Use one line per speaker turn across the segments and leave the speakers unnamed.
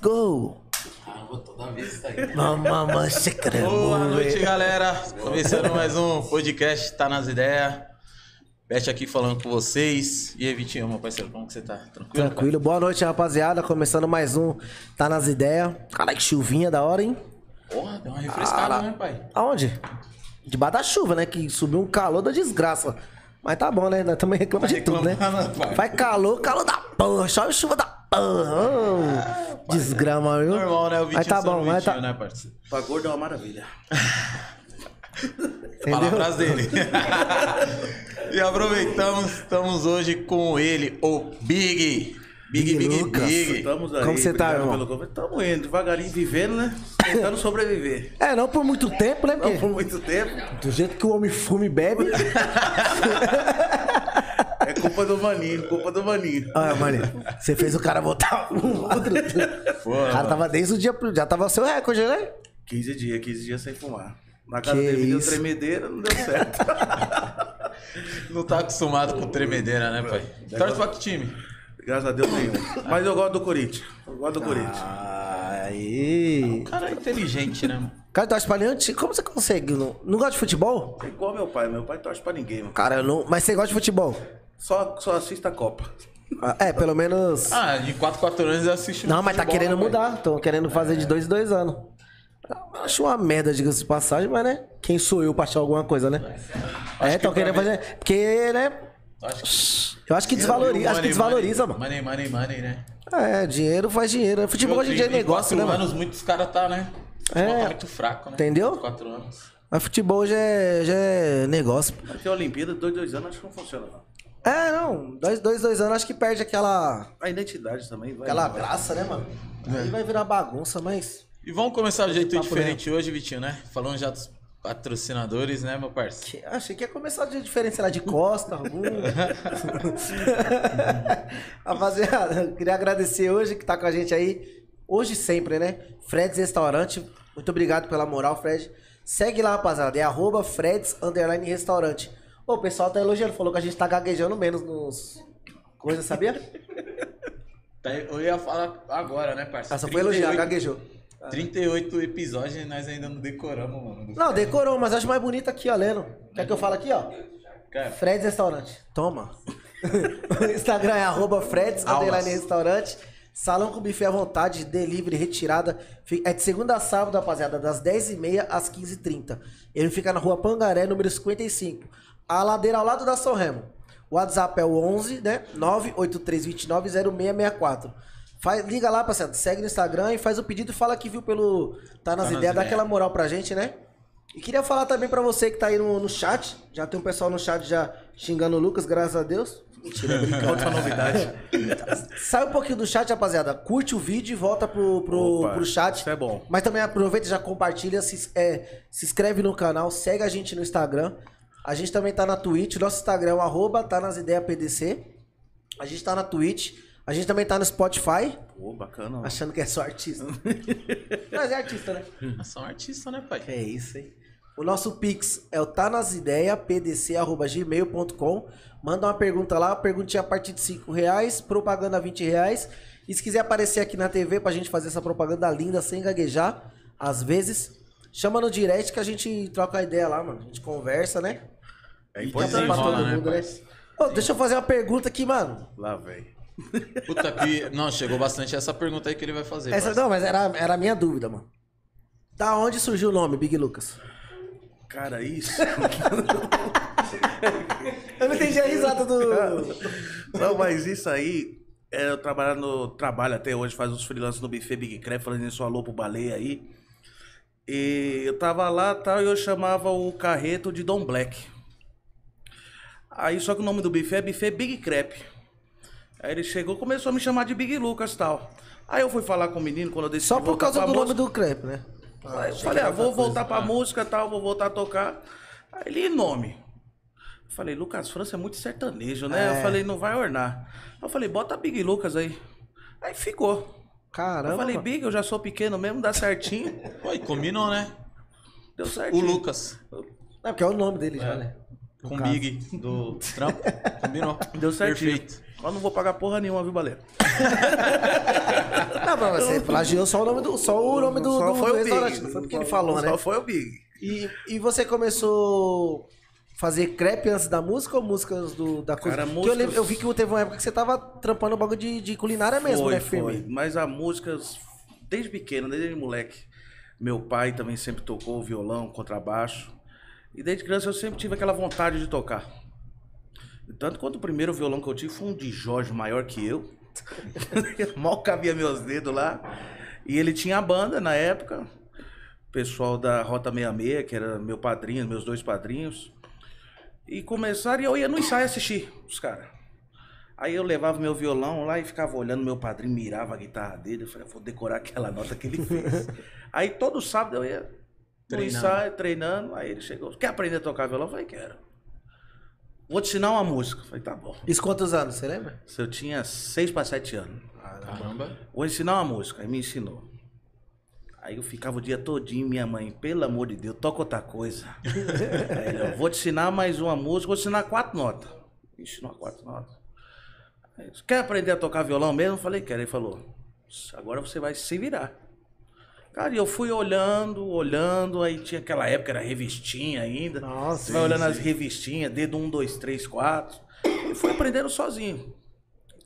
go!
Ah, vou toda vez sair.
Mama, mama, secreto.
Boa noite, galera. Começando mais um podcast, tá nas ideias. Beth aqui falando com vocês. E aí, Vitinho, meu parceiro, como que você tá? Tranquilo?
Tranquilo, boa noite, rapaziada. Começando mais um Tá Nas Ideias. Caralho, que chuvinha da hora, hein?
Porra, deu uma refrescada, né, pai?
Aonde? Debaixo da chuva, né? Que subiu um calor da desgraça. Mas tá bom, né? Nós também reclama
Tá
de tudo, né?
reclamando, pai.
Faz calor, calor da porra. Chove chuva da porra. Ô, Desgrama, viu?
Normal, né? O Vitinho
mas tá
sendo
bom,
Vitinho,
mas tá.
né, parceiro?
Pra gordo é uma maravilha.
Palavras dele. e aproveitamos, estamos hoje com ele, o Big.
Big
Big, Big,
Lucas.
Big.
Estamos aí.
Como você tá,
obrigado
irmão?
pelo convite. Tamo indo, devagarinho, vivendo, né? Tentando sobreviver.
É, não por muito tempo, né?
Não por
Porque
muito tempo.
do jeito que o homem fuma e bebe.
É culpa do maninho, culpa do maninho.
Olha, mano, Ah, você fez o cara botar um outro. O cara tava desde o dia. pro- Já tava seu recorde, né?
15 dias, 15 dias sem fumar. Na casa
Que
dele me deu
isso.
tremedeira, não deu certo.
Não tá acostumado com tremedeira, né, pai? Torce pra que time?
Graças a Deus nenhum. Mas eu gosto do Corinthians. Eu gosto
Ah.
do Corinthians.
Aí.
O cara é inteligente, né, mano?
Cara, tu acha palhante? Como você consegue? Não, não gosta de futebol?
É Igual meu pai, meu pai torce pra ninguém, mano.
Cara, eu não. Mas você gosta de futebol?
Só, só assista a Copa.
Ah, É, pelo menos.
Ah, de 4, 4 anos eu assisto.
Não, mas tá
futebol,
querendo
né, pai? É.
mudar. Estão querendo fazer de dois em dois anos. Eu Acho uma merda, diga-se de passagem, mas né? Quem sou eu pra achar alguma coisa, né? É, estão
que
querendo
pra mim-
fazer. Porque, né?
Acho que
Eu acho que desvaloriza, acho que desvaloriza, mano.
Money, money, money, né?
É, dinheiro faz dinheiro. né? Futebol hoje em dia é negócio, né,
quatro
mano?
anos, muitos caras tá, né?
É.
Futebol Tá muito fraco, né?
Entendeu?
Quatro anos.
Mas futebol hoje é, já é negócio.
Mas tem a Olimpíada, dois, dois anos, acho que não funciona, não.
É, não. Dois, dois, dois anos, acho que perde aquela,
A identidade também vai.
aquela graça, né, mano? Aí vai virar bagunça, mas.
E vamos começar de jeito
Papo
diferente hoje, Vitinho, né? Falando já dos patrocinadores, né, meu parceiro?
que- Achei que ia começar de diferença lá de Costa, algum. Rapaziada, eu queria agradecer hoje que tá com a gente aí. Hoje e sempre, né? Fred's Restaurante. Muito obrigado pela moral, Fred. Segue lá, rapaziada. É arroba Fred's Underline Restaurante. Ô, o pessoal tá elogiando, falou que a gente tá gaguejando menos nos. Coisa, sabia?
Tá, Eu ia falar agora, né, parceiro?
Ah, só foi elogiar, gaguejou.
38 episódios e nós ainda não decoramos, mano.
Não, decorou, mas acho mais bonito aqui, ó, lendo. Quer que eu fale aqui, ó?
Cara,
Fred's Restaurante. Toma. o Instagram é arroba Fred's,
Aulas.
underline restaurante. Salão com buffet à vontade, delivery, retirada. Fi- É de segunda a sábado, rapaziada, das 10h30 às 15h30. Ele fica na rua Pangaré, número 55. A ladeira ao lado da Sorremo. O WhatsApp é o 11, né? 983290664. Faz, liga lá, rapaziada. Segue no Instagram e faz o pedido e fala que viu pelo... Tá nas
nas
ideias, dá
ideias.
aquela moral pra gente, né? E queria falar também pra você que tá aí no, no chat. Já tem um pessoal no chat já xingando o Lucas, graças a Deus. Mentira, é brincando.
Outra novidade.
Sai um pouquinho do chat, rapaziada. Curte o vídeo e volta pro, pro,
Opa,
pro chat.
isso é bom.
Mas também aproveita, já compartilha, se, is- é, se inscreve no canal, segue a gente no Instagram. A gente também tá na Twitch. Nosso Instagram é o arroba, tá nas ideias PDC. A gente tá na Twitch. A gente também tá no Spotify,
Pô, bacana. ó.
achando que é só artista. Mas é artista, né?
nós somos artistas, né, pai?
É isso, hein? O nosso Pix é o tá nas ideias, pdc.gmail.com. Manda uma pergunta lá, perguntinha a partir de 5 reais, propaganda 20 reais. E se quiser aparecer aqui na TV pra gente fazer essa propaganda linda, sem gaguejar, às vezes, chama no direct que a gente troca a ideia lá, mano. A gente conversa, né?
É
Pra-
importante.
pra todo
Desenrola, né,
mundo, né?
parceiro?
Ô, deixa eu fazer uma pergunta aqui, mano.
Lá, velho.
Puta que. Não, chegou bastante essa pergunta aí que ele vai fazer.
Essa,
parceiro.
não, mas era, era a minha dúvida, mano. Da onde surgiu o nome, Big Lucas?
Cara, isso.
Eu não entendi a risada do.
Não, mas isso aí, é, eu trabalho, no, trabalho até hoje, faz uns freelances no buffet Big Crab, fazendo isso alô pro baleia aí. E eu tava lá tal, e eu chamava o carreto de Dom Black. Aí só que o nome do buffet é buffet Big Crap. Aí ele chegou, começou a me chamar de Big Lucas tal. Aí eu fui falar com o menino quando eu decidi
Só por
voltar
causa
pra
do
música.
nome do crepe, né?
Aí eu falei, ah, vou voltar pra música e tal, vou voltar a tocar. Aí ele, e nome? Eu falei, Lucas França é muito sertanejo, né?
É.
Eu falei, não vai ornar. Aí Eu falei, bota Big Lucas aí. Aí ficou.
Caramba.
Eu falei,
mano.
Big, eu já sou pequeno mesmo, dá certinho.
Pô, e combinou, né?
Deu
O
certinho.
Lucas.
É porque é o nome dele já, né?
Com o Big do trampo. Combinou.
Deu certinho.
Perfeito.
Eu não vou pagar porra nenhuma, viu, Baleia?
Não, Não, mas você plagiou só o nome do, só o nome do,
Só
do-
foi
do
o
restaurante.
Big.
Não foi porque ele falou, né?
Só foi o Big.
E, e você começou a fazer crepe antes da música ou músicas do, da coisa?
Cara,
Porque eu,
músicas-
lembro- eu vi que teve uma época que você tava trampando um bagulho de, de culinária mesmo,
foi,
né,
foi.
firme?
Mas a música, desde pequeno, desde moleque, meu pai também sempre tocou violão, contrabaixo. E desde criança eu sempre tive aquela vontade de tocar. Tanto quanto o primeiro violão que eu tive foi um de Jorge maior que eu. Mal cabia meus dedos lá. E ele tinha a banda na época. O pessoal da Rota 66, que era meu padrinho, meus dois padrinhos. E começaram e eu ia no ensaio assistir os caras. Aí eu levava meu violão lá e ficava olhando meu padrinho, mirava a guitarra dele. Eu falei, vou decorar aquela nota que ele fez. aí todo sábado eu ia no
Treinando.
ensaio, treinando. Aí ele chegou, quer aprender a tocar violão? Eu falei, quero. Vou te ensinar uma música. Eu falei, tá bom.
Isso quantos anos, você lembra?
Se eu tinha 6 para 7 anos.
Caramba.
Vou ensinar uma música. Aí me ensinou. Aí eu ficava o dia todinho, minha mãe, pelo amor de Deus, toca outra coisa. Aí ele, eu vou te ensinar mais uma música, vou te ensinar quatro notas. Me ensinou quatro notas. Aí, ele, quer aprender a tocar violão mesmo? Eu falei, quero. Ele falou, agora você vai se virar. Cara, e eu fui olhando, olhando, aí tinha aquela época, era revistinha ainda.
Nossa,
Você vai olhando as revistinhas, dedo 1, 2, 3, 4. E fui aprendendo sozinho.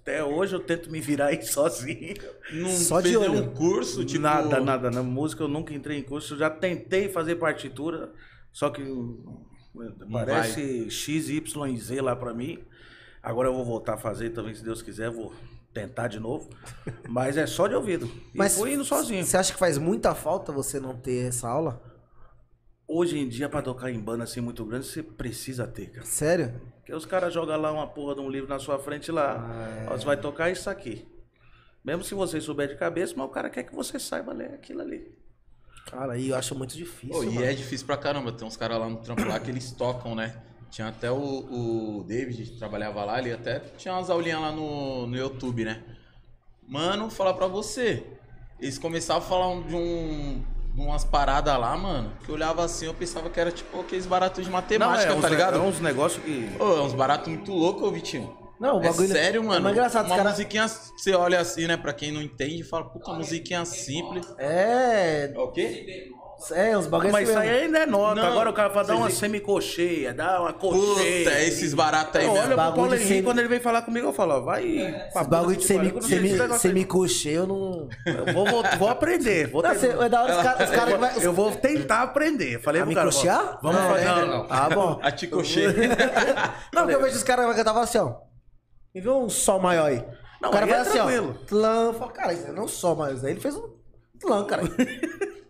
Até hoje eu tento me virar aí sozinho.
Não
Só de
fez
olho.
nenhum curso, tipo...
Nada, nada. Na música eu nunca entrei em curso. Eu já tentei fazer partitura, só que parece XYZ lá pra mim. Agora eu vou voltar a fazer também, se Deus quiser, vou tentar de novo. Mas é só de ouvido. E
Mas
fui indo sozinho.
Você acha que faz muita falta você não ter essa aula?
Hoje em dia, pra tocar em banda assim muito grande, você precisa ter, cara.
Sério?
Porque os caras jogam lá uma porra de um livro na sua frente lá.
Ah,
Ó, Você
é.
vai tocar isso aqui. Mesmo se você souber de cabeça, mas o cara quer que você saiba ler aquilo ali.
Cara, aí eu acho muito difícil.
Pô, e
mano.
é difícil pra caramba. Tem uns caras lá no trampo lá que eles tocam, né? Tinha até o, o David que trabalhava lá, ele até tinha umas aulinhas lá no, no YouTube, né? Mano, falar pra você. Eles começavam a falar um- de um. de umas paradas lá, mano, que eu olhava assim, eu pensava que era tipo aqueles baratos de matemática,
uns-
tá ligado?
É uns negócios que.
Ô, é uns baratos muito loucos, ô Vitinho.
Não, o
É
bagulho.
sério, mano.
mas engraçado, os
Uma
cara-
musiquinha, você olha assim, né? Pra quem não entende, fala, puta, musiquinha simples.
É.
É o quê?
É, uns bagulhos
Mas isso aí ainda é nota.
Não,
Agora o cara fala, dá
você
uma
vê-
semicocheia, dá uma
Puta,
cocheia.
é esses baratos aí
Eu
mesmo. É.
olho pro
Bagulho
Paulo
de
Henrique,
semi-
quando ele vem falar comigo, eu falo, vai.
Esse
papo
bagulho de
que te
semi,
pariu, quando você
semi,
esse negócio é aí.
semicochê, eu não.
Eu vou, vou, vou aprender. Vou
Não,
ter-
cê- é da hora os caras. Os cara que vai- os-
Eu vou tentar aprender. Falei
Ah,
pro
me
cara,
cochear?
Vamos
Não,
fazer.
né?
Não, não.
Ah, bom.
é. A Ticoche.
Não, porque eu vejo os caras que cantavam assim, ó. Me viu um sol maior aí.
Não,
o cara
aí
vai
é
assim, ó.
tranquilo.
Tlan, fala, cara, isso não é um sol maior. Isso aí ele fez um tlan, cara.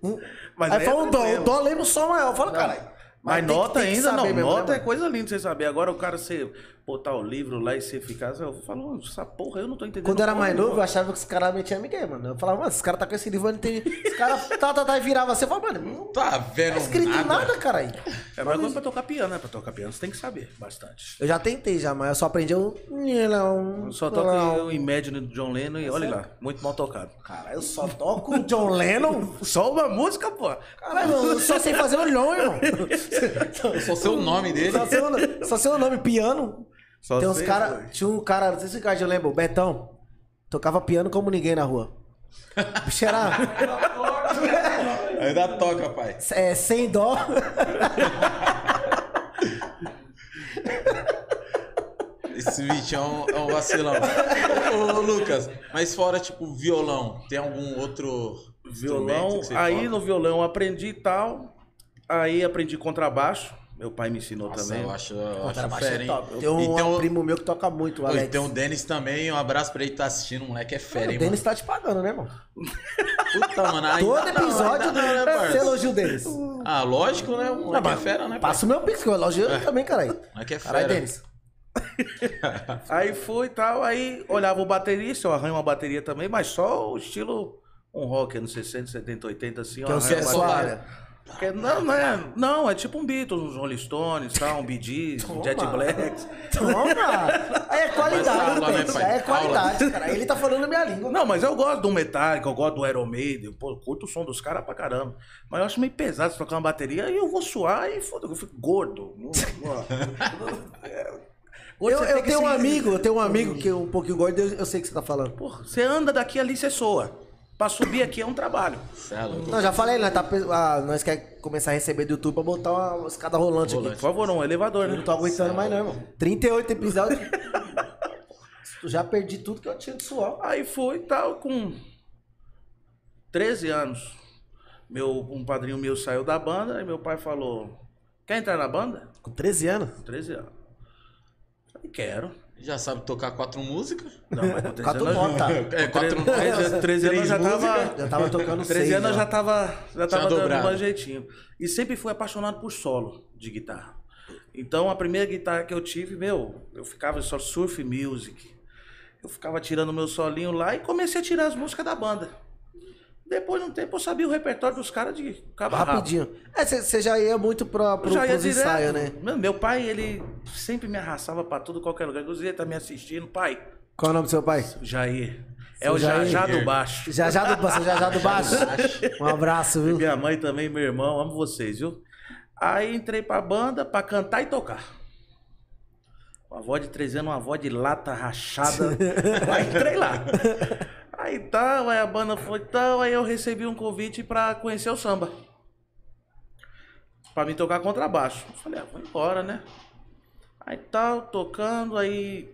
Um-
Mas
aí
aí é
fala um dó, o
tranquilo.
dó lembra um sol maior. Fala, cara.
Mas,
tem que-
nota
tem que
ainda
saber
não,
mesmo,
nota
né,
é
mano?
coisa linda você saber. Agora o cara, você botar o livro lá e você ficar, eu falo, essa porra, eu não tô entendendo.
Quando eu era
porra
mais
nenhuma." É,
novo, eu achava que os caras metiam Miguel, mano. Eu falava, mano, esses caras tá com esse livro, eu não tem. Os caras tá, tá, tá, e virava assim. Eu falava, mano, não
tá
tá
vendo
escrito nada,
nada.
nada caralho.
É mais coisa pra tocar piano, né? Pra tocar piano você tem que saber bastante.
Eu já tentei já, mas eu só aprendi um o.
Eu só toco
um
o Imagine do John
Tá
Lennon e olha lá, muito mal tocado.
Cara, eu só toco o John Lennon.
Só uma música, pô.
Caralho, eu só sei fazer olhão, irmão.
Eu só sei o nome dele.
Só sei o nome, só sei o nome, piano.
Só
Tem uns
sei,
cara,
foi.
tinha um cara, não sei se o cara já lembra, o Betão. Tocava piano como ninguém na rua. Bicho era
Ainda toca, pai.
é, sem dó.
Esse Vitinho é um, é um vacilão. Ô, Lucas, mas fora, tipo, violão, tem algum outro
Violão,
instrumento que você
aí
toca?
no violão eu aprendi e tal. Aí aprendi contrabaixo. Meu pai me ensinou
Nossa,
também.
eu acho, eu
Cara,
acho
baixo
fera,
é
hein?
top.
E
Tem um,
tem o-
primo meu que toca muito, o
Pô, e
Alex.
tem o Denis também, um abraço pra ele que tá assistindo, o moleque é fera,
o
hein, mano?
Denis tá te pagando, né, irmão?
Puta, mano, ainda
Todo
não,
episódio é,
ainda não, né,
você
parça?
elogia o Denis.
Ah, lógico, né? O
Não,
moleque é
mas
fera, né, parça?
Passa o meu pix, que eu elogio ele também, caralho.
O moleque é
Caralho,
fera.
Denis.
Aí foi e tal, aí olhava o baterista, eu arranho uma bateria também, mas só o estilo um rock anos 60, 70, 80, assim, eu
Que é o
arranho
seu-
uma
sua
bateria.
área.
Porque não, não é, não, é tipo um Beatles, uns Rolling Stones, tal, um Bee Gees, um Jet
Toma.
Blacks.
Toma! Aí é
Mas
qualidade,
aula, né,
Denis.
pai?
Aí é qualidade, cara. Ele tá falando a minha língua.
Não, mas eu gosto do Metallica, eu gosto do Iron Maiden, pô, eu curto o som dos caras pra caramba. Mas eu acho meio pesado se tocar uma bateria e eu vou suar e foda-se, eu fico gordo. Não- não- é. Gordo,
Eu,
você
eu
tem que
tenho um
se-
amigo, eu tenho um amigo que é um pouquinho gordo, eu, eu sei o que você tá falando.
Porra, você anda daqui ali, você soa. Pra subir aqui é um trabalho.
Cê é louco.
Não, já falei, nós, tá, pe- ah, nós quer começar a receber do YouTube pra botar uma escada rolante,
Por
Rolante.
favor, não, um elevador,
aqui.
né?
Não tô aguentando mais não, irmão. 38 episódios. Eu já perdi tudo que eu tinha de suor.
Aí foi e tal, com 13 anos. Meu, um padrinho meu saiu da banda e meu pai falou: Quer entrar na banda?
Com 13 anos?
Com 13 anos. Falei, quero.
Já sabe tocar quatro músicas?
Não, mas com 13
Quatro
anos. tá.
notas.
É, quatro
Com
músicas.
13, 13 anos eu já
Três
tava.
Já tava tocando
13
seis,
anos eu já tava, já tava dando
dobrado.
um jeitinho. E sempre fui apaixonado por solo de guitarra. Então a primeira guitarra que eu tive, meu, eu ficava só surf music. Eu ficava tirando meu solinho lá e comecei a tirar as músicas da banda. Depois de um tempo eu sabia o repertório dos caras de cabo a rabo.
Rapidinho. É, você já ia muito pra, pro,
Eu já ia
pros
direto.
ensaios, né?
Meu, meu pai, ele sempre me arrastava pra tudo, qualquer lugar. Inclusive, ele tá me assistindo. Pai,
Qual é o nome do seu pai?
Jair. É
Seu
o
Jair.
Jajá do Baixo.
Já já do baixo, já já do baixo. Um abraço, viu?
Minha mãe também, meu irmão, amo vocês, viu? Aí entrei pra banda pra cantar e tocar. Uma avó de três anos, uma avó de lata rachada. aí entrei lá. Aí tal, aí a banda foi tal, aí eu recebi um convite pra conhecer o samba. Pra me tocar contrabaixo. Eu Falei, ah, vou embora, né? Aí tal, tocando, aí.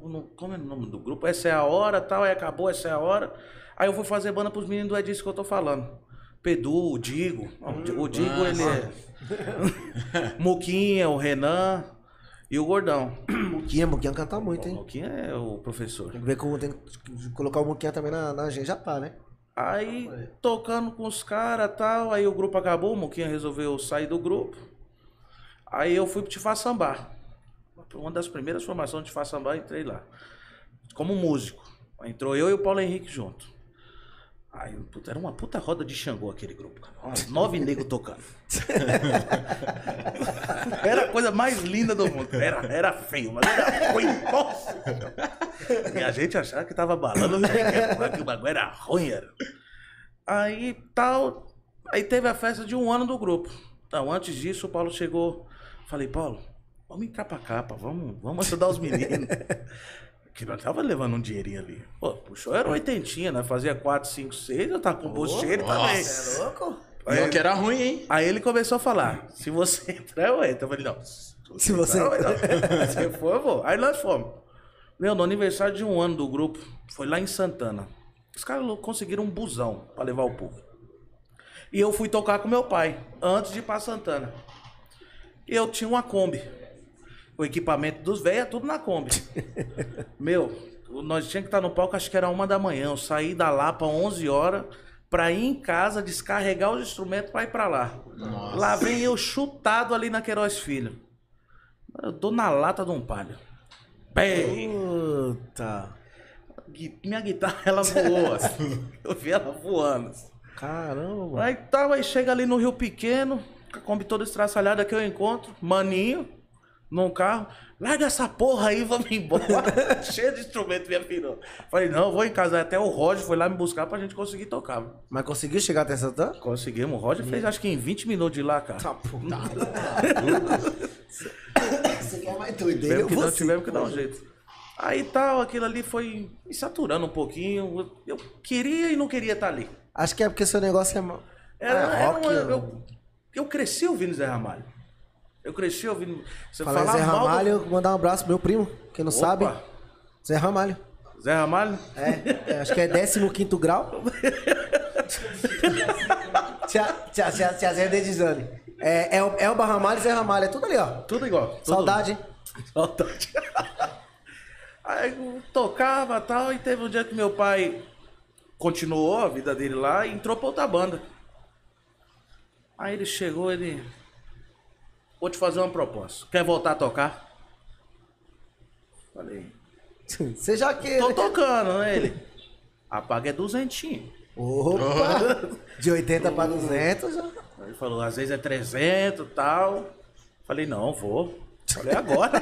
eu não- Como é o nome do grupo? Essa é a hora, tal, aí acabou, essa é a hora. Aí eu fui fazer banda pros meninos do É disso que eu tô falando. Pedu, o Digo. o Di- o Digo, ele é. Moquinha, o Renan e o Gordão.
Muquinha, Muquinha canta muito,
O
hein?
Moquinha é o professor.
Tem que ver como tem que colocar o Muquinha também na, na gente, já tá, né?
Aí tocando com os caras tal, aí o grupo acabou, o Moquinha resolveu sair do grupo. Aí eu fui pro Tifá Sambar. Uma das primeiras formações de Tifá Sambar, entrei lá. Como músico. Entrou eu e o Paulo Henrique junto. Aí, puta, era uma puta roda de Xangô aquele grupo, cara. Umas Nove negros tocando. Era a coisa mais linda do mundo. Era, era feio, mas era ruim. Nossa! E a gente achava que tava balando, né? que o bagulho era ruim, era. Aí tal. Aí teve a festa de um ano do grupo. Então, antes disso, o Paulo chegou. Falei, Paulo, vamos entrar pra cá, pá, vamos, vamos ajudar os meninos. que nós tava levando um dinheirinho ali. Pô, puxou, era oitentinha, né? Fazia quatro, cinco, seis, eu tava com o bolso cheio também.
nossa. é
é louco?
Pior que era ruim, hein?
Aí ele começou a falar: se você entrar, eu entro. Eu falei: não. tá. Se
você-
entrar, eu entro. Se eu for, eu vou. Aí nós fomos. Meu, no aniversário de um ano do grupo, foi lá em Santana. Os caras lo- conseguiram um busão pra levar o povo. E eu fui tocar com meu pai, antes de ir pra Santana. E eu tinha uma Kombi. O equipamento dos velhos é tudo na Kombi. Meu, nós tínhamos que estar no palco, acho que era uma da manhã. Eu saí da Lapa 11 horas pra ir em casa descarregar os instrumentos pra ir pra lá.
Nossa.
Lá vem eu chutado ali na Queiroz Filho. Eu dou na lata de um palho. Bem,
Puta.
gui- minha guitarra ela voou. assim. Eu vi ela voando. assim.
Caramba.
Aí tal, aí chega ali no Rio Pequeno, com a Kombi toda estraçalhada que eu encontro, maninho, num carro. Larga essa porra aí, vamos embora. Cheio de instrumento, minha filha. Falei, não, eu vou em casa. Aí Até o Roger foi lá me buscar pra gente conseguir tocar.
Mas conseguiu chegar até Santana?
Conseguimos. O Roger fez acho que em 20 minutos de lá, cara.
Tá puta. Você quer mais doido? Ele
Tivemos
ou
que, dar,
você?
tivemos que dar um jeito. Aí tal, aquilo ali foi me saturando um pouquinho. Eu eu queria e não queria estar ali.
Acho que é porque seu negócio é. ma-
Era,
Ah,
era
rock,
uma-
né?
é, eu, eu cresci ouvindo Zé Ramalho. Eu cresci ouvindo. Você
Falar em Zé
mal do-
Ramalho, mandar um abraço pro meu primo, quem não
Opa,
sabe. Zé Ramalho.
Zé Ramalho?
É, é, acho que é 15 grau. tia, tia, tia, tia Zé Dedizane. É, é, o- é o Barramalho e Zé Ramalho, é tudo ali, ó.
Tudo igual. tudo-
Saudade, hein?
Saudade. Aí eu tocava e tal, e teve um dia que meu pai continuou a vida dele lá e entrou pra outra banda. Aí ele chegou, ele. Vou te fazer uma proposta. Quer voltar a tocar? Falei.
Você já que.
Tô tocando, né? Ele. A paga é duzentinho.
Opa!
Uhum.
De 80 pra 200 já.
Aí Ele falou, às vezes é 300 e tal. Falei, não, vou. Falei, agora.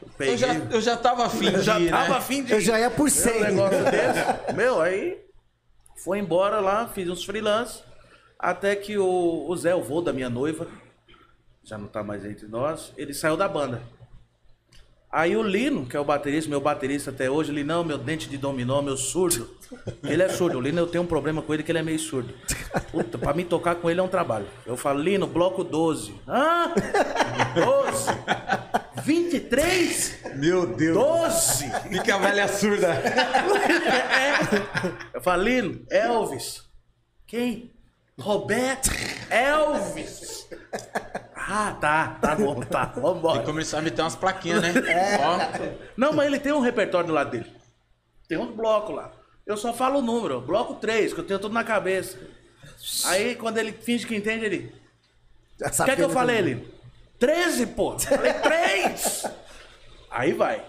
Eu
Peguei.
Então já, eu já tava afim de
já
ir,
tava
né?
afim de
Eu já ia por
ver um
100.
negócio desse. Meu, aí foi embora lá, fiz uns freelance. Até que o, o Zé, o vô da minha noiva, já não tá mais entre nós, ele saiu da banda. Aí o Lino, que é o baterista, meu baterista até hoje, ele, não, meu dente de dominó, meu surdo. Ele é surdo. O Lino, eu tenho um problema com ele que ele é meio surdo. Puta, pra mim tocar com ele é um trabalho. Eu falo, Lino, bloco 12. Ah! 12? 23?
Meu Deus.
12?
Fica a velha surda.
Eu falo, Lino, Elvis. Quem? Roberto Elvis. Ah, tá, tá bom, tá,
Tem
vambora.
que começar a meter umas plaquinhas, né?
É.
Ó,
Não, mas ele tem um repertório do lado dele. Tem uns blocos lá. Eu só falo o número, bloco 3, que eu tenho tudo na cabeça. Aí, quando ele finge que entende, ele.
Já
O
sabe
que é que eu
ele
falei,
também.
Lino? 13, pô! Falei 3! Aí vai.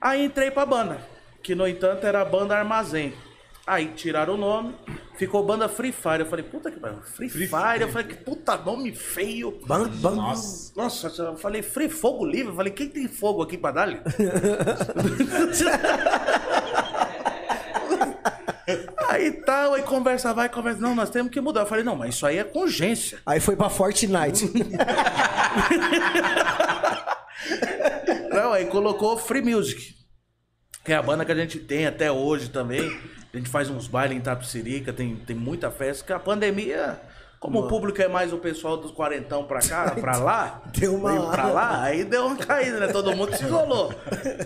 Aí entrei pra banda, que no entanto era a banda Armazém. Aí tiraram o nome, ficou banda Free Fire. Eu falei, puta que pariu, Free, Fire. Eu falei, que puta nome feio.
Ban, ban.
nossa.
Nossa, eu falei, Free Fogo Livre. Eu falei, quem tem fogo aqui pra dar-lhe? aí tal, aí conversa vai, conversa. Não, nós temos que mudar. Eu falei, não, mas isso aí é congência.
Aí foi pra Fortnite.
Não, aí colocou Free Music. Que é a banda que a gente tem até hoje também. A gente faz uns bailes em Tapsirica, tem, tem muita festa. Que a pandemia, como o público é mais o pessoal dos quarentão pra cá, pra lá,
Deu uma-
veio pra lá, aí deu uma caída, né? Todo mundo se isolou.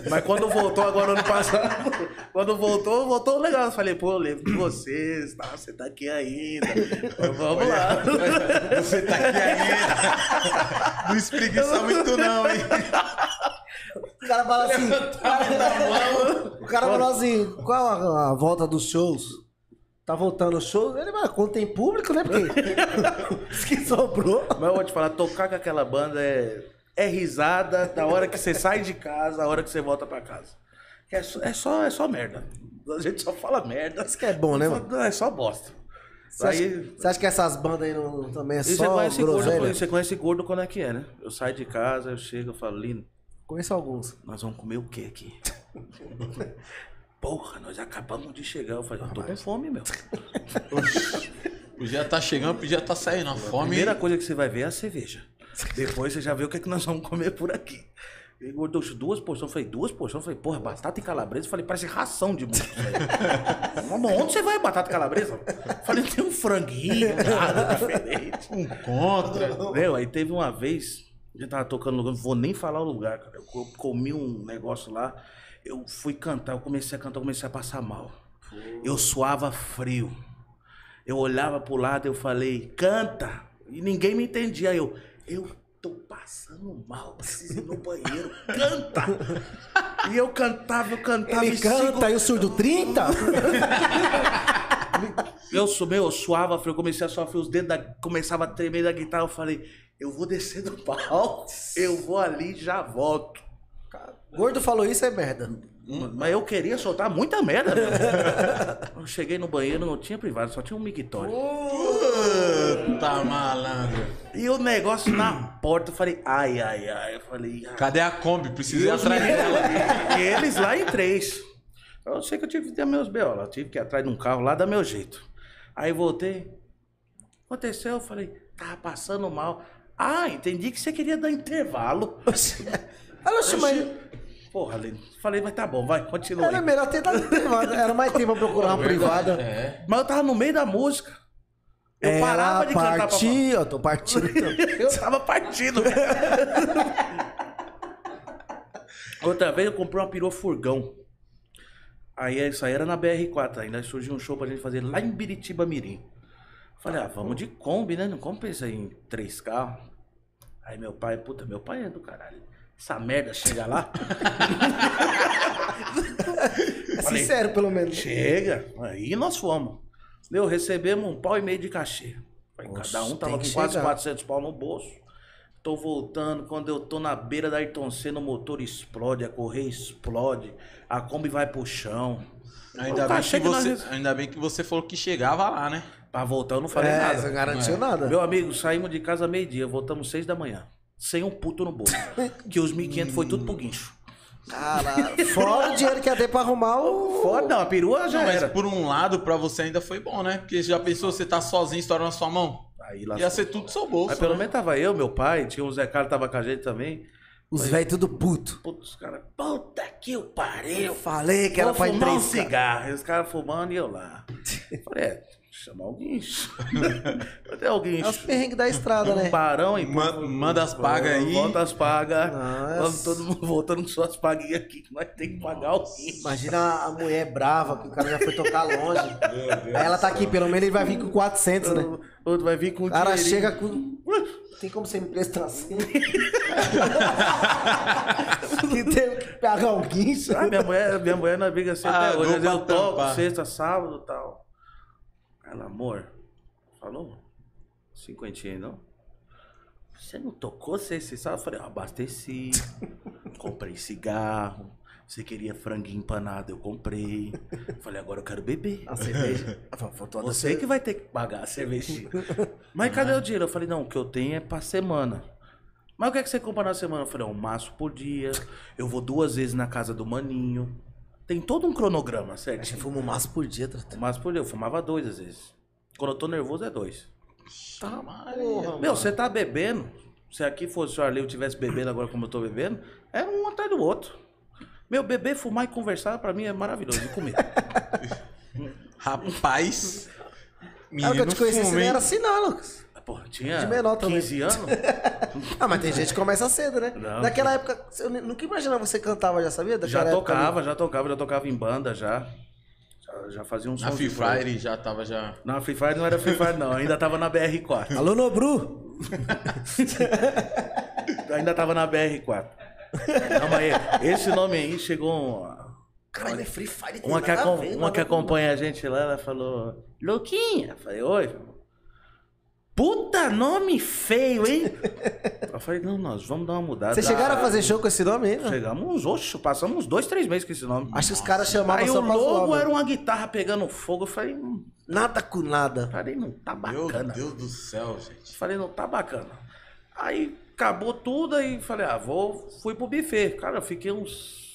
Mas quando voltou agora ano passado, quando voltou, voltou legal. Eu falei, pô, eu lembro de vocês, tá? você tá aqui ainda. Vamos lá.
Você tá aqui ainda. Não espreguiça muito, não, hein?
O cara fala assim. O cara falou assim: qual a, a volta dos shows? Tá voltando os shows? Ele vai, quando tem público, né? Porque os que sobrou.
Mas eu vou te falar, tocar com aquela banda é, é risada da hora que você sai de casa, a hora que você volta pra casa. É só, é só, é só merda. A gente só fala merda.
Isso que é bom, né,
Só-
mano?
É só bosta. é
Você acha,
Aí-
você acha que essas bandas aí não, não- também é
E você
só
conhece,
groselha?
gordo, você conhece gordo quando é que é, né? Eu saio de casa, eu chego, eu falo, Lino,
Conheço alguns.
nós vamos comer o que aqui? Porra, nós acabamos de chegar. Eu falei, eu tô com fome, meu.
O dia tá chegando, o dia tá saindo. A
A
fome.
primeira coisa que você vai ver é a cerveja. Depois você já vê o que, é que nós vamos comer por aqui. Ele engordou duas porções. Eu Falei, duas porções? Eu Falei, porra, batata e calabresa. Eu Falei, parece ração de músico. isso aí. Mas bom, onde você vai batata e calabresa? Eu Falei, tem um franguinho, nada diferente.
Um contra.
Meu, aí teve uma vez, eu tava tocando no lugar, não vou nem falar o lugar, cara. Eu co- comi um negócio lá, eu fui cantar, eu comecei a cantar, eu comecei a passar mal. Eu suava frio. Eu olhava pro lado, eu falei, canta! E ninguém me entendia. Eu, eu tô passando mal, preciso ir no banheiro, canta! E eu cantava, eu cantava
Ele
e
canta aí o surdo 30?
eu sou meu, eu suava, frio, eu comecei a suar frio, os dedos da, começava a tremer da guitarra, eu falei, eu vou descer do palco, eu vou ali e já volto.
Gordo falou isso, é merda.
Mas eu queria soltar muita merda, meu. Eu cheguei no banheiro, não tinha privado, só tinha um mictório.
Puta malandro.
E o negócio na porta, eu falei, ai, ai, ai. Eu falei, ai.
Cadê a Kombi? Preciso ir
Deus
atrás
me
dela.
livre. E eles lá em três. Eu sei que eu tive que ter meus B.O. lá. Eu Tive que ir atrás de um carro lá, dar meu jeito. Aí voltei. Aconteceu, eu falei, tava passando mal. Ah, entendi que você queria dar intervalo.
Olha, oxe, mas
Porra, Lino. Falei, mas tá bom, vai, continua. aí.
era melhor ter dado privada. Era mais tempo pra procurar uma privada.
É.
Mas eu tava no meio da música. Eu
Ela
parava de cantar pra falar.
partiu, eu tô partindo.
Eu tava partido. Outra vez eu comprei uma perua furgão. Aí é isso aí era na BR4 ainda. Aí surgiu um show pra gente fazer lá em Biritiba Mirim. Falei, ah, vamos de Kombi, né? Não compensa em três carros. Aí meu pai, puta, meu pai é do caralho. Essa merda chega lá.
É
Falei,
sincero, pelo menos.
Chega. Aí nós fomos. Meu, recebemos um pau e meio de cachê. Aí
Nossa,
Cada um tava
tem
com
que
quase
chegar.
400 pau no bolso. Tô voltando, quando eu tô na beira da Ayrton Senna, o motor explode, a correia explode, a Kombi vai pro chão.
Ainda,
O
bem
cachê
que
nós
tá você,
rece-
ainda bem que você falou que chegava lá, né?
Pra voltar eu não falei
É,
nada.
você não garantiu nada.
Meu amigo, saímos de casa meio-dia, voltamos seis da manhã. Sem um puto no bolso. que os 1.500 foi tudo pro guincho.
Caralho. Fora o dinheiro que ia ter pra arrumar o.
Foda, não, a perua já
Não, mas
era.
por um lado, pra você ainda foi bom, né? Porque já pensou, você tá sozinho, estoura na sua mão?
Aí lá
Ia ser tudo seu bolso.
Tá Mas pelo
né?
um menos tava eu, meu pai, tinha o Zé Carlos tava com a gente também.
Os velhos tudo puto.
Puta, os caras, puta que eu
Eu
pariu.
falei que
Vou
era pra
fumar um
entrevistar.
cigarro. E os caras fumando e eu lá. Eu Falei, é, chamar o guincho. Cadê o
É os
guincho?
perrengues da estrada, né?
Um barão e...
Ma- manda as pagas aí.
Volta as pagas.
Nossa.
Vamos todo mundo voltando com suas paguinhas aqui. que Nós temos que pagar o guincho.
Imagina a mulher brava, que o cara já foi tocar longe.
Meu Deus.
Aí ela tá aqui, pelo menos ele vai vir com 400, né?
O outro vai vir com
O
o
cara chega com. Tem como você me prestar assim? que tem que pagar um guincho.
Ah, minha mulher, minha mulher não briga sempre
Ah,
até
dou
hoje. Às vezes Eu
pra
toco
tampar.
sexta, sábado e tal. Ela, amor, falou? Cinquentinha aí, não? Você não tocou sexta e sábado? Eu falei, eu abasteci, comprei cigarro. Você queria franguinho empanado, eu comprei. Eu Falei, agora eu quero beber.
A cerveja. Ah, Faltou a da
Você que vai ter que pagar a cervejinha. Mas cadê o dinheiro? Eu falei, não, o que eu tenho é pra semana. Mas o que é que você compra na semana? Eu falei, é um maço por dia. Eu vou duas vezes na casa do maninho. Tem todo um cronograma,
A gente
certo?
fuma um maço por dia, Tratão.
Um maço por dia. Eu fumava dois às vezes. Quando eu tô nervoso, é dois.
Tá,
Meu, você tá bebendo. Se aqui fosse o Arleu tivesse bebendo agora como eu tô bebendo, é um atrás do outro. Meu, beber, fumar e conversar pra mim é maravilhoso. E comer. É
Rapaz.
Cara, É que eu
Menino
te conheci, você
fumo,
não
hein?
era assim, não, Lucas.
Porra, tinha
De menor também.
15 anos.
Ah, mas tem gente que começa cedo, né?
Não.
Naquela época, eu nem- nunca imaginava que você cantava, já sabia? Daquela
Já
época
tocava, já tocava, já tocava em banda já. Já, já fazia um
Na
som.
Free Fire já tava já.
Não, Free Fire não era Free Fire, não. Ainda tava na
ali.
BR4.
Alô, Nobru!
Ainda tava na BR4. Calma aí. Esse nome aí chegou um.
Caralho, é Free Fire. tem
Uma que,
nada a
acom-
ver,
uma
nada
que
a ver.
acompanha a gente lá, ela falou: Louquinha! Eu falei: Oi. irmão." Puta nome feio, hein? Eu falei: Não, nós vamos dar uma mudada.
Vocês chegaram a
Ah,
fazer show com esse nome aí, não?
Chegamos uns, oxe, passamos uns dois, três meses com esse nome.
Acho que os caras chamavam
Aí o
só né? pra zoar,
logo
mano.
era uma guitarra pegando fogo. Eu falei: "Hum,
Nada com nada.
Falei, não tá
Meu
bacana.
Deus do céu, gente.
Falei, não tá bacana. Aí acabou tudo aí falei, ah, vou. Fui pro buffet. Cara, eu fiquei uns.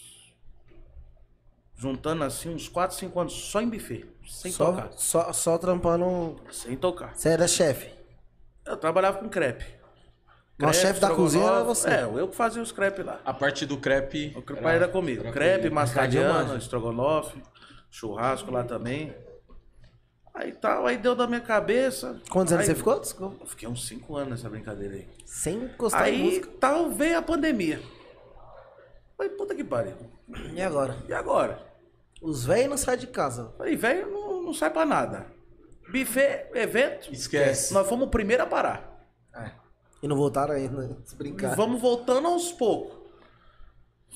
Juntando assim, uns 4, 5 anos só em buffet. Sem
Só,
tocar.
só, só trampando. um-
Sem tocar.
Você era chefe.
Eu trabalhava com crepe.
Mas o
Crepe,
chefe da
estrogonofe.
cozinha era você.
É, eu que fazia os crepes lá.
A parte do crepe.
O crepe era, comigo. crepe,
Ricardinho
mascadiana,
manja.
estrogonofe, churrasco lá também. Aí tal, aí deu da minha cabeça.
Quantos anos
Aí-
você ficou? Desculpa.
Eu fiquei uns 5 anos nessa brincadeira aí.
Sem encostar em
Aí
música.
tal veio a pandemia. Falei, puta que pariu.
E agora?
E agora?
Os velhos não saem de casa.
Falei, velho, não, não sai pra nada. Buffet, evento.
Esquece.
Nós fomos o primeiro a parar.
E não voltaram ainda. Se brincar.
É. Vamos voltando aos poucos.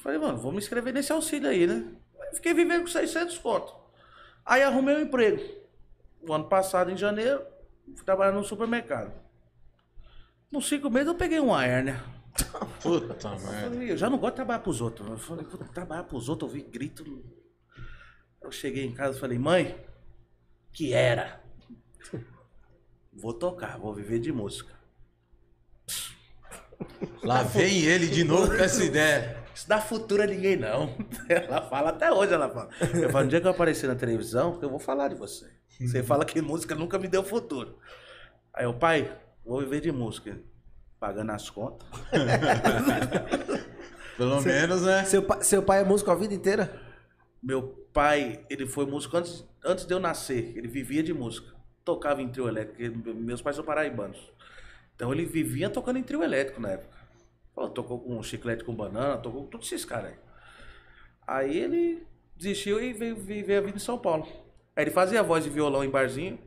Falei, mano, vamos me inscrever nesse auxílio aí, né? Aí Fiquei vivendo com 600 conto. Aí arrumei um emprego. O ano passado, em janeiro, fui trabalhar num supermercado. Nos cinco meses eu peguei uma hérnia.
Puta
Eu
merda.
falei, Eu já não gosto de trabalhar pros outros. Eu falei, puta, trabalhar pros outros, eu ouvi grito. Eu cheguei em casa e falei, mãe, que era? Vou tocar, vou viver de música.
Tá
Lá vem ele de novo com essa ideia.
Isso dá futuro a ninguém, não. Ela fala até hoje, ela fala. Eu falo, no dia que eu aparecer na televisão, eu vou falar de você. Você fala que música nunca me deu futuro. Aí eu, pai, vou viver de música. Pagando as contas.
Pelo menos, né?
Seu, pa- seu pai é músico a vida inteira?
Meu pai, ele foi músico antes, antes de eu nascer. Ele vivia de música. Tocava em trio elétrico. porque Meus pais são paraibanos. Então ele vivia tocando em trio elétrico na época. Pô, tocou com chiclete com banana, tocou com todos esses caras aí. Aí ele desistiu e veio viver a vida em São Paulo. Aí ele fazia voz de violão em barzinho.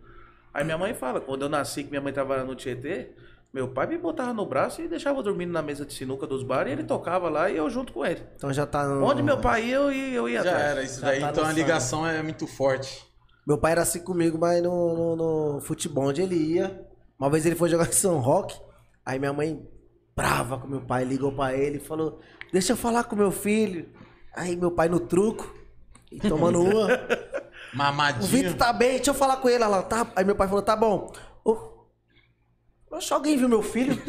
Aí minha mãe fala, quando eu nasci, que minha mãe trabalhava no Tietê, meu pai me botava no braço e deixava dormindo na mesa de sinuca dos bares e ele tocava lá e eu junto com ele.
Então já tá no...
Onde meu pai ia, eu ia, eu ia
Já
atrás.
era isso daí.
tá no
Então a
sangue.
ligação é muito forte.
Meu pai era assim comigo, mas no, no, no futebol onde ele ia. Uma vez ele foi jogar em São Roque, aí minha mãe, brava com meu pai, ligou pra ele e falou: Deixa eu falar com meu filho. Aí meu pai no truco, e tomando uma. O Vitor
Mamadinho.
tá bem, deixa eu falar com ele. Ela, tá... Aí meu pai falou: Tá bom. Ô, eu acho que alguém viu meu filho.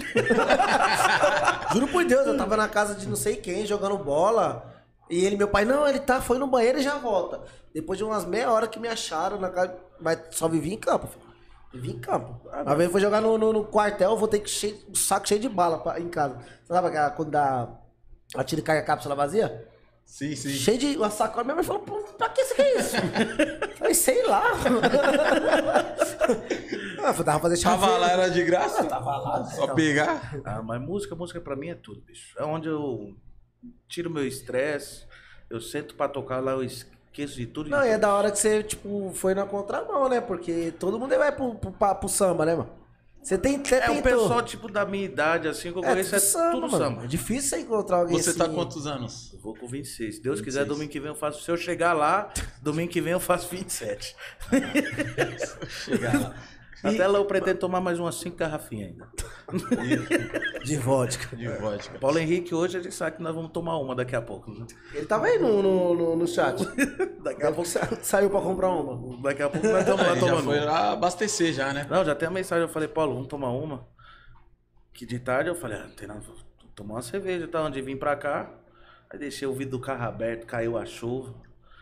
Juro por Deus, eu tava na casa de não sei quem, jogando bola. E ele, meu pai, não, ele tá, foi no banheiro e já volta. Depois de umas meia hora que me acharam na casa. Mas só vivi em campo, filho. Vivi em campo. Uma vez eu fui jogar no, no, no quartel, eu voltei com cheio, um saco cheio de bala pra- em casa. Sabe aquela, quando dá a tira e carga a cápsula vazia?
Sim, sim.
Cheio de uma sacola. Minha mãe falou, "Pô, pra que isso que é isso? Eu falei, sei lá. ah, eu tava fazendo
Tava
chaveiro.
lá, era de graça?
Tava lá.
Só
então.
pegar?
Ah, mas música, música pra mim é tudo, bicho. É onde eu tiro meu estresse, eu sento pra tocar lá, eu esqueço de tudo.
Não, e
de
é
tudo.
da hora que você, tipo, foi na contramão, né? Porque todo mundo vai pro, pro, pa- pro samba, né, mano? Você tem até
É o
tentou.
pessoal, tipo, da minha idade, assim, que eu
É,
conheço, é tudo samba.
mano. É difícil você encontrar alguém
Você
assim.
tá quantos anos?
Eu Vou com 26. Se Deus quiser,
26.
domingo que vem eu faço. Se eu chegar lá, domingo que vem eu faço 27.
Chegar lá.
Até lá eu pretendo tomar mais umas 5 garrafinhas ainda.
De vodka.
De vodka.
Paulo Henrique, hoje ele sabe que nós vamos tomar uma daqui a pouco. né?
Ele tava aí no, no, no, no chat.
Daqui a pouco,
Saiu pra comprar uma.
daqui a pouco nós estamos lá
Ele já
tomando
foi
uma.
lá abastecer já, né?
Não, já tem a mensagem, eu falei, Paulo, vamos tomar uma. Que de tarde eu falei, ah, não tem nada, vou tomar uma cerveja, tá? Onde vim pra cá. Aí deixei o vidro do carro aberto, caiu a chuva.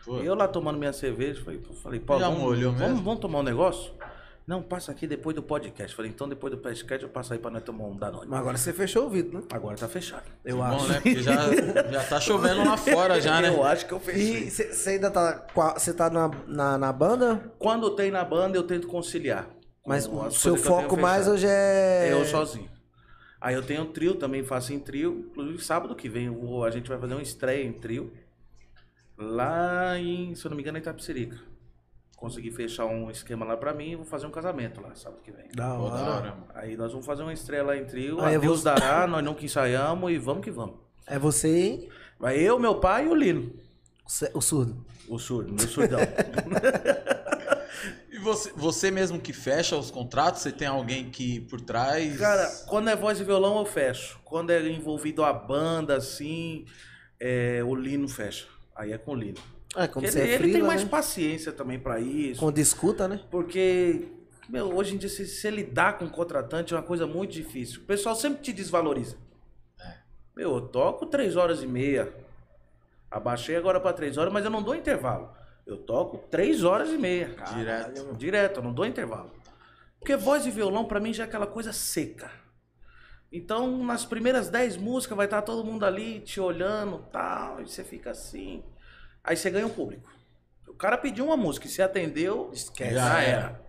Pô,
E eu lá tomando minha cerveja, falei, pô, falei, Paulo,
Já
vamos,
molhou
vamos-
mesmo?
vamos tomar um negócio? Não, passa aqui depois do podcast. Falei, então depois do podcast eu passo aí pra nós tomar um Danone.
Mas agora você fechou o vidro, né?
Agora tá fechado.
Eu
bom,
acho.
né? Porque já, já tá chovendo lá fora já, né?
Eu acho que eu fechei.
E você ainda tá. Você tá na, na, na banda?
Quando tem na banda eu tento conciliar.
Mas
com
o
as
seu
coisas que eu
foco
tenho
mais
fechado.
hoje é.
Eu sozinho. Aí eu tenho um trio também, faço em trio. Inclusive, sábado que vem eu vou- a gente vai fazer uma estreia em trio. Lá em, se eu não me engano, é em Itapecerica. Consegui fechar um esquema lá pra mim e vou fazer um casamento lá, sábado que vem.
Da
Pô, da
hora.
hora, mano.
Aí nós vamos fazer uma estreia lá em trio.
Ah, eu vou-
Deus dará, nós nunca ensaiamos e vamos que vamos.
É você hein?
Vai eu, meu pai e o Lino.
Cê- o surdo.
O surdo, meu surdão.
E você, você mesmo que fecha os contratos? Você tem alguém que por trás?
Cara, quando é voz e violão eu fecho. Quando é envolvido a banda, assim, é, o Lino fecha. Aí é com o Lino.
É, como
ele
você é
ele
frio.
tem mais
né?
paciência também pra isso.
Quando escuta, né?
Porque, meu, hoje em dia, se, se lidar com um contratante é uma coisa muito difícil. O pessoal sempre te desvaloriza. Meu, eu toco três horas e meia. Abaixei agora pra três horas, mas eu não dou intervalo. Eu toco três horas e meia.
Direto.
Caralho, Direto, eu não dou intervalo. Porque voz e violão, pra mim, já é aquela coisa seca. Então, nas primeiras 10 músicas, vai estar todo mundo ali te olhando tal, e você fica assim. Aí você ganha o público. O cara pediu uma música e você atendeu,
Esquece.
Já
já
era.
era.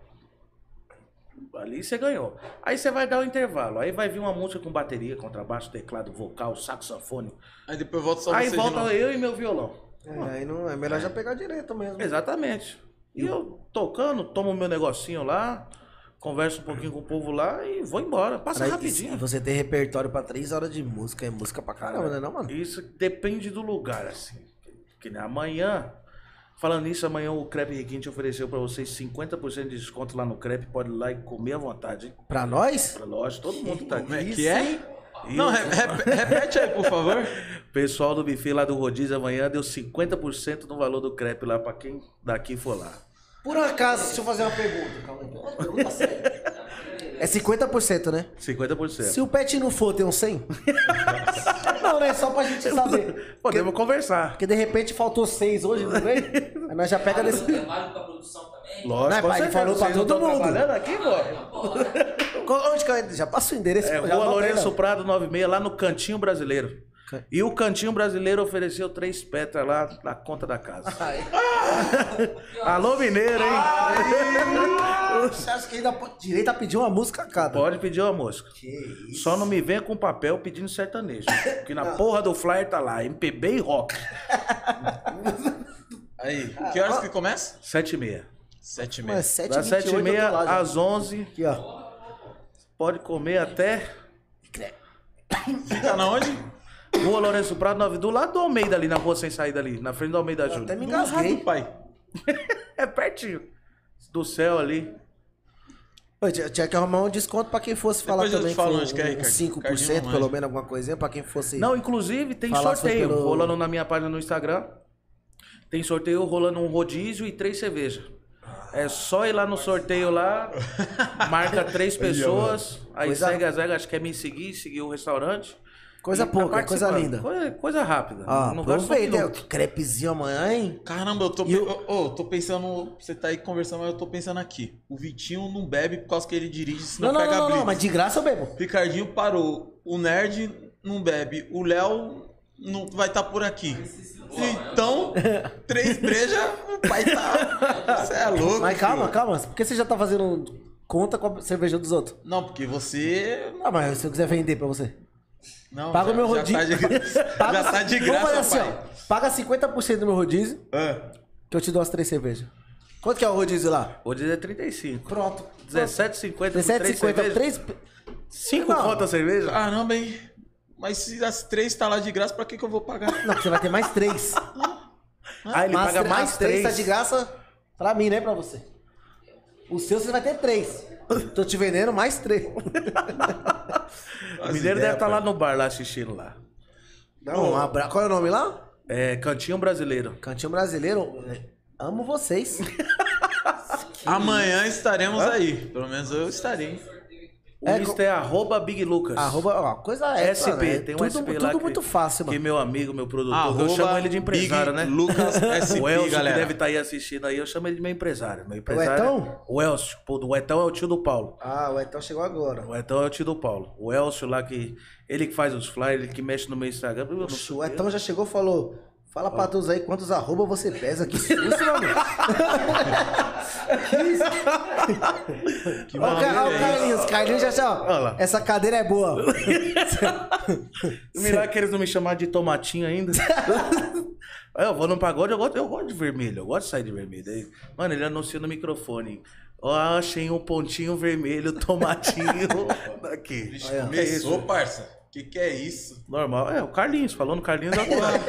Ali você ganhou. Aí você vai dar o intervalo. Aí vai vir uma música com bateria, contrabaixo, teclado, vocal, saxofone.
Aí depois volta só
aí
você de
volta
novo.
eu e meu violão.
É, aí não, é melhor já pegar direito mesmo.
Exatamente. E eu tocando, tomo meu negocinho lá, converso um pouquinho com o povo lá e vou embora. Passa
Cara, e- E
rapidinho.
você tem repertório pra três horas de música. É música pra caramba, né, não, mano?
Isso depende do lugar, assim. Que nem amanhã. Falando nisso, amanhã o Crepe Requinte ofereceu pra vocês 50% de desconto lá no Crepe. Pode ir lá e comer à vontade, hein?
Pra nós?
Pra loja, todo mundo tá aqui.
Como é que é? Não, re- re- repete aí, por favor.
O pessoal do buffet lá do Rodízio amanhã deu 50% do valor do crepe lá pra quem daqui for lá.
Por acaso, deixa eu fazer uma pergunta. Calma aí. uma pergunta séria. É 50%, né?
50%.
Se o pet não for, tem um 100? não, né? Só pra gente saber.
Podemos conversar.
Porque de repente faltou 6 hoje, não vem? Aí nós já pega desse.
trabalho com a produção também.
Não,
Lógico, com
pai, ele
certeza.
falou pra
Vocês não
todo
tão
mundo.
trabalhando aqui, pô.
Onde que eu... Já passa o endereço.
É,
já
Rua
bota aí,
Lourenço
né?
Prado 96, lá no Cantinho Brasileiro.
Ca-
E o Cantinho Brasileiro ofereceu três petras lá na conta da casa.
Aí.
Alô, mineiro, hein?
Você acha que ainda pode... direito a pedir uma música a cada?
Pode pedir uma música.
Que isso. Ah.
Só não me venha com papel pedindo sertanejo. Que na porra do flyer tá lá, MPB e rock.
Aí, que
Ah,
horas que começa?
7 e meia.
Sete e meia.
Mas 7
Das 7 e meia às
né?
11,
Aqui, ó.
pode comer até
Fica tá na onde?
Rua Lourenço Prado 9, do lado do Almeida ali, na rua sem saída ali, na frente do Almeida Júnior.
Até me
Do lado do
engasguei.
pai.
É pertinho. Do céu ali.
Eu tinha tinha que arrumar um desconto pra quem fosse falar
Depois eu te
também. que
falo
foi
onde que é,
um
Ricardo.
5%
Ricardinho
pelo
manja.
menos, alguma coisinha, pra quem fosse.
Não, inclusive tem
Falar
sorteio
sobre o-
rolando na minha página no Instagram. Tem sorteio rolando um rodízio e três cervejas. É só ir lá no sorteio lá, marca três pessoas, aí
Coisa-
segue as regras, acho que é me seguir, seguir o restaurante.
Coisa
E tá
pouca, coisa
participando.
linda.
Coisa, coisa rápida.
Ah,
gasta um
aproveita.
minuto.
é, Crepezinho amanhã, hein?
Caramba, eu tô,
E
eu... tô pensando. Você tá aí conversando, mas eu tô pensando aqui. O Vitinho não bebe por causa que ele dirige, senão
Não, não,
pega
não, não,
blitz.
não, mas de graça eu bebo.
Ricardinho parou. O Nerd não bebe. O Léo não vai estar por aqui. Então, três brejas, o pai tá. Você é louco.
Mas calma,
filho.
calma. Por que você já tá fazendo conta com a cerveja dos outros?
Não, porque você.
Ah, mas se eu quiser vender pra você.
Não,
Paga o
já-
meu
já
rodízio.
tá de-
Paga-
já tá de
Vamos fazer
graça,
assim,
pai.
ó. Paga 50% do meu rodízio,
Ah,
que eu te dou as três cervejas. Quanto que é o rodízio lá?
Hoje é 35.
Pronto.
17,50
17,50,
3
três...
5
Não. Ah,
contas cerveja?
Caramba, hein? Mas se as três tá lá de graça, pra que, que eu vou pagar?
Não, você vai ter mais três.
Ah, ele
Mas
paga
tre-
mais
as três
3.
tá de graça pra mim, né? Pra você. O seu você vai ter três. Tô te vendendo mais três.
O Mineiro deve estar lá no bar, lá assistindo lá.
Não, um abra... Qual é o nome lá?
É, Cantinho Brasileiro.
Cantinho Brasileiro. É, Amo vocês.
Amanhã estaremos aí. Pelo menos eu estarei.
O
É,
Insta é arroba Big Lucas.
Arroba, ó, coisa é.
SP, tem um
tudo,
SP
tudo
lá. que-
muito fácil,
Que
mano.
meu amigo, meu produtor,
Ah, Arroba
eu chamo ele de empresário,
Big
né?
Lucas SP,
o Elcio que
galera.
deve estar aí assistindo aí, eu chamo ele de meu empresário. Meu empresário é
Etão?
O Elcio, pô, o Etão é o tio do Paulo.
Ah, o Etão chegou agora.
O Etão é o tio do Paulo. O Elcio lá que. Ele que faz os flyers, ele que mexe no meu Instagram. Eu não
Oxe,
sei.
O Etão Então já chegou e falou. Fala pra todos aí quantos arroba você pesa. Que isso, mano?
Que
Ó, o
maluco
Ca- ó, o
é
Carlinhos, Carlinhos já já, ó,
Olha lá.
Essa cadeira é boa.
Mirar Um que eles não me chamaram de tomatinho ainda. Aí eu vou no pagode, eu gosto, eu gosto de vermelho, eu gosto de sair de vermelho. Aí, mano, ele anuncia no microfone. Ó, achei um pontinho vermelho, tomatinho. Aqui. É
Vixe,
Olha.
começou, parça. Que que é isso?
Normal. É, o Carlinhos, falou no Carlinhos agora.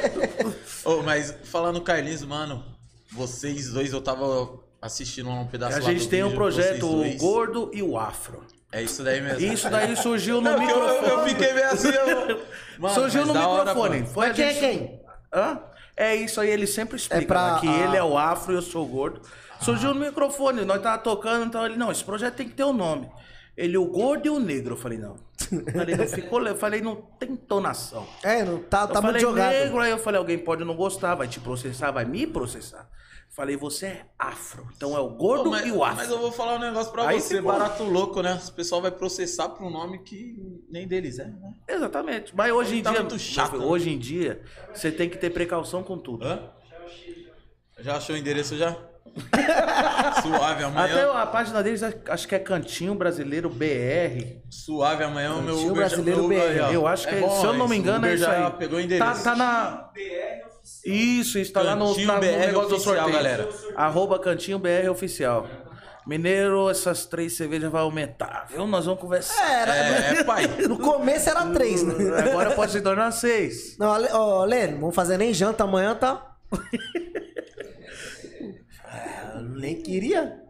Ô, mas falando Carlinhos, mano, vocês dois, eu tava assistindo um pedaço lá
A gente
do
tem um
vídeo de vocês
projeto, o
dois.
gordo e o afro.
É isso daí mesmo.
Isso daí surgiu no
Não, que eu, eu-
microfone.
eu fiquei meio assim, eu... Mano,
surgiu
mas
no
da hora,
microfone.
mano.
Foi a
Mas quem é
gente-
quem?
Hã? É isso aí, ele sempre explica
É pra-
né, que
ah.
ele é o afro e eu sou o gordo. Surgiu no microfone, nós tava tocando, então ele, não, esse projeto tem que ter um nome. Ele, o gordo e o negro. Eu falei, não. Falei, não ficou, le- eu falei, não tem entonação.
É, não, tá,
Eu
tá muito
falei,
jogado.
negro, aí eu falei, alguém pode não gostar, vai te processar, vai me processar. Falei, você é afro, então é o
Pô,
gordo
mas,
e o afro.
mas eu vou falar um negócio pra
Aí
você,
ficou.
barato louco, né? O pessoal vai processar por um nome que nem deles é, né?
Exatamente. Mas hoje em
Tá
dia.
muito chato, né? Ah,
hoje em dia, você tem que ter precaução com tudo.
Hã? Já achou o endereço já? Suave,
Até
amanhã.
a página deles, acho que é Cantinho Brasileiro BR.
Suave, amanhã o meu
Antigo
Uber. já-
brasileiro
meu Uber
BR.
aí, ó.
Eu acho que,
É bom,
se eu não me
esse
engano,
Uber
é isso
já
aí.
pegou o endereço.
Tá, tá na. Isso, está lá no,
Cantinho
na, no
BR
negócio do
oficial,
sorteio.
galera.
Arroba Cantinho BR Oficial. Mineiro, essas três cervejas vai aumentar, viu? Nós vamos conversar.
Era,
É, é, pai.
No começo era três, né?
É.
Agora pode se tornar seis.
Não, Ale- ó, Lê, não vamos fazer nem janta amanhã, tá? Ah, nem queria.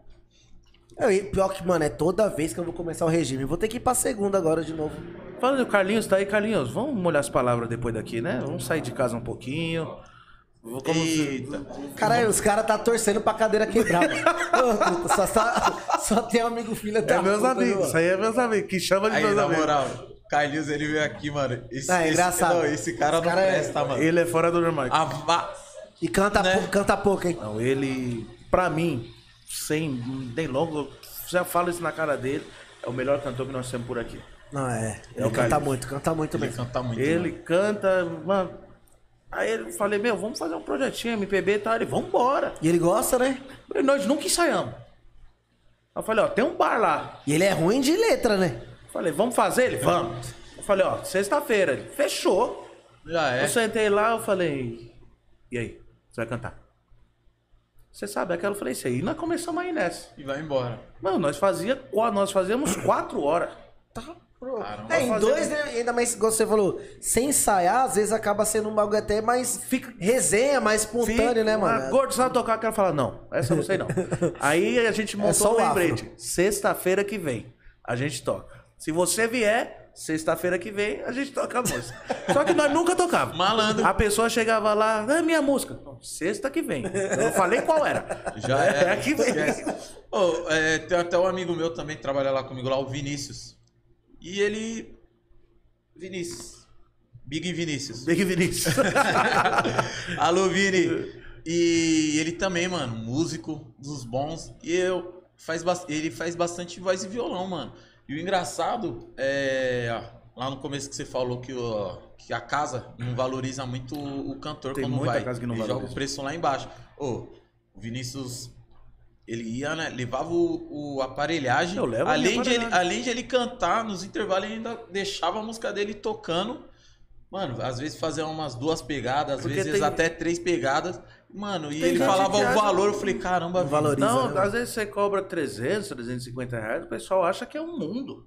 Eu, e pior que, mano, é toda vez que eu vou começar o regime. Vou ter que ir pra segunda agora de novo.
Falando do Carlinhos, tá aí, Carlinhos. Vamos molhar as palavras depois daqui, né? Vamos sair de casa um pouquinho. Vou- Como
Eita.
Caralho, os caras tá torcendo pra cadeira quebrar. mano. Ô, puta, só, só, só tem amigo filha da
É meus
puta, né,
amigos,
mano?
isso aí é meus amigos, que chama de
Aí,
meus
na
amigos.
moral, Carlinhos, ele veio aqui, mano. Esse,
Ah, é
esse-
engraçado.
não, esse cara
Esse
não
cara é-
presta, mano.
Ele é fora do normal.
A va-
E canta,
Né?
pou- canta pouco, hein?
Não, Então, ele, pra mim, sem nem longo, eu já falo isso na cara dele, é o melhor cantor que nós temos por aqui.
Não, é.
É
Ele
o
canta
Calil.
muito, canta muito
Ele
mesmo.
canta muito.
ele
mano.
canta, mano. Aí eu falei, meu, vamos fazer um projetinho, MPB e tal. Ele, vambora.
E ele gosta, né?
E nós nunca ensaiamos. Eu falei, ó, tem um bar lá.
E ele é ruim de letra, né?
Eu falei, vamos fazer? Ele, vamos. Eu falei, ó, sexta-feira. Ele, fechou.
Já é.
Eu sentei lá, eu falei, e aí, você vai cantar? Você sabe, aquela eu falei, isso aí, nós começamos aí nessa.
E vai embora.
Mano, nós fazia, qua- nós fazíamos quatro horas.
Tá, pronto.
Caramba.
É, em
Fazer-
dois, né? Ainda mais, igual você falou, sem ensaiar, às vezes acaba sendo um bagulho até mais fica, resenha, mais espontâneo,
Fica,
né,
ah,
mano?
Gordo, sabe tocar? aquela fala, não, essa eu não sei não. aí a gente montou
É só
um
o afro.
lembrete. Sexta-feira que vem, a gente toca. Se você vier, sexta-feira que vem, a gente toca a música. Só que nós nunca tocava.
Malandro.
A pessoa chegava lá, ah, minha música. Não, sexta que vem. Eu não falei qual era.
Já
é.
é.
a que vem.
Esquece. Ô, é, tem até um amigo meu também que trabalha lá comigo, lá, o Vinícius. E ele. Vinícius. Big Vinícius.
Big Vinícius.
Alô, Vini. E ele também, mano, músico dos bons. E eu faz bas- ele faz bastante voz e violão, mano. E o engraçado é. ó, Lá no começo que você falou que, ó, que a casa não valoriza muito o o cantor
Tem
quando
muita
vai.
casa que não
Ele joga o
valoriza.
preço lá embaixo. Ô, o Vinícius, ele ia, né? Levava o, o aparelhagem.
Eu levo a minha
além, de ele,
aparelhagem.
além de ele cantar, nos intervalos ele ainda deixava a música dele tocando. Mano, às vezes fazia umas duas pegadas, às
Porque
vezes
tem-
até três pegadas. Mano, e
Tem
ele
gente
falava
que
o
acha-
valor, eu falei, caramba,
Não valoriza.
Não,
né,
às vezes você cobra 300, 350 reais, o pessoal acha que é um mundo.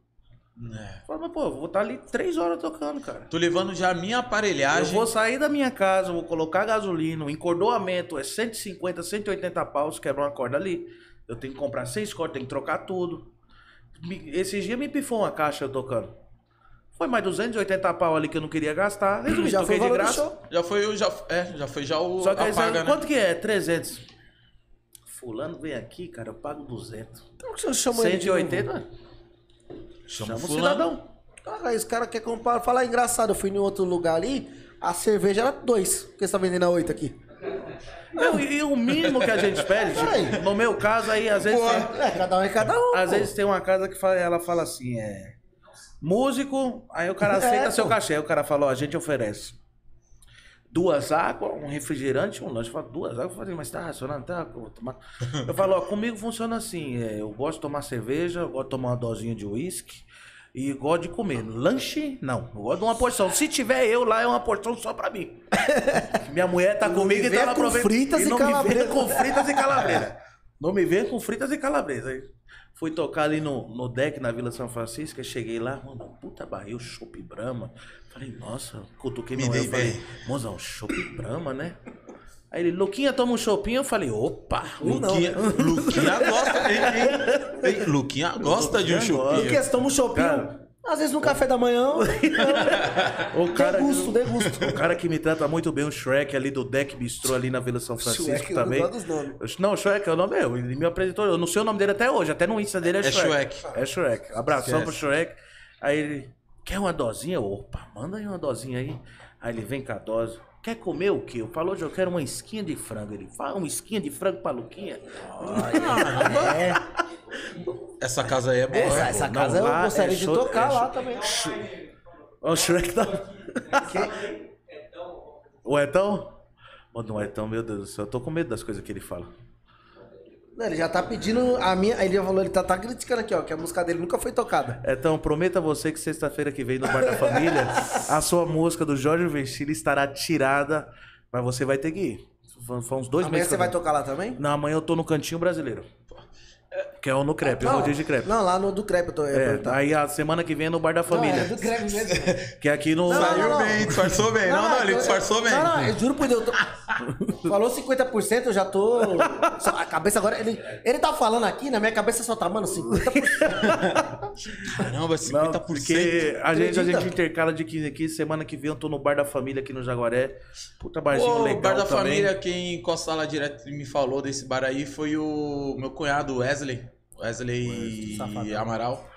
Vinícius. É.
Fala, mas pô, eu vou estar ali três horas tocando, cara.
Tô levando já a minha
Eu
aparelhagem.
vou sair da minha casa, vou colocar gasolina, o encordoamento é 150, 180 paus, quebra uma corda ali. Eu tenho que comprar seis cordas, tenho que trocar tudo. Me- Esses dias me pifou uma caixa eu tocando. Foi mais 280 pau ali que eu não queria gastar. Resumindo,
Já
toquei
foi o
de
valor do
graça.
show.
Já foi o. Já, é, já foi já o.
Só que aí, sabe
apaga, né?
quanto que é? 300. Fulano vem aqui, cara, eu pago 200.
Então que você chama ele de novo?
180? Chama o cidadão.
Cara, os caras querem comprar. Falar engraçado, eu fui em outro lugar ali, a cerveja era dois. Por que você tá vendendo a oito aqui?
Não, e, e o mínimo que a gente pede, tipo, no meu caso aí, às vezes, tem,
É, cada um é cada um.
às
pô.
vezes tem uma casa que fala- ela fala assim, é... Músico, aí o cara aceita
É,
seu
pô.
cachê, aí o cara fala, ó, a gente oferece duas águas, um refrigerante, um lanche. Eu falo, duas águas? Eu falei, mas tá racionando, tá? Eu, vou tomar. eu falo, ó, comigo funciona assim, é, eu gosto de tomar cerveja, eu gosto de tomar uma dosinha de uísque e gosto de comer. Lanche, não. Eu gosto de uma porção. Se tiver eu lá, é uma porção só pra mim. Minha mulher tá
Não
comigo
me
e
venha
tá lá
com fritas e
não Me
calabresa.
venha com fritas e calabresa. Não me venha com fritas e calabresa. Aí Fui tocar ali no, no deck na Vila São Francisco, aí cheguei lá, mano, puta barril, chopp brama. Falei, nossa, cutuquei
Me
meu
dei
eu falei,
bem.
mozão, chopp brama, né? Aí ele, Luquinha, toma um chopinho. Eu falei, opa,
Não,
Luquinha,
né?
Luquinha gosta, hein, hein? Ei, Luquinha gosta de um
Luquinha gosta.
Porque
chupinho.
se toma um chopinho,
Cara.
às vezes no café da manhã.
o cara,
degusto, degusto.
o cara que me trata muito bem, o Shrek ali do Deck Bistrô ali na Vila São Francisco
Shrek, eu não
também.
gosto dos nomes.
Eu- Não, Shrek é o nome meu. Ele me apresentou. Eu não sei o nome dele até hoje. Até no Insta dele é,
É
Shrek.
Shrek.
É Shrek. Abração
Esquece.
pro Shrek. Aí ele. Quer uma dosinha? Opa, manda aí uma dosinha aí. Aí ele vem com a dose. Quer comer o quê? Eu falo hoje, eu quero uma esquinha de frango. Ele fala, uma esquinha de frango pra Luquinha? Ah,
É,
Essa casa aí é boa.
essa,
né,
essa
pô?
casa
não, lá
eu gostaria
é
de
show-
tocar
é
lá
show-
também.
Ó, o Shrek tá. O Etão? Mano, o Etão, meu Deus do céu, eu tô com medo das coisas que ele fala.
Não, ele já tá pedindo a minha. Ele já falou, ele tá, tá criticando aqui, ó, que a música dele nunca foi tocada.
Então, prometo a você que sexta-feira que vem no Bar da Família, a sua música do Jorge Vestili estará tirada, mas você vai ter que ir. Foi foi uns dois
Amanhã
meses. que
você
eu
vai
não-
tocar lá também?
Não, amanhã eu tô no Cantinho Brasileiro. Que é o no crepe, o rodízio de crepe.
Ah, Não, lá no do crepe eu tô. eu
É,
tô-
aí a semana que vem é no Bar da
Não,
Família.
é do crepe mesmo.
Que é aqui no.
Não,
Saiu
não, não.
bem, disfarçou bem. Não, não, ele
eu-
disfarçou bem.
Não, não, eu juro por Deus. eu tô- Falou 50%, eu já tô. só- a cabeça agora. Ele, ele tá falando aqui, na minha cabeça só tá, mano, 50%.
Caramba, 50%.
Não, porque a gente, a
Acredita?
gente intercala de 15 aqui. Semana que vem eu tô no Bar da Família aqui no Jaguaré. Puta barzinho
Pô,
legal.
o bar da
também.
família, quem encostar lá direto e me falou desse bar aí foi o meu cunhado, Wesley. Wesley,
safadão.
Amaral.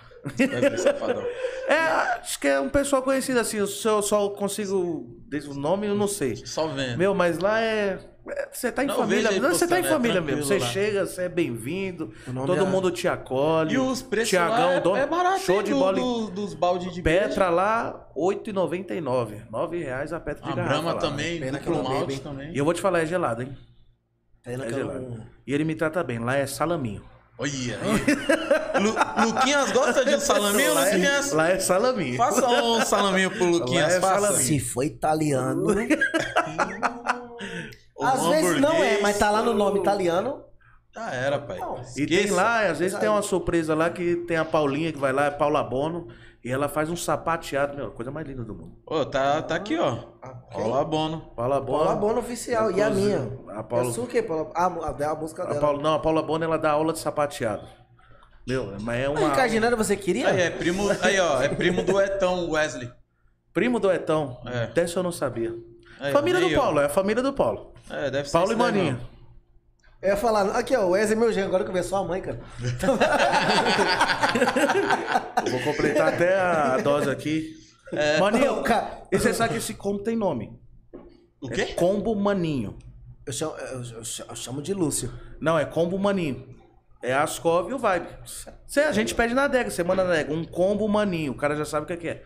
Wesley Safadão.
É, acho que é um pessoal conhecido assim. Eu só, só consigo. dizer O nome eu não sei.
Só vendo.
Meu, mas lá é. é, Você tá em
Não,
família.
veja aí,
Não, você tá
postando,
em
é
família mesmo.
tranquilo
Você
lá.
chega, você é bem-vindo.
O nome
Todo
é-
mundo te acolhe.
e os preços lá
Tiagão,
é,
dono-
é barato,
Show
hein,
de
do-
bola.
do- dos baldes de beijo.
Petra lá, R$ 8,99. R$ reais a Petra de
A
garrafa.
Brahma
lá,
também,
Pena que eu
duplo
não bebo,
malte
hein?
né?
também.
E eu vou te falar, é gelado, hein?
Pena
É
que eu não-
gelado. E ele me trata bem. Lá é salaminho.
Olha aí. Lu- Luquinhas gosta de um salaminho,
lá,
Luquinhas?
é, lá é salaminho.
Faça um salaminho pro Luquinhas,
Lá é
faça.
salaminho.
Se foi italiano.
Ou
Às
um
vezes não é,
hamburguês.
mas tá lá no nome italiano.
Já era, pai.
Não.
E tem lá, às vezes tem uma surpresa lá que tem a Paulinha que vai lá, é Paula Bono, e ela faz um sapateado, meu, a coisa mais linda do mundo.
Ô, tá, tá aqui, ó. Olá, Bono.
Paula Bono.
Paula Bono é oficial, e a minha?
A Paula-
Eu sou o quê, Paula? Ah, a, a música
A
dela.
Paula, não, a Paula Bono ela dá aula de sapateado. Meu, mas é
Mas
uma.
Ricardinando você queria?
Aí, é primo, aí, ó, é primo do Etão, Wesley.
Primo do Etão.
É.
Dessa eu não sabia.
Aí,
família do
nem eu.
Paulo, é a família do Paulo.
É, deve ser
Paulo e
isso daí,
Maninha.
mano.
Eu ia falar, aqui ó, o Wesley é meu genro, agora que eu vejo só a mãe, cara.
Eu vou completar até a dose aqui.
É.
Maninho,
Ô, cara.
e você sabe que esse combo tem nome. É
O quê?
Combo Maninho.
Eu chamo, eu- eu chamo- eu chamo de Lúcio.
Não, é combo maninho. É Ascov e o Vibe. Cê- a gente pede na adega, você manda na adega. Um combo maninho. O cara já sabe o que é que é.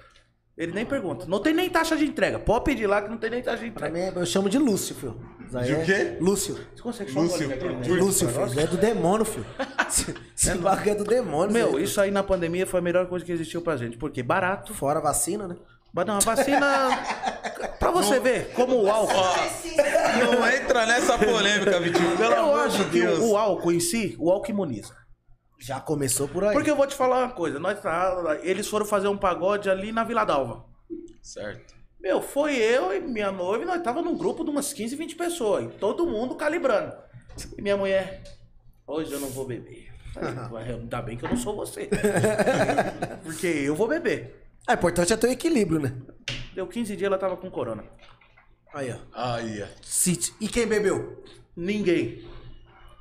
Ele nem pergunta. Não tem nem taxa de entrega. Pode pedir lá que não tem nem taxa de
Pra
entrega.
mim, eu chamo de Lúcio, filho. Daí
De o
é-
quê?
Lúcio.
Você consegue só um
Lúcio,
golinho daquele, né?
Lúcio.
Lúcio, filho. É do demônio, filho. Esse- Esse bagulho é do demônio,
Meu,
filho.
isso aí na pandemia foi a melhor coisa que existiu pra gente. Porque barato.
Fora a vacina, né?
Mas não, a vacina. pra você ver como o álcool.
Não entra nessa polêmica, Vitinho. Pelo
Eu
amor de
acho que
Deus.
o, o álcool em si, o álcool imuniza.
Já começou por aí.
Porque eu vou te falar uma coisa, nós tá- eles foram fazer um pagode ali na Vila Dalva.
Certo.
Meu, foi eu e minha noiva, e nós tava num grupo de umas 15, 20 pessoas, e todo mundo calibrando. E minha mulher, hoje eu não vou beber. Falei, Ainda bem que eu não sou você. Porque eu vou beber.
Ah, o importante é ter o equilíbrio, né?
Deu 15 dias, ela tava com corona.
Aí, ó.
Aí, ó.
City. E quem bebeu?
Ninguém.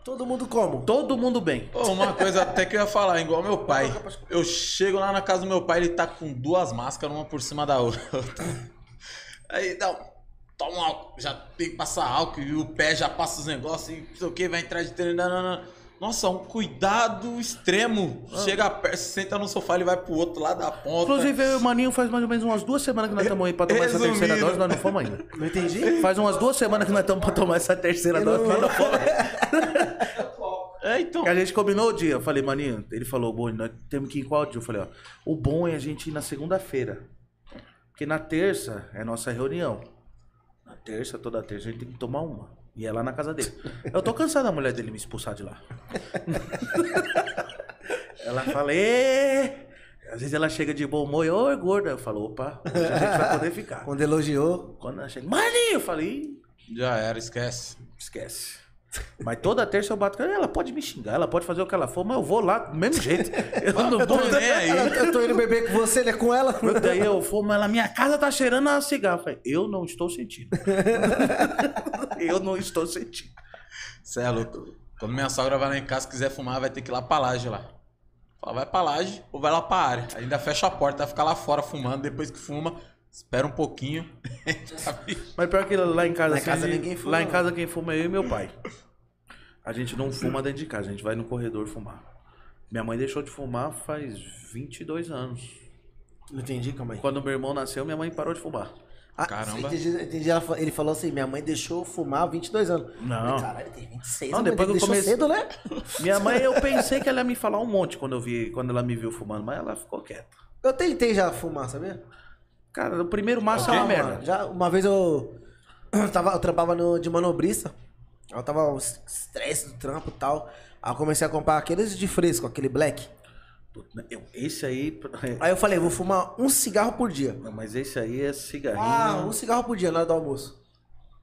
Todo mundo como?
Todo mundo bem.
Ô, uma coisa até que eu ia falar, igual meu pai. Eu chego lá na casa do meu pai, ele tá com duas máscaras, uma por cima da outra. Aí, não, toma um álcool, já tem que passar álcool, e o pé já passa os negócios, e não sei o que, vai entrar de treino. não, não, não. Nossa, um cuidado extremo. Chega perto, senta no sofá, ele vai pro outro lado da ponta.
Inclusive, eu e o Maninho faz mais ou menos umas duas semanas que nós estamos aí pra tomar essa
Resumindo.
terceira dose, nós não fomos ainda.
Não entendi?
Faz umas duas semanas que nós estamos pra tomar essa terceira
Eu
dose,
não-
nós não fomos.
É, então.
E A gente combinou o dia. Eu falei, maninho, ele falou, bom, nós temos que ir em qual dia? Eu falei, ó, o bom é a gente ir na segunda-feira. Porque na terça é nossa reunião. Na terça, toda terça, a gente tem que tomar uma. E é lá na casa dele. Eu tô cansado da mulher dele me expulsar de lá. ela fala, "Ê!" Às vezes ela chega de bom humor, e, ô, gorda. Eu falo, opa, hoje a gente vai poder ficar.
Quando elogiou.
Quando ela chega, maninho, eu falei, "Ih,
Já era, esquece.
Esquece. Mas toda terça eu bato com ela. Ela pode me xingar, ela pode fazer o que ela for, mas eu vou lá do mesmo jeito. Eu não vou.
Tô nem aí.
Ela, eu tô indo beber com você, né? Com ela.
Daí eu vou, mas ela, minha casa tá cheirando a cigarro. Eu falei, Eu não estou sentindo. eu não estou sentindo.
Cê é louco. Quando minha sogra vai lá em casa, quiser fumar, vai ter que ir lá pra laje lá. Fala, vai pra laje ou vai lá pra área. Ainda fecha a porta, vai ficar lá fora fumando. Depois que fuma, espera um pouquinho.
Mas pior que lá em casa, assim,
Lá em casa ninguém fuma,
Lá em
não.
casa quem fuma é eu e meu pai. A gente não fuma dentro de casa, a gente vai no corredor fumar. Minha mãe deixou de fumar faz 22 anos.
Não entendi, calma aí.
Quando meu irmão nasceu, minha mãe parou de fumar.
Ah,
Caramba.
Entendi, entendi, ela fa- ele falou assim: minha mãe deixou eu fumar há 22 anos.
Não.
Caralho, tem 26
Não,
anos.
depois
mas
que eu
deixou cedo, né?
Minha mãe, eu pensei que ela ia me falar um monte quando eu vi, quando ela me viu fumando, mas ela ficou quieta.
Eu tentei já fumar, sabia?
Cara, o primeiro maço
Ah,
é uma
mano,
merda.
Já, uma vez eu, eu tava, eu trampava no, de manobrista. Eu tava um estresse do trampo e tal. Aí eu comecei a comprar aqueles de fresco, aquele black.
Eu- esse aí.
Aí eu falei, vou fumar um cigarro por dia.
Não, mas esse aí é cigarrinho.
Ah, um cigarro por dia na hora do almoço.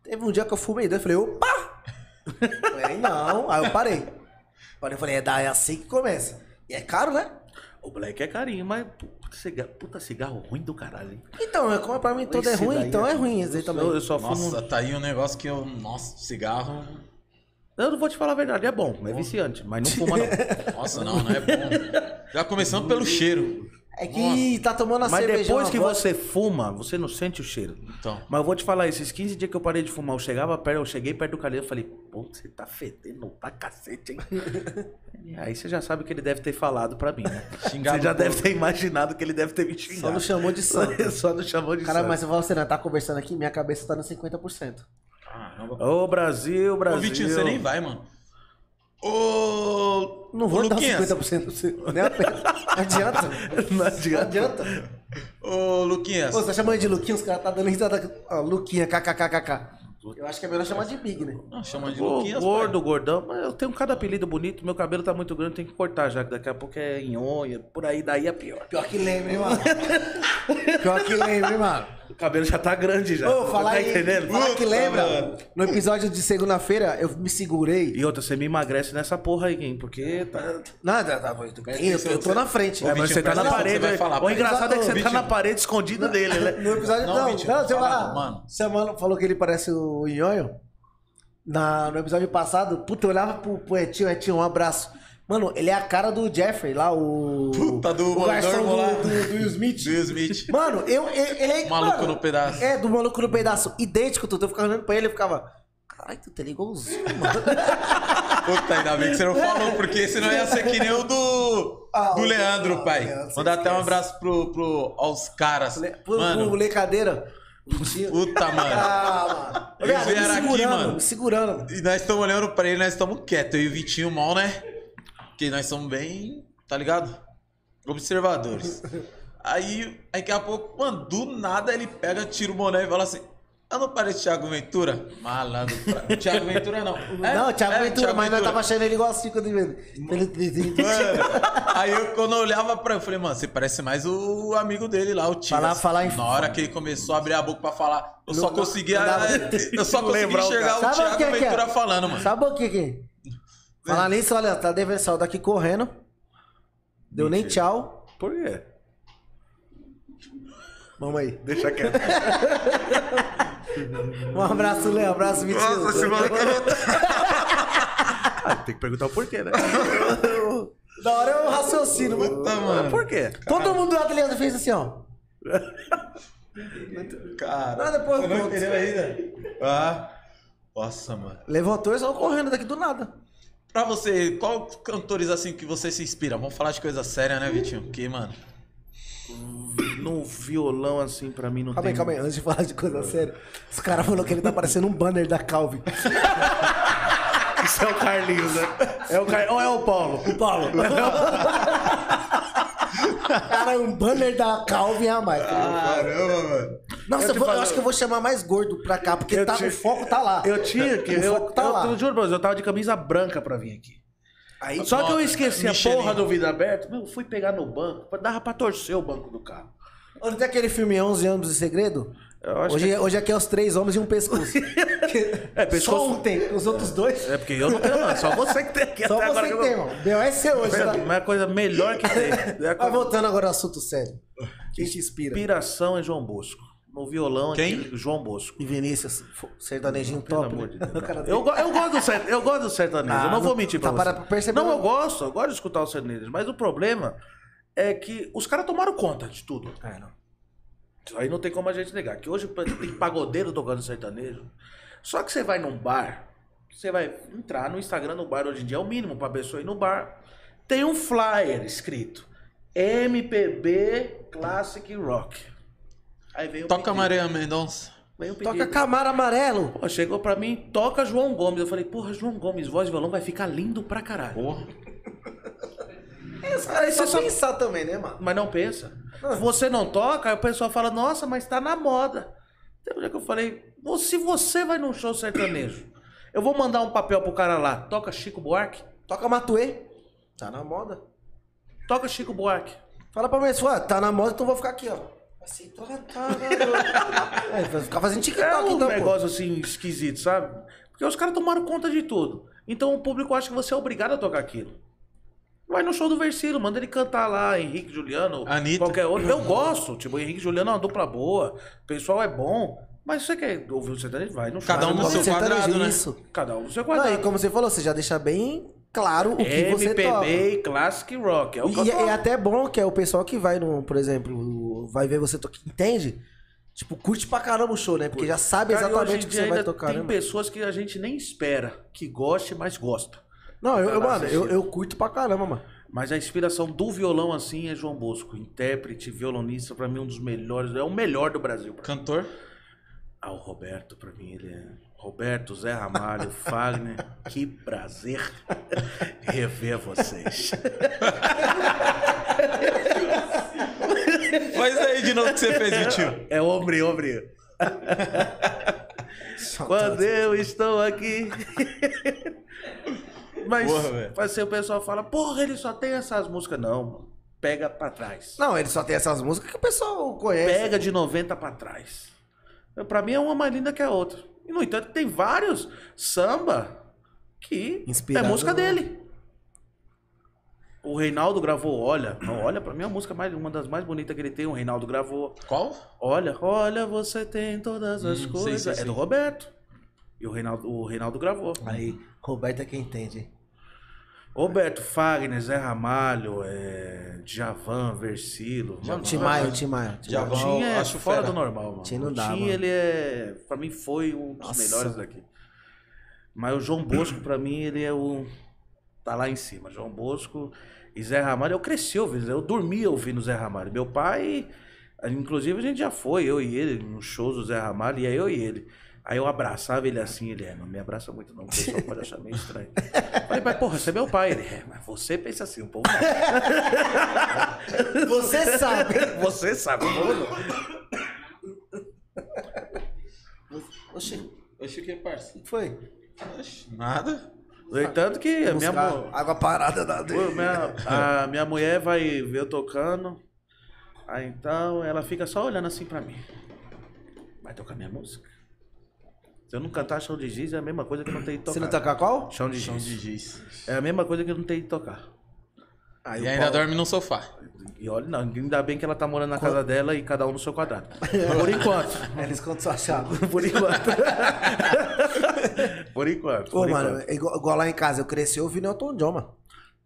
Teve um dia que eu fumei dois, eu falei, opa! falei, não, aí eu parei. Parei, eu falei, é, da, é assim que começa. E é caro, né?
O black é carinho, mas pu- puta cigarro, puta cigarro ruim do caralho, hein?
Então, é como é pra mim todo é
Esse
ruim,
daí
então é ruim esse aí também.
Eu, eu só fumo.
Nossa, tá aí um negócio que eu. Nossa, cigarro.
Eu não vou te falar a verdade, é bom, é viciante, mas não fuma não.
Nossa, não, não é bom. Já começando pelo cheiro.
É que tá tomando a
mas
cervejinha
depois
na
que
volta.
você fuma, você não sente o cheiro.
Então.
Mas eu vou te falar, esses 15 dias que eu parei de fumar, eu chegava perto, eu cheguei perto do calheiro e falei, pô, você tá fedendo pra cacete, hein? Aí você já sabe o que ele deve ter falado pra mim, né?
Xingado
você já
um
deve
pouco.
ter imaginado que ele deve ter me
Só
xingado.
não chamou de santo.
Só não chamou de
Cara,
santo.
mas se você não tá conversando aqui, minha cabeça tá no 50%.
Caramba.
Ô, Brasil,
Ô,
Brasil.
Vitinho, você nem vai, mano. Ô.
Não
ô,
vou dar
Luquinhas.
50% pra você. Não adianta.
Não
é? Não
adianta.
adianta.
Ô, Luquinhas.
Pô, você tá chamando de Luquinha, os caras tá dando risada. Ó, Luquinha, kkkk. Eu acho que é melhor chamar de Big, né?
Não, chama de
Ô,
Luquinhas. pai.
gordo, gordão, mas eu tenho cada apelido bonito, meu cabelo tá muito grande, tem que cortar já, que daqui a pouco é nhonha, por aí, daí é pior.
Pior que lembra, hein, mano? Pior que lembra, hein, mano?
O cabelo já tá grande já.
Ô, falar
tá
aí,
entendendo?
falar que lembra. No episódio de segunda-feira, eu me segurei.
E outra, você me emagrece nessa porra aí, hein? Porque tá,
Nada, tá, eu, tô- eu tô- eu tô na frente.
É, mas você tá
presta atenção,
na parede.
você vai
né?
falar,
o
pai.
engraçado é que você
Vitinho.
tá na parede escondido dele, né?
No episódio
Não,
não, não,
Vitinho,
você vai
fala
lá.
não, mano.
Seu mano falou que ele parece o Nhonho. Na, no episódio passado, puta, eu olhava pro, pro Etinho, Etinho, um abraço. Mano, ele é a cara do Jeffrey lá, o.
Puta do
o garçom
Dormo lá.
do, do, do Will Smith.
Will Smith.
Mano, eu, eu- ele é.
O maluco
mano,
no pedaço.
É, do maluco no pedaço. Idêntico, tudo. Eu ficava olhando pra ele e ficava. Caralho, tu tá igualzinho, mano.
Puta, ainda bem que você não falou, porque senão ia ser que nem o do.
Ah,
do
o-
Leandro,
ah,
pai.
Leandro,
Mandar
você
até um
esquece.
abraço pro, pro, aos caras.
Le- Pro,
Mano,
pro Lecadeira. Mentira.
puta, mano.
Ah, mano.
Eles
Viado, me
vieram aqui,
segurando,
mano.
Me segurando. mano.
E nós estamos olhando pra ele, nós estamos quietos. Eu e o Vitinho mal, né? Porque nós somos bem, tá ligado? Observadores. Aí, aí daqui a pouco, mano, do nada ele pega, tira o boné e fala assim. Eu não pareço Thiago Ventura? Malandro. pra- Thiago Ventura não. É,
não, Thiago
é,
Ventura, mas nós tava achando ele igual assim quando ele.
Mano, aí eu, quando eu olhava pra ele, eu falei, mano, você parece mais o amigo dele lá, o Tio.
Falar- falar em-
Na hora que ele começou a abrir a boca pra falar, eu
Não-
só
não-
conseguia. é,
não dava-
eu só consegui
Lembrar o
enxergar o,
cara. Sabe o
Thiago
que é que é?
Ventura falando, mano.
Sabe o que que? Falar nisso, olha, tá devendo saudar aqui correndo. Deu nem
Mentira.
tchau.
Por quê?
Mamãe.
Deixa quieto.
Um abraço, Léo. Um abraço, Vitinho.
Ah, tem que perguntar o porquê, né?
Da hora é um raciocínio, mano.
Puta, Tá, mano.
Por quê?
Todo mundo lá do Leandro fez assim, ó.
Cara.
Ah, depois eu
você não
conto.
entendeu ainda? Ah. Nossa, mano.
Levantou e saiu correndo daqui do nada.
Pra você, qual cantores assim que você se inspira? Vamos falar de coisa séria, né, Vitinho? Porque, mano.
No violão, assim, pra mim não
Calma
tem...
aí, calma aí. Antes de falar de coisa séria, os caras falaram que ele tá parecendo um banner da Calvin.
Isso é o Carlinhos, né? É o Car... Ou é o Paulo?
O Paulo. Cara, um banner da Calvin a mais.
Ah, Caramba, mano.
Nossa,
eu
eu,
te
vou- eu
falo-
acho que eu vou chamar mais gordo pra cá, porque
Eu
tá-
te-
o foco tá lá.
Eu tinha que...
O
Eu,
foco tá
eu,
lá.
eu juro pra você, eu tava de camisa branca pra vir aqui.
Aí,
Só que eu esqueci a
Michelin.
porra do vidro aberto. Meu, eu fui pegar no banco. Dava pra torcer o banco do carro.
Onde tem aquele filme 11 anos de segredo?
Eu acho
Hoje, hoje aqui é os três homens e um pescoço.
É, pescoço-
Só um tem, os outros dois.
É porque eu não tenho, não. Só você que tem aqui
Só
É, até agora.
você
que
que
eu
tem,
não-
mano. B.O. é seu hoje, tá?
Mas é a coisa melhor que tem. É a
Mas
coisa...
voltando agora ao assunto sério. Quem te inspira?
Inspiração é João Bosco. No violão é
Quem?
aquele João Bosco.
E Vinícius, fo- sertanejinho top.
amor
né?
de Deus.
O cara
Eu, go- eu gosto do sertanejo, eu gosto do sertanejo.
Ah,
eu não vou
não-
mentir
tá
pra
para
você.
pra perceber.
Não, eu gosto, eu gosto de escutar o sertanejo, mas o problema é que os caras tomaram conta de tudo.
Ah, não.
Isso Aí não tem como a gente negar. Que hoje tem pagodeiro tocando sertanejo. Só que você vai num bar, você vai entrar no Instagram no bar hoje em dia, é o mínimo pra pessoa ir no bar. Tem um flyer escrito MPB Classic Rock. Aí vem o
Toca
pedido,
Maria Mendonça.
Vem o
Toca
pedido.
Camaro Amarelo.
Pô, chegou pra mim, toca João Gomes. Eu falei, porra, João Gomes, voz e violão vai ficar lindo pra caralho.
Porra.
Os caras
É, só
é só pensar também, né, mano?
Mas não pensa.
Ah.
Você não toca, aí o pessoal fala, nossa, mas tá na moda. Tem um dia que eu falei, "Pô, se você vai num show sertanejo, eu vou mandar um papel pro cara lá, toca Chico Buarque?
Toca Matuê. Tá na moda.
Toca Chico Buarque.
Fala pra mim, ah, tá na moda, então vou ficar aqui, ó. Assim, toca, toca, toca. É, vai ficar fazendo
É
TikTok
um
então, pô.
negócio assim esquisito, sabe? Porque os caras tomaram conta de tudo. Então o público acha que você é obrigado a tocar aquilo. Vai no show do Versilo, manda ele cantar lá, Henrique Juliano,
Anitta.
qualquer outro. Eu gosto, tipo, Henrique Juliano é uma dupla boa, o pessoal é bom. Mas você quer ouvir o sertanejo? Vai no show.
Cada um no
Vai
seu
Sertanejo,
quadrado, né?
tá Isso.
Cada um no seu
Não,
quadrado.
e como você falou, você já deixa bem claro o que você toca. E,
MPB e Classic Rock. É o que eu
e
toco.
é até bom que é o pessoal que vai, no, por exemplo, vai ver você tocar, entende? Tipo, curte pra caramba o show, né? Porque já sabe
Cara, e hoje em
exatamente o que
dia
você vai
ainda
tocar,
Tem
né? mano?
pessoas que a gente nem espera que goste, mas gosta.
Não, eu, eu,
Tá
mano, eu,
assistindo.
eu curto pra caramba, mano.
Mas a inspiração do violão assim é João Bosco, intérprete, violonista, pra mim um dos melhores, é o melhor do Brasil.
Cantor.
Ah, o Roberto, pra mim ele é Roberto, Zé Ramalho, Fagner, que prazer rever vocês.
Faz aí de novo o que você fez, Vitinho.
É homem, homem. Quando eu estou aqui. Mas,
Porra, velho.
mas assim, o pessoal fala, porra, ele só tem essas músicas. Não, mano. Pega pra trás.
Não, ele só tem essas músicas que o pessoal conhece.
Pega de 90 pra trás. Pra mim é uma mais linda que a outra. E no entanto, tem vários samba que
Inspirado
é música
no-
dele. O Reinaldo gravou Olha. Não, Olha, pra mim é uma música mais, uma das mais bonitas que ele tem. O Reinaldo gravou.
Qual?
Olha, olha, você tem todas as
Hum, sei,
coisas.
sei,
É
sei.
do Roberto. E o Reinaldo, o Reinaldo gravou.
Aí, Roberto é quem entende, hein?
Roberto Fagner, Zé Ramalho, é... Djavan, Versilo. Mano,
Tim Maio, Tim Maio. Tim
Já
Maio.
o Tim é
Acho
fora
fera.
do normal, mano.
Tim não
o
dá,
Tim,
mano.
ele é... Pra mim, foi um dos
Nossa.
melhores daqui. Mas o João Bosco, pra mim, ele é o... Tá lá em cima. João Bosco e Zé Ramalho. Eu cresci ouvindo, eu dormia ouvindo Zé Ramalho. Meu pai, inclusive, a gente já foi, eu e ele, nos shows do Zé Ramalho, e aí eu e ele. Aí eu abraçava ele assim, ele é, não me abraça muito não, o pessoal pode achar meio estranho. Falei, mas porra, você é meu pai. Ele é, mas você pensa assim, o povo não.
Você sabe.
Você sabe, o povo não.
Oxi,
Oxi, o que, parça?
o que foi?
Oxi, nada.
No entanto que
É
a minha,
Buscar
mu-
Água parada da dele.
Pô, minha, a minha mulher vai ver eu tocando. Aí então ela fica só olhando assim pra mim. Vai tocar minha música? Se eu não cantar chão de giz, é a mesma coisa que eu não tenho de tocar.
Você não toca qual?
Chão de
Chão
giz.
de giz.
É a mesma coisa que eu não tenho de tocar.
Aí
E
o
ainda
Paulo-
dorme no sofá.
E olha, não, ainda bem que ela tá morando na casa dela e cada um no seu quadrado. Por enquanto.
É, Eles contam sua chave.
Por enquanto. Por enquanto.
Pô,
por
mano,
enquanto.
é igual, igual lá em casa, eu cresci ouvindo Elton John, mano.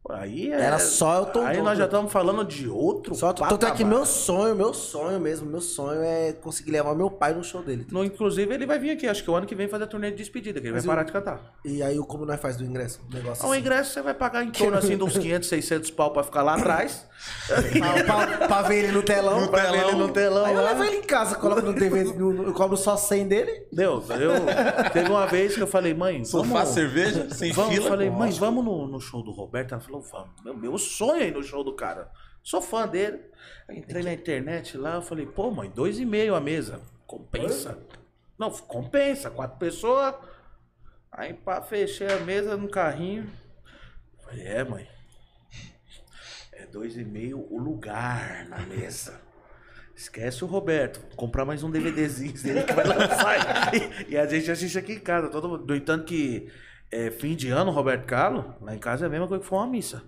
Aí é...
Era só Elton
Aí
John.
nós já estamos falando de outro.
Só, tanto é que
patamar.
meu sonho, meu sonho mesmo, meu sonho é conseguir levar meu pai no show dele.
No, inclusive, ele vai vir aqui, acho que o ano que vem fazer a turnê de despedida, que ele
Mas
vai parar
o-
de cantar.
E aí, como nós faz do ingresso? Um negócio
O ingresso você vai pagar em torno assim de uns 500, 600 pau pra ficar lá atrás.
Pra, pra- pra ver ele no telão.
No telão.
Aí eu
Aí eu
levo ele em casa, coloco no TV, no- no- eu cobro só 100 dele.
Deus, eu. Teve uma vez que eu falei, mãe, vamos.
Sofá, cerveja, sem
vamos. Eu
fila.
falei, mãe, vamos no, no show do Roberto? Ela falou, vamos. Meu, meu sonho é ir no show do cara. Sou fã dele. Aí entrei na internet lá, eu falei, pô, mãe, dois e meio a mesa. Compensa. Não, compensa, quatro pessoas. Aí pá, fechei a mesa no carrinho. Falei, é, mãe. É dois e meio o lugar na mesa. Esquece o Roberto. Vou comprar mais um DVDzinho dele que vai lançar. e, e a gente assiste aqui em casa. Todo, mundo. no entanto que é, fim de ano, Roberto Carlos, lá em casa é a mesma coisa que foi uma missa.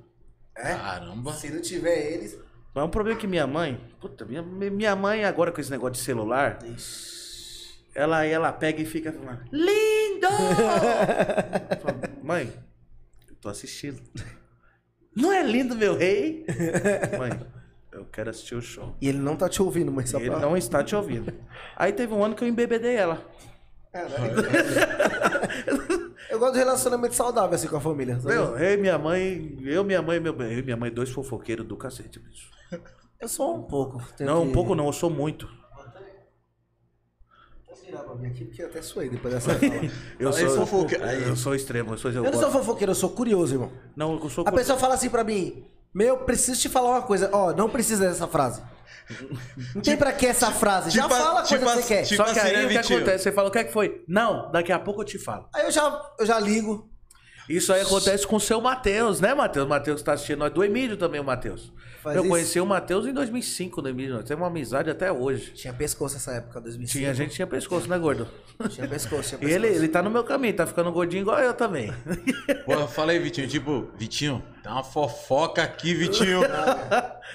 É. Caramba.
Se não tiver eles.
Mas um problema é que minha mãe, puta, minha, minha mãe agora com esse negócio de celular, ela, ela pega e fica falando, lindo! Eu falo, mãe, eu tô assistindo. Não é lindo, meu rei? mãe, eu quero assistir o show.
E ele não tá te ouvindo, mas só
Ele
pra...
não está te ouvindo. Aí teve um ano que eu embebedei ela.
Eu gosto de relacionamento saudável assim com a família. sabe?
Meu, eu e minha mãe, eu, minha mãe, meu bem, eu e minha mãe, dois fofoqueiros do cacete, bicho.
Eu sou um pouco. tenho
Não,
que-
um pouco não, eu sou muito.
Vou virar pra mim aqui, porque eu até suei depois dessa fala.
Eu
Aí,
sou,
fofoqueiro. Aí.
eu sou extremo, eu sou eu
Eu não
gosto-
sou fofoqueiro, eu sou curioso, irmão.
Não, eu sou
A pessoa fala assim pra mim, meu, preciso te falar uma coisa. Ó, não precisa dessa frase. Não tem pra que essa frase. Já
tipo a-
fala a coisa
tipo
que
a-
você quer.
tipo-
Só que
assim, né,
aí o que
Vitinho?
acontece? Você fala, o que é que foi? Não, daqui a pouco eu te falo.
Aí eu já, eu já ligo.
Isso aí acontece com o seu Matheus, né, Matheus? O Matheus tá assistindo nós do Emílio também, o Matheus.
Faz
Eu
isso.
conheci o Matheus em 2005 no Emílio, nós temos uma amizade até hoje.
Tinha pescoço nessa época, 2005.
Tinha, a gente tinha pescoço, né, gordo?
Tinha pescoço, tinha pescoço.
E ele, ele tá no meu caminho, tá ficando gordinho igual eu também.
Pô, fala aí, Vitinho. Tipo, Vitinho, dá uma fofoca aqui, Vitinho.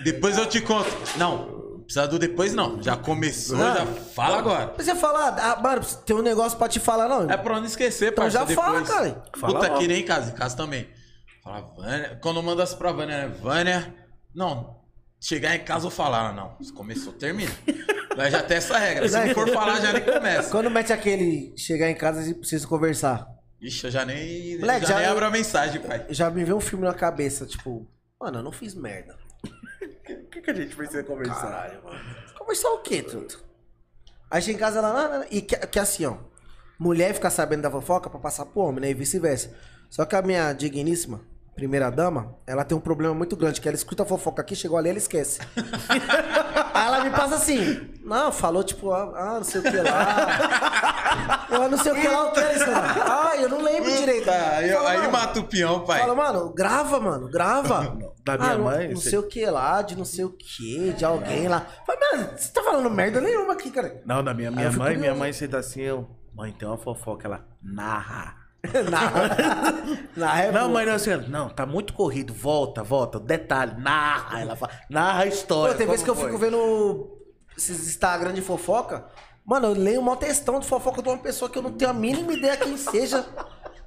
depois eu te conto. Não, precisa do depois não. Já começou, já fala agora.
Você fala, ah, mano, tem um negócio pra te falar, não.
É pra não esquecer,
Então
parça,
já
depois.
fala, cara.
Fala
Puta,
logo.
que nem em casa, em casa também. Fala, Vânia. Quando manda pra Vânia, né? Vânia, não, chegar em casa eu falar, "Ah, não. Se começou, termina. Nós já tem essa regra. Se não for falar, já nem começa.
Quando mete aquele chegar em casa e precisa conversar.
Ixi, eu já nem,
Moleque,
já
já- é-
nem abro a mensagem, pai.
Já me veio um filme na cabeça, tipo, mano, eu não fiz merda.
O que, que a gente precisa conversar?
Conversar o quê, truto? Aí chega em casa ela, "Ah, ah, ah", e que, que assim, ó. Mulher fica sabendo da fofoca pra passar pro homem, né? E vice-versa. Só que a minha digníssima, primeira dama, ela tem um problema muito grande, que ela escuta a fofoca aqui, chegou ali, ela esquece. Aí ela me passa assim, não, falou tipo, ah, ah, não sei o que lá. Eu "Ah, não sei o que lá, o que é isso, mano? Ah, eu não lembro direito.
Tá, aí,
Fala,
aí
"Mano,
mata o peão, pai.
Fala, mano, grava, mano, grava.
Da minha
Ah, não-
mãe,
Não
você-
sei o que lá, de não sei o que, de alguém lá. Fala, mano, você tá falando merda nenhuma aqui, cara.
Não, da minha,
eu
minha
fico
mãe, minha
curioso.
mãe senta assim, eu... Mãe, tem uma fofoca, ela narra.
Na, na época.
Não, mas não, assim, não, tá muito corrido, volta, volta, detalhe, narra, ela fala, narra a história.
Pô, tem
como
vezes que eu
foi.
fico vendo esses Instagram de fofoca. Mano, eu leio uma textão de fofoca de uma pessoa que eu não tenho a mínima ideia quem seja.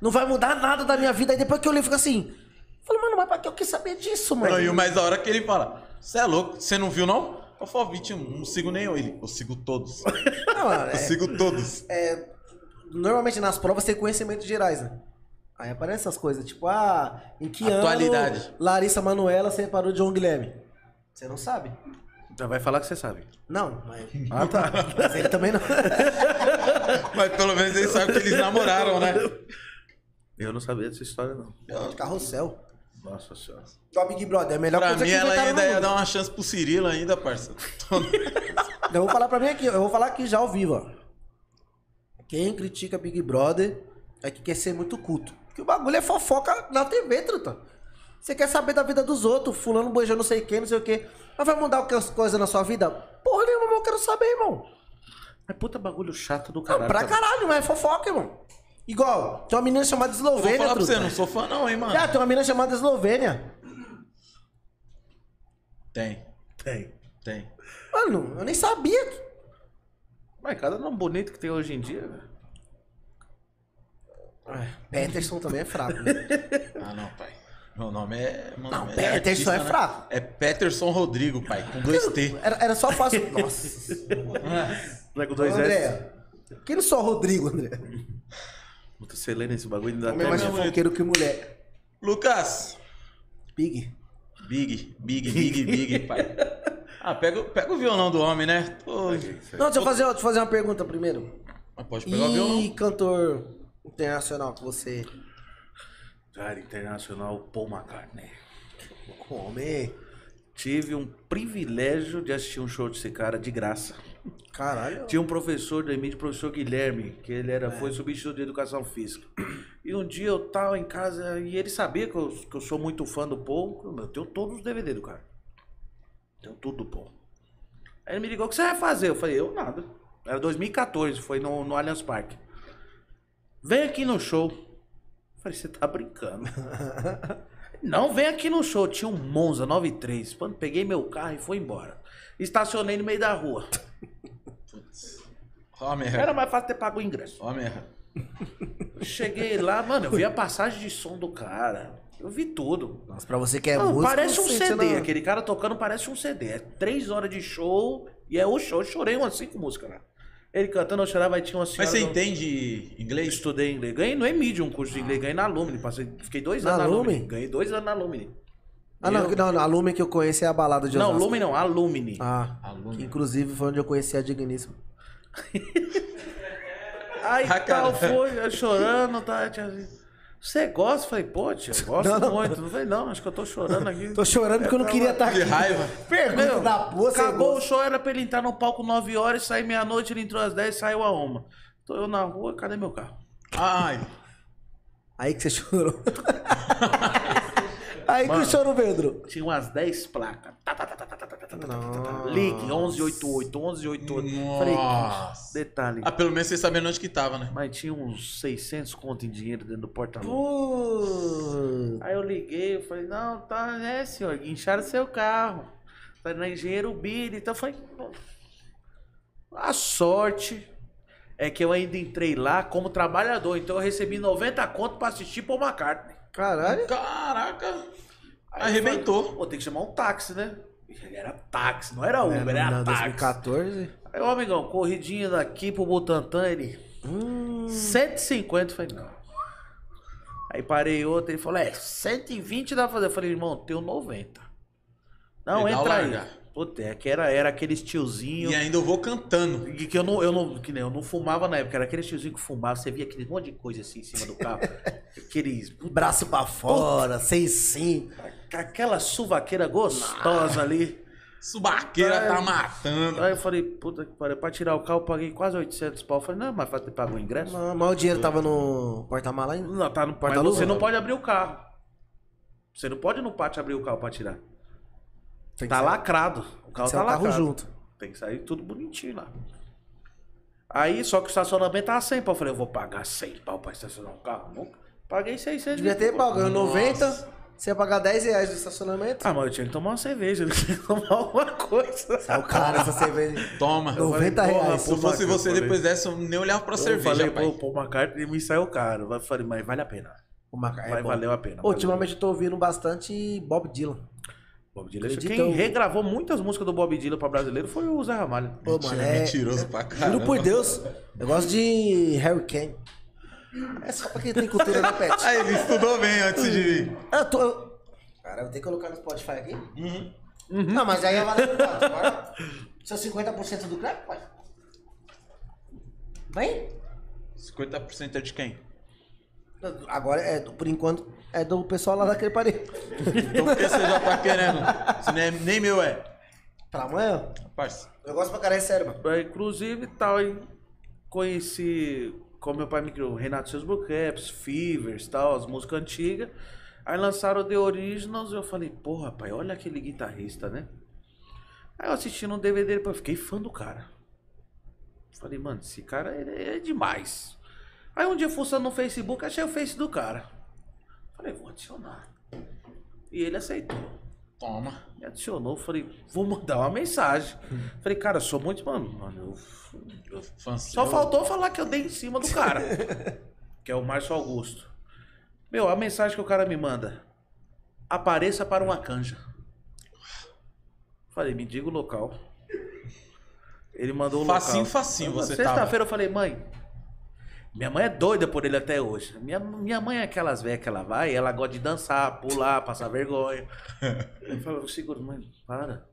Não vai mudar nada da minha vida. Aí depois que eu leio, fica assim. eu Falo, mano, mas pra que eu quis saber disso, mano?
Não, e o mais da hora é que ele fala, você é louco, você não viu não? Eu falo, Vitinho, não sigo nenhum. Ele, eu sigo todos. Eu
Não, é-
sigo todos.
normalmente nas provas tem conhecimentos gerais, né? Aí aparecem essas coisas, tipo, ah, em que
Atualidade.
ano Larissa Manuela separou de John Guilherme? Você não sabe?
Já vai falar que você sabe.
Não, mas,
Ah, tá.
mas ele também não.
Mas pelo menos eles sabem que eles namoraram, né?
Eu não sabia dessa história, não.
De carrossel.
Nossa senhora.
Do Big Brother, é a melhor
Pra
coisa
mim,
que
ela
inventaram no
ainda é ia
mundo.
dar uma chance pro Cirilo ainda, parça.
Então, Eu vou falar pra mim aqui, eu vou falar aqui já ao vivo, ó. Quem critica Big Brother é que quer ser muito culto. Porque o bagulho é fofoca na TV, truta. Você quer saber da vida dos outros, fulano beijando não sei quem, não sei o quê. Mas vai mudar as coisas na sua vida? Porra nenhuma, mas eu quero saber, irmão.
É puta bagulho chato do
Não,
caralho.
pra
tá-
também.
caralho, mas é fofoca, irmão. Igual, tem uma menina chamada
Eu vou
Eslovênia,
falar pra
truta.
você, não sou fã não, hein, mano.
Ah, tem uma menina chamada Eslovênia.
Tem,
Tem.
tem.
Mano, eu nem sabia.
Mas cada nome bonito que tem hoje em dia, velho.
Peterson também é fraco, né?
Ah, não, pai. Meu nome é... Meu
Não,
nome
Peterson é
né?
fraco.
É Peterson Rodrigo, pai, com dois T.
Era, era só fácil. Nossa.
Não é com
Ô,
dois S?
André, quem não só Rodrigo, André?
Puta, você lê nesse bagulho ainda
Homem
até
mais
mesmo,
fofoqueiro que mulher.
Lucas!
Pig.
Big, big, big, big, pai. Ah, pega, o- pega o violão do homem, né? Tô-
Não, deixa eu fazer, deixa eu fazer uma pergunta primeiro.
Mas pode pegar o
E
violão.
cantor internacional que você.
Cara, internacional Paul McCartney.
Homem.
Tive um privilégio de assistir um show desse cara de graça.
Caralho.
Tinha um professor da EMIT, professor Guilherme, que ele era, foi substituto de educação física. E um dia eu tava em casa e ele sabia que eu, que eu sou muito fã do Paul. Eu tenho todos os DVD do cara. Tenho tudo do Paul. Aí ele me ligou, o que você vai fazer? Eu falei, eu nada. Era 2014, foi no, no Allianz Parque. Vem aqui no show. Eu falei, você tá brincando. Não, vem aqui no show. Tinha um Monza 93. Mano, peguei meu carro e fui embora. Estacionei no meio da rua.
Ó a merda,
Era mais fácil ter pago o ingresso.
ó a merda.
Cheguei lá, mano, eu vi a passagem de som do cara. Eu vi tudo.
Nossa, pra você que é
Mano,
músico.
parece um
você
CD.
não- né?
Aquele cara tocando parece um CD. É três horas de show e é o show. Eu chorei umas cinco músicas lá. Ele cantando, eu chorava, aí tinha uma senhora...
Mas você
no-
entende
Eu
inglês?
estudei inglês. Ganhei no EMID um curso de inglês. Ganhei na Lumine. Passei, fiquei dois
Na
anos na Lumine.
Lumine?
Ganhei dois anos na Lumine.
Ah, não, não, não, a Lumen que eu conheço é a balada de
Não,
Osasco.
Lumine não. Alumine.
Ah,
Aluno.
que inclusive foi onde eu conheci a Digníssima.
Aí
Ah, cara.
tal foi, eu chorando, tá, tia, você gosta? Eu falei, pô, tia, eu gosto
Não, não.
muito. Não falei, não, acho que eu tô chorando aqui.
Tô chorando porque eu não queria estar aqui.
De raiva.
É Pergunta
Meu,
da porra, você
acabou o
gosta.
show, era pra ele entrar no palco 9 horas, sair meia-noite, ele entrou às 10, saiu a uma. Tô eu na rua, cadê meu carro?
Ai,
Aí que você chorou. Aí que o choro Pedro.
Tinha umas 10 placas. Tá, tá, tá, tá, tá, tá, tá, tá, tá, tá, tá, tá, tá.
Nossa.
Lick, 1188, 1188.
Nossa.
Falei, detalhe.
Ah, pelo menos vocês sabendo onde que tava, né?
Mas tinha uns 600 conto em dinheiro dentro do porta-luva.
Pô.
Aí eu liguei, eu falei, não, tá, né, senhor, guincharam seu carro. Tá na engenheiro Billy, então eu falei. "Pô". A sorte é que eu ainda entrei lá como trabalhador, então eu recebi 90 conto pra assistir Paul McCartney.
Caralho.
Caraca.
Aí eu
Arrebentou.
falei, Pô, tem que chamar um táxi, né? E Era táxi, não era
É,
Uber, era,
Não,
táxi.
2014.
Aí, ô amigão, corridinha daqui pro Butantã, ele.
Hum.
150, eu falei, não. Aí parei outro, ele falou, é, 120 dá pra fazer. Eu falei, irmão, tenho 90. Não,
Legal,
entra aí.
larga.
Puta, é que era, era aqueles
E
tiozinho
ainda eu vou cantando.
que, que eu não, eu não, que nem, eu não fumava na época, era aqueles tiozinho que fumava, você via aquele monte de coisa assim em cima do carro. aqueles, puta,
Braço pra fora, sem sim.
aquela suvaqueira gostosa ali.
Subaqueira tá
Ai.
matando.
Aí eu falei, puta que pariu, pra tirar o carro eu paguei quase 800 pau. Eu falei, não, mas você pagou o ingresso?
Não, Mas o dinheiro tava no porta-mala ainda.
Não, tá no porta
Porta-luva?
Você não pode abrir o carro. Você não pode ir no pátio abrir o carro pra tirar.
Tem que
Tá
sair-
lacrado. O
tem que
carro
sair
tá
o carro
lacrado.
junto.
Tem que sair tudo bonitinho lá. Aí, só que o estacionamento tava 100 pau. Eu falei, eu vou pagar 100 pau pra estacionar o carro. Nunca. Paguei 600
Devia ter pago, ganhou
Nossa.
90. Você ia pagar 10 reais do estacionamento.
Ah, mas eu tinha que tomar uma cerveja, eu tinha que tomar alguma coisa.
Tá o cara essa cerveja.
Toma.
Eu falei, 90
Porra,
reais.
Se eu fosse
Eu
você
falei.
depois dessa, eu nem olhava pra
eu
cerveja,
falei,
pai.
pô, pô, uma carta e me saiu caro. Eu falei, mas vale a pena.
O Maca é
Mas
bom.
valeu a pena.
Ô, Ultimamente eu tô ouvindo bastante Bob Dylan.
Bob Dylan. acho que
acredita,
Quem
eu-
regravou muitas músicas do Bob Dylan pra brasileiro foi o Zé Ramalho.
Ô,
Mentira,
mano, é...
Mentiroso pra caramba.
Juro por Deus, eu gosto de Harry Kane. É só pra quem tem cultura no pet.
Ah, ele estudou bem antes de vir.
Eu tô... eu- Uhum. Cara, eu tenho que colocar no Spotify aqui? Não, mas aí é valendo quanto? Agora, é Seu 50% do crédito, pai? Bem?
50% é de quem?
Agora, é, por enquanto, é do pessoal lá daquele parede.
Então por que você já tá querendo? Isso nem, é- nem meu é.
Pra amanhã?
Rapaz,
Eu gosto pra caralho, sério, mano.
É, Inclusive tal, hein? Conheci, como meu pai me criou, Renato Seus Bookcaps, Fevers, tal, as músicas antigas. Aí lançaram The Originals e eu falei, porra, pai, olha aquele guitarrista, né? Aí eu assistindo um DVD dele, pô, eu fiquei fã do cara. Falei, mano, esse cara ele é demais. Aí um dia fuçando no Facebook, achei o Face do cara. Falei, vou adicionar. E ele aceitou.
toma.
Me adicionou, falei, vou mandar uma mensagem. Falei, cara, eu sou muito. Mano, mano, eu- eu,
Fã
Só
seu.
faltou falar que eu dei em cima do cara. que é o Márcio Augusto. Meu, a mensagem que o cara me manda. Apareça para uma canja. Falei, me diga o local. Ele mandou o
Facinho,
local.
facinho você tava.
Sexta-feira eu falei, mãe. Minha mãe é doida por ele até hoje. Minha, minha mãe é aquelas velhas que ela vai, ela gosta de dançar, pular, passar vergonha. Eu falo, seguro, mãe, para.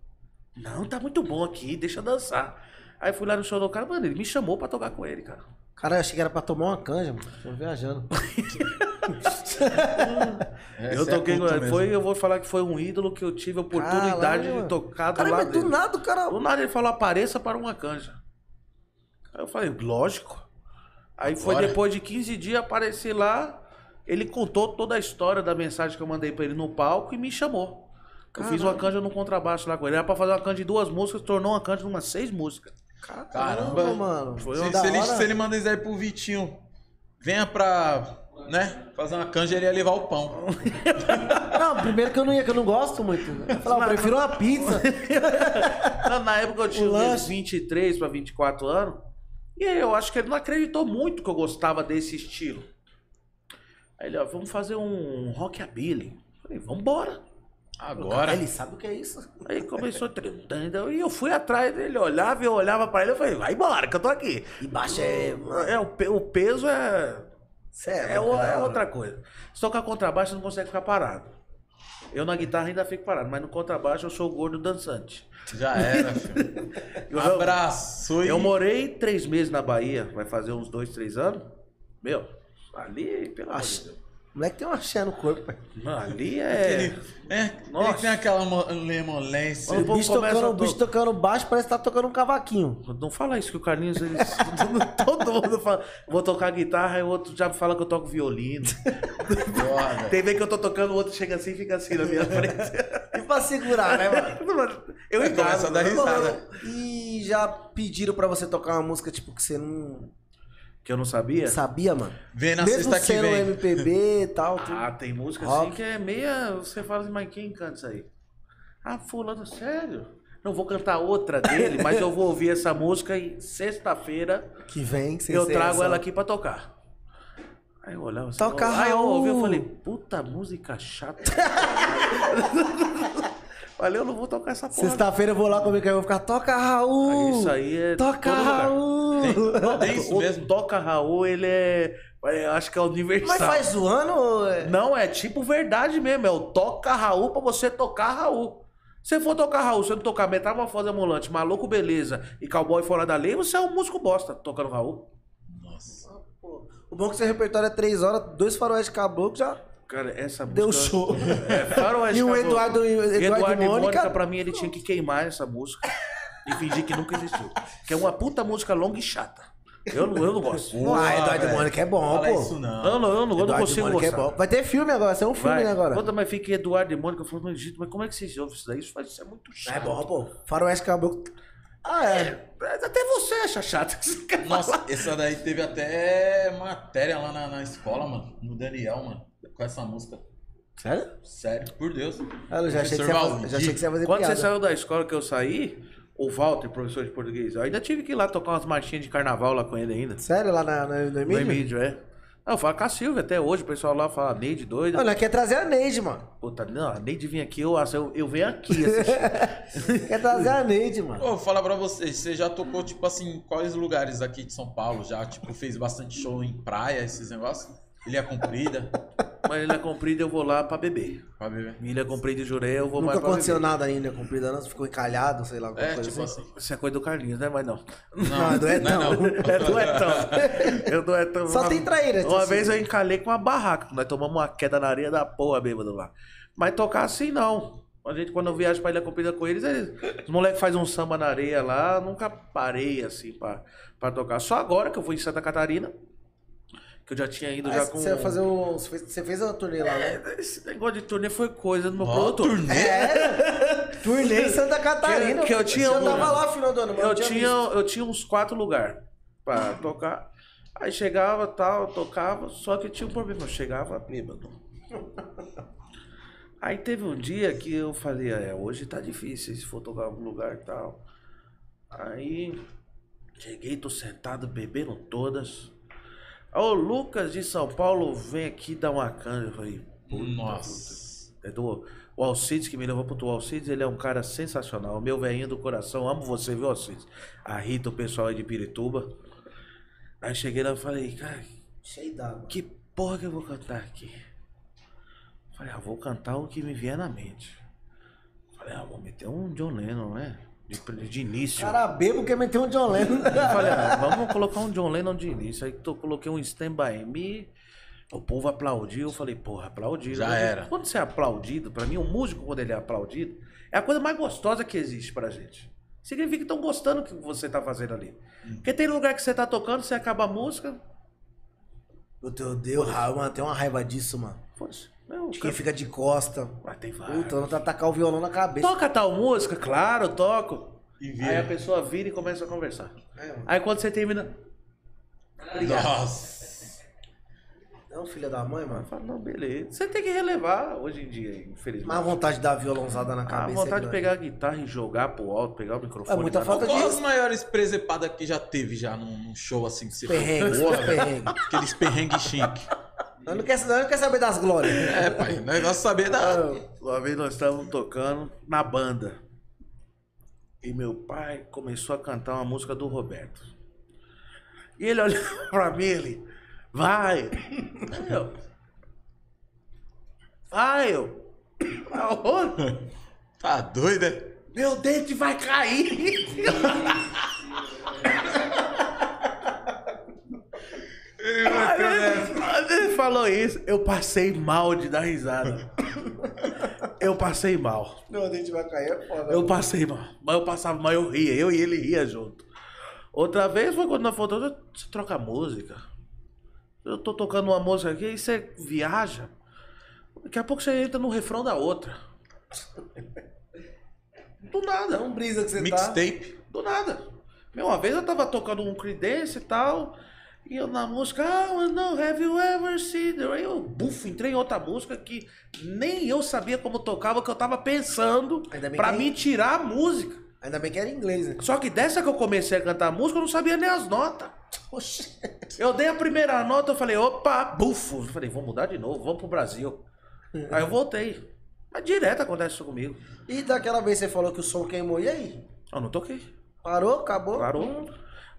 Não, tá muito bom aqui, deixa eu dançar. Aí fui lá no show do cara, mano, ele me chamou pra tocar com ele, cara.
Cara, eu achei que era pra tomar uma canja, mano. Tô viajando.
É,
eu
você é
toquei
culto
com
mesmo.
foi, eu vou falar que foi um ídolo que eu tive a oportunidade
Caralho,
de
mano.
tocar do
Cara, mas
lado
do
dele.
nada o cara...
Do nada ele falou, apareça para uma canja. Aí eu falei, lógico. Aí foi
Agora?
depois de 15 dias, apareci lá. Ele contou toda a história da mensagem que eu mandei pra ele no palco e me chamou. Eu fiz uma canja no contrabaixo lá com ele. Era pra fazer uma canja de duas músicas, tornou uma canja de umas seis músicas.
Caramba.
mano.
Foi
se,
da
se ele,
hora.
se ele manda isso aí pro Vitinho, venha pra, né, fazer uma canja, ele ia levar o pão.
Não, primeiro que eu não ia, que eu não gosto muito. né? Eu falava, eu prefiro uma pizza.
Na, na época eu
O
tinha uns
lanche.
23 pra 24 anos. E aí eu acho que ele não acreditou muito que eu gostava desse estilo. Aí ele, ó, vamos fazer um rockabilly. Falei, vambora.
Agora,
Ele sabe o que é isso?
Aí começou. trim, tam, tam, E eu fui atrás dele, olhava, eu olhava pra ele, eu falei, vai embora, que eu tô aqui.
E baixa é...
É, o, pe- o peso é, é, o-
né,
é outra coisa. Só que a contrabaixo não consegue ficar parado. Eu na guitarra ainda fico parado, mas no contrabaixo eu sou o gordo dançante.
já era, filho.
Eu-
Ah, Abraço e...
É
Eu morei três meses na Bahia, vai fazer uns dois, três anos. Meu, ali, pelo amor de Deus.
O moleque tem uma axé no corpo, pai.
Não, ali é.
Ele, é, ele
Nossa.
tem aquela mo- lemolência.
Ele-
O
povo
bicho,
começa
tocando,
a
o bicho tocando baixo parece que tá tocando um cavaquinho.
Não fala isso que o Carlinhos, ele... todo mundo fala. Vou tocar guitarra, e o outro já fala que eu toco violino.
Agora.
Tem vez que eu tô tocando, o outro chega assim e fica assim na minha frente.
E pra segurar, né, mano?
Eu
É
Aí
engano.
começa a dar risada.
E já pediram pra você tocar uma música, tipo, que você não
Que eu não sabia?
sabia, mano?
Vem na
Mesmo
sexta que
sendo
vem.
MPB e tal, tudo.
Ah, tem música
Rock.
assim que é meia. Você fala assim, mas quem canta isso aí? Ah, fulano, sério? Não vou cantar outra dele, mas eu vou ouvir essa música e sexta-feira
que vem, que você
eu trago ela aqui pra tocar. Aí eu olhava assim,
Toca,
eu- aí eu ouvi, eu
Raul.
falei, puta música chata. falei, eu não vou tocar essa porra.
Sexta-feira eu vou lá comigo, aí eu vou ficar, toca Raul!
Aí Isso aí é.
Toca
todo lugar.
Raul!
Tem,
É
tem isso
o
mesmo.
Toca Raul, ele é. é, Acho que é universal.
Mas faz zoando? ou é-
Não, é tipo verdade mesmo. É o toca Raul pra você tocar Raul. Se você for tocar Raul, se você não tocar Metamorfose Ambulante, Maluco Beleza e Cowboy Fora da Lei, você é um músico bosta tocando Raul.
Nossa.
Pô, O bom é que seu repertório é três horas, dois faróis de caboclo já
Cara, essa música.
deu show.
É, Faroeste
E o
Caboclo.
Eduardo, Eduardo,
Eduardo
e Mônica,
pra mim, ele tinha que queimar essa música e fingir que nunca existiu. Que é uma puta música longa e chata. Eu não, eu não gosto.
Pô, ah, Eduardo e
velho.
Mônica é bom,
Fala
pô.
isso não.
Eu não, eu não, eu não
Eduardo e
consigo
Mônica é
gostar.
bom. Vai ter filme agora, vai ser um filme
Vai.
né, agora.
Quando mais fica Eduardo e Mônica, eu falo, mas, gente, mas como é que vocês ouvem isso daí? Isso, faz- isso é muito chato.
É bom, pô. Faroeste Caboclo. Ah, é.
Até você acha chato.
Nossa, essa daí teve até matéria lá na, na escola, mano. No Daniel, mano. Com essa música.
Sério? Ah,
Sério, por Deus.
Eu já achei que você ia fazer, já achei que você ia fazer
Quando
piada.
você saiu da escola que eu saí, o Walter, professor de
É
português, eu ainda tive que ir lá tocar umas marchinhas de carnaval lá com ele ainda.
Sério, lá na, na, no
No
Emílio?
Emílio, é. Ah, eu falo com a Silvia até hoje, o pessoal lá fala, Neide doida.
Não, nós quer é trazer a Neide, mano.
Puta, não, a Neide vinha aqui, eu, assim, eu, eu venho aqui. assistir.
Quer é trazer a Neide, mano.
Pô, vou falar pra vocês, você já tocou, tipo assim, quais lugares aqui de São Paulo? Já, tipo, fez bastante show em praia, esses negócios? Ilha Comprida,
Mas Ilha Comprida eu vou lá pra beber.
pra beber.
Ilha Comprida e Juré eu vou
Nunca
mais pra
aconteceu
beber.
nada ainda com o Prida, não. Ficou encalhado, sei lá, alguma
É,
coisa
tipo
assim.
assim.
Isso é coisa do Carlinhos, né? Mas não.
Não, é duetão.
É duetão. Eu duetão.
Só
Uma-
tem traíra,
Uma
assim.
vez eu encalhei com uma barraca. Nós tomamos uma queda na areia da porra, bêbado lá. Mas tocar assim não. A gente, quando eu viajo pra Ilha Comprida com eles, eles os moleques fazem um samba na areia lá. Nunca parei assim pra, pra tocar. Só agora que eu fui em Santa Catarina, que eu já tinha ido
Ah,
já com.
Você, vai fazer um, você fez- você fez uma turnê lá, né?
Esse negócio de turnê foi coisa do meu
Ó,
produtor.
É, turnê em Santa Catarina.
Que- que eu
mano.
tinha
Você
um-
tava lá final do ano, mano.
Eu tinha, um- eu tinha uns quatro lugares pra tocar. Aí chegava, tal, tocava, só que tinha um problema, eu chegava bêbado. Aí teve um dia que eu falei, é, hoje tá difícil, se for tocar em algum lugar e tal. Aí cheguei, tô sentado, bebendo todas. Aí o Lucas de São Paulo vem aqui dar uma canja. Eu falei, puta
Nossa.
é do o Alcides que me levou pro tu. O Alcides, ele é um cara sensacional. Meu velhinho do coração. Amo você, viu, Alcides? A Rita, o pessoal aí de Pirituba. Aí cheguei lá e falei, cara,
Cheio d'água.
que porra que eu vou cantar aqui? Falei, ah, vou cantar o que me vier na mente. Falei, ah, vou meter um John Lennon, né? De, de início.
Cara bebo quer meter um John Lennon.
Eu falei, ah, vamos colocar um John Lennon de início. Aí eu coloquei um Stand By Me. O povo aplaudiu. Eu falei, porra, aplaudiram.
Já
Quando-
era.
Quando você é aplaudido, pra mim, o músico, quando ele é aplaudido, é a coisa mais gostosa que existe pra gente. Significa que estão gostando do que você tá fazendo ali.
Hum.
Porque tem lugar que você tá tocando, você acaba a música.
Meu teu Deus, Raul, mano, tem uma raiva disso, mano.
Foda-se. Não,
De quem
cara-
fica de costa.
Ah, tem vários.
Puta, não atacar o violão na cabeça.
Toca tal música? Claro, toco.
E
Aí a
vira.
pessoa vira e começa a conversar.
É, mano.
Aí quando você termina. Obrigado.
Nossa.
Não, filha É um da mãe,
Eu
mano.
falo, não, beleza. Você tem que relevar hoje em dia, infelizmente.
Mas a vontade de dar violãozada na
A
cabeça.
Ah, vontade
é grande.
de pegar a guitarra e jogar pro alto, pegar o microfone.
É muita
dar-
falta de-
Qual as maiores presepadas que já teve já num, num show assim que você
Perrengues,
Porra,
perrengues.
Aqueles perrengue chique.
Nós não quer, nós não quer saber das glórias.
É, pai, o negócio é saber da.
Uma vez nós estávamos tocando na banda. E meu pai começou a cantar uma música do Roberto. E ele olhou pra mim, ele. Vai! Aí eu, Vai! eu, "Pra onde?
Tá doido, é?
Meu dente vai cair!
Ele vai ter dessa.
Quando ele falou isso, eu passei mal de dar risada. Eu passei mal.
Meu dente vai cair, é foda.
Eu passei mal. Mas eu passava mal, eu ria. Eu e ele ria junto. Outra vez foi quando nós faltou, você troca música. Eu tô tocando uma música aqui e você viaja. Daqui a pouco você entra no refrão da outra. Do nada. um
Não brisa que você tá.
Mixtape.
Do nada. Meu, uma vez eu tava tocando um Creedence e tal, e eu na música, ah, não, have you ever seen? the-" Aí eu, bufo, entrei em outra música que nem eu sabia como tocava, que eu tava pensando
Ainda bem
pra
que-
me tirar a música.
Ainda bem que era inglês, né?
Só que dessa que eu comecei a cantar a música, eu não sabia nem as notas.
Oxi.
Eu dei a primeira nota, eu falei, opa, bufo. Eu falei, vou mudar de novo, vamos pro Brasil. Aí eu voltei. Mas direto acontece isso comigo.
E daquela vez você falou que o som queimou, e aí?
Eu não toquei.
Parou? Acabou?
Parou. um,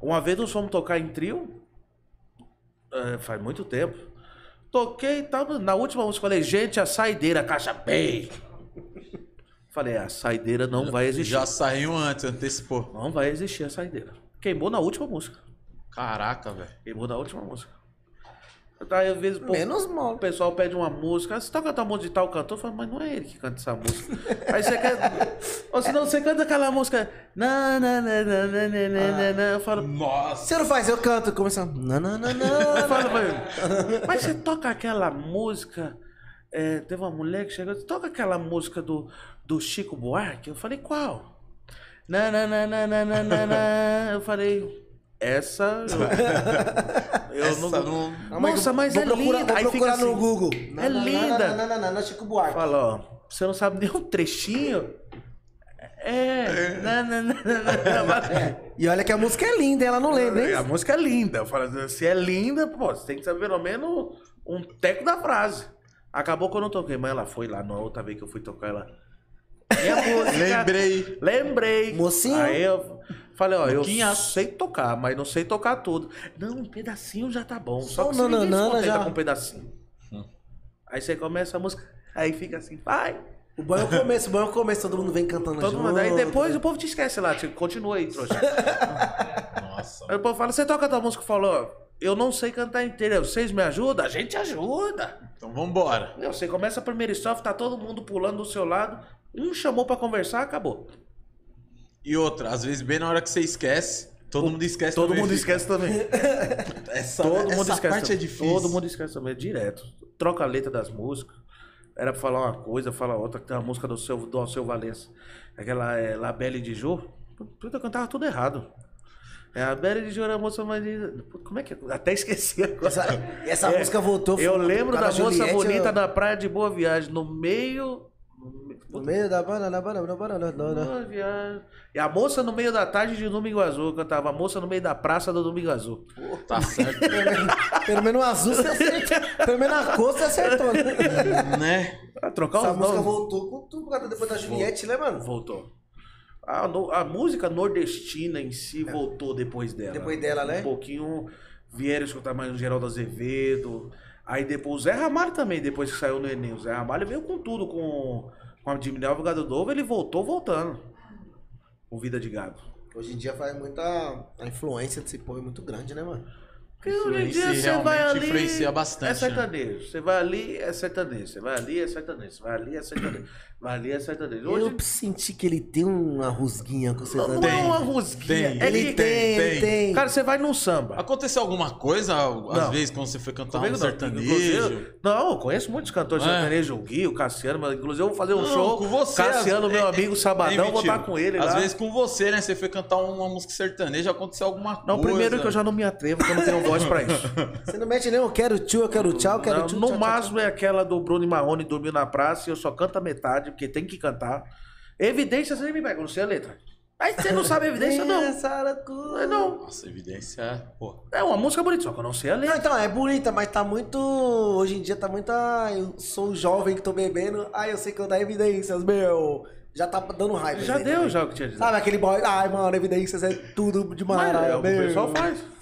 Uma vez nós fomos tocar em trio. é, faz muito tempo. Toquei e tal. Na última música eu falei, gente, a saideira, a caixa bem. Falei, a saideira não vai existir.
Já saiu antes, antecipou.
Não vai existir a saideira. Queimou na última música.
Caraca, velho.
Queimou na última música. Daí às vezes pô,
Menos mal.
o pessoal pede uma música. "Ah, Você tá cantando música de tal cantor? Eu falo, mas não é ele que canta essa música. Aí você quer. Ou senão você canta aquela música. Na, na, na, na, na, na, na, na. Eu falo,
Nossa.
Você não faz, eu canto. Começa. Não, não, não,
Eu
não.
falo pra ele, mas você toca aquela música. é, teve uma mulher que chegou, "Você toca aquela música do, do Chico Buarque? Eu falei, qual? Na, na, na, na, na, na, na, na. Eu falei, essa. Eu, eu
Essa
não.
não-
Nossa, mas
vou
é
procurar,
linda.
Vou
Aí fica
procurar no
assim,
Google.
É linda.
Não, não, não, não, não, Chico Buarque.
Fala, ó, você não sabe nem um trechinho. É. Não, não, não, não, não, mas-
E olha que a música é linda, ela não lembra,
A
hein?
música é linda. Eu falo, assim, se é linda, pô, você tem que saber pelo menos um teco da frase. Acabou quando eu toquei, mas ela foi lá na outra vez que eu fui tocar ela. E a música?
Lembrei.
Lembrei.
Mocinho?
Aí eu falei, ó, eu
Luquinhas.
sei tocar, mas não sei tocar tudo. Não, um pedacinho já tá bom.
Só
Só que
um
você ninguém se
nananana
contenta
já.
com um pedacinho. Aí você começa a música, aí fica assim, vai.
O bom é o começo, o bom é o começo, todo mundo vem cantando
Todo
junto.
mundo. Aí depois o povo te esquece lá, tipo, continua aí, trouxa.
Nossa.
Aí o povo fala, você toca tua música? Falou, eu não sei cantar inteira, vocês me ajudam? A gente ajuda.
Então vambora.
Meu, você começa a primeira estrofe, tá todo mundo pulando do seu lado, um chamou pra conversar, acabou.
E outra, às vezes bem na hora que você esquece, todo mundo esquece
Todo
também,
mundo
fica.
esquece também.
Essa,
Todo
essa
mundo esquece.
parte é
também.
difícil.
Todo mundo esquece também, direto. Troca a letra das músicas. Era pra falar uma coisa, fala outra. Tem uma música do, seu, do Alceu Valença. Aquela é La Belle de Jour. Puta, eu cantava tudo errado. É a Belle de Jour, a moça mais linda. Puta, Como é que... é? Até esqueci agora.
Essa, essa
É,
música voltou.
Eu
foi-
lembro da
cara,
moça
Juliette,
bonita
eu-
na praia de Boa Viagem. No meio... no meio-
No meio da banana, banana, banana, banana.
Boa Viagem. E a moça no meio da tarde de Domingo Azul. Eu cantava a moça no meio da praça do Domingo Azul.
Pô, tá certo.
Pelo menos o azul você acertou. Pelo menos a cor você acertou, né?
né?
Ah, trocar
Essa
os
música
nomes.
voltou com tudo cara, depois da Juliette, né, mano?
Voltou. A, no- a música nordestina em si voltou depois dela.
É. Depois dela, né?
Um pouquinho vieram escutar mais o Geraldo Azevedo. Aí depois o Zé Ramalho também, depois que saiu no Enem. O Zé Ramalho veio com tudo, com, com a Diminuiu o Gado Novo, ele voltou voltando. Com Vida de Gado.
Hoje em dia faz muita. A influência desse povo é muito grande, né, mano?
Porque um
Influencia, realmente influencia bastante,
É
né?
sertanejo. Você vai ali, é sertanejo. Você vai ali, é sertanejo. Você vai ali, é sertanejo. Vai ali, é sertanejo. Hoje
Eu senti que ele tem uma rusguinha com o
não, não é
sertanejo.
uma rusguinha.
Tem.
É
Ele
que-
tem, ele
tem.
tem.
Cara, você vai num samba.
Aconteceu alguma coisa, às
Não.
vezes, quando você foi cantar
Comigo
Ah, um
não,
sertanejo?
inclusive- Não, eu conheço muitos cantores
É.
sertanejo, o Gui, o Cassiano, mas inclusive eu vou fazer um
Não,
show
com você,
Cassiano,
às-
meu
é-
amigo,
É
sabadão, vou
mentira.
estar com ele
Às
lá.
vezes com você, né? Você foi cantar uma música sertaneja, aconteceu alguma coisa.
Não, primeiro
né?
que eu já não me atrevo, porque eu não tenho voz pra isso.
Você não mete nem eu quero tio, eu quero tchau, eu quero
Não,
tio.
no
tchau, tchau,
máximo é aquela do Bruno e Marrone dormiu na praça e eu só canto a metade, porque tem que cantar. Evidência, você nem me pega, eu não sei a letra. Aí você não sabe a evidência, não.
Essa loucura.
É, Não.
Nossa, evidência, pô.
É uma música bonita, só que eu não sei a
Não,
letra.
então, é bonita, mas tá muito. Hoje em dia tá muito. Ah, eu sou jovem que tô bebendo. Ah, eu sei cantar evidências, meu. Já tá dando raiva.
Já
isso aí
deu,
também.
já o que tinha de dizer.
Sabe aquele boy? Ai, mano, evidências é tudo de
Mas é
maralho,
o que
meu.
o pessoal faz.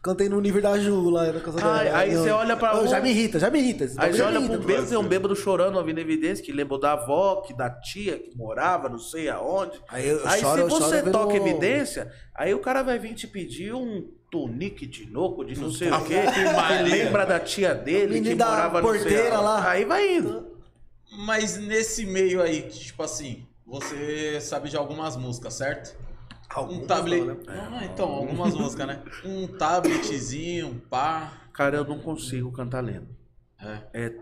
Cantei no nível da Ju lá na casa
Ai,
dela.
aí
Eu-
você olha pra
Eu,
um-
Já me irrita, já me irrita. esse
Aí
bagulho
você
me
olha
irrita,
pro
mano.
bêbado, tem um bêbado chorando, ouvindo evidência, que lembrou da avó, que da tia, que morava, não sei aonde.
Aí, eu
Aí
choro, eu
se
choro,
você
eu viro
toca
um-
evidência, aí o cara vai vir te pedir um tonique de noco, de não sei o quê,
Ave Maria.
que lembra da tia dele, que
Menino da
morava não sei
porteira
aonde.
lá.
Aí vai indo.
Mas nesse meio aí, que, tipo assim, você sabe de algumas músicas, certo?
Algumas
um tablet.
não, né?
Ah, então, algumas músicas, né? Um tabletzinho, pá.
Cara, eu não consigo cantar lendo.
É.
É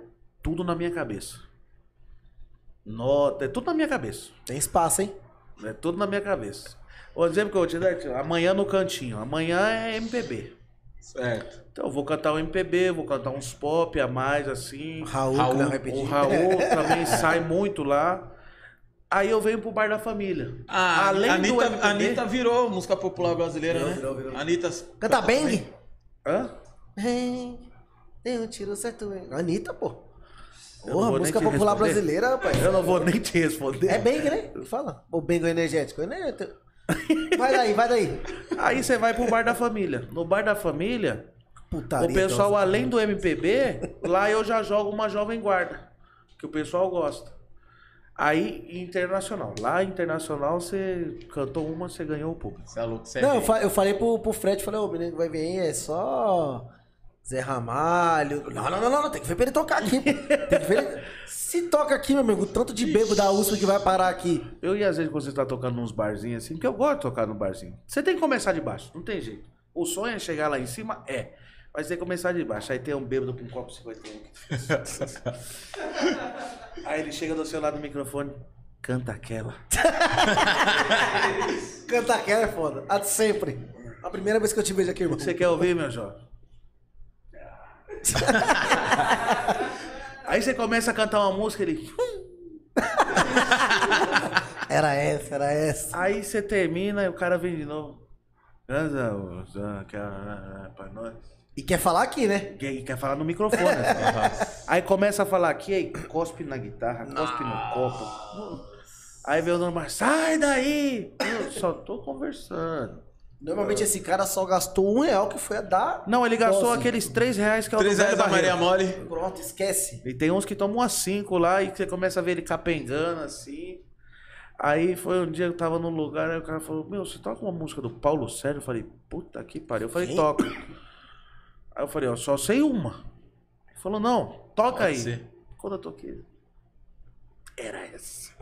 tudo na minha cabeça. Nota, é tudo na minha cabeça.
Tem espaço, hein?
É tudo na minha cabeça. O exemplo que eu vou te dar é que amanhã no cantinho. Amanhã é MPB.
Certo.
Então, eu vou cantar um MPB, vou cantar uns pop a mais, assim.
O Raul,
Raul,
que não
o
vai pedir.
O Raul também sai muito lá. Aí eu venho pro Bar da Família.
Ah,
Além
Além
do
Anitta,
MPB...
Anitta virou música popular brasileira,
Virou,
né?
virou, virou.
Anitta.
Canta bang?
Hã?
Bang. Tem um tiro certo. hein? Anitta, pô.
Eu não
Porra,
vou
música
nem te
popular
responder.
brasileira, rapaz.
Eu não vou nem te responder.
É bang, né? Que Fala. O bang é energético. né? Vai daí, vai daí.
Aí você vai pro Bar da Família. No Bar da Família,
Putaria.
o pessoal,
então.
além do MPB, lá eu já jogo uma Jovem Guarda, que o pessoal gosta. Aí, internacional. Lá, internacional, você cantou uma, você ganhou o público.
Você é louco, você é
então.
Não, eu,
gay.
fa- eu falei pro, pro Fred, falei, ô, o menino que vai vir aí é só Zé Ramalho. Não, não, não, não, não, tem que ver pra ele tocar aqui. pô. Tem que ver ele... Se toca aqui, meu amigo, o tanto de bebo da USP que vai parar aqui.
Eu ia às vezes quando você tá tocando nos barzinhos assim, porque eu gosto de tocar no barzinho. Você tem que começar de baixo, não tem jeito. O sonho é chegar lá em cima? É. Mas tem que começar de baixo. Aí tem um bêbado com um copo 51. que difícil. Aí ele chega do seu lado do microfone, canta aquela.
Cantar aquela é foda. A de sempre. A primeira vez que eu te vejo aqui, irmão.
Você quer ouvir, meu jovem? Aí você começa a cantar uma música, ele.
Era essa, era essa.
Aí você termina e o cara vem de novo. Graças a Deus, ah, que- ah, ah, Pra nós.
E quer falar aqui, né?
Quem quer falar no microfone. né? aí começa a falar aqui, aí cospe na guitarra, cospe no
Ah.
copo. Aí vem o dono, mas sai daí! Eu só tô conversando.
Normalmente esse cara só gastou um real que foi a dar.
Não, ele gastou
Nossa.
aqueles 3 reais que é o do
3
velho
reais da
Barreiro.
Maria Mole.
Pronto, esquece.
E tem uns que tomam umas 5 lá e que você começa a ver ele capengando assim. Aí foi um dia que eu tava num lugar, aí o cara falou, meu, você toca uma música do Paulo Sérgio? Eu falei, puta que pariu. Eu falei,
Quem?
toca. Aí eu falei, ó, só sei uma. Ele falou, não, toca
Pode
aí.
ser.
Quando eu toquei, era essa.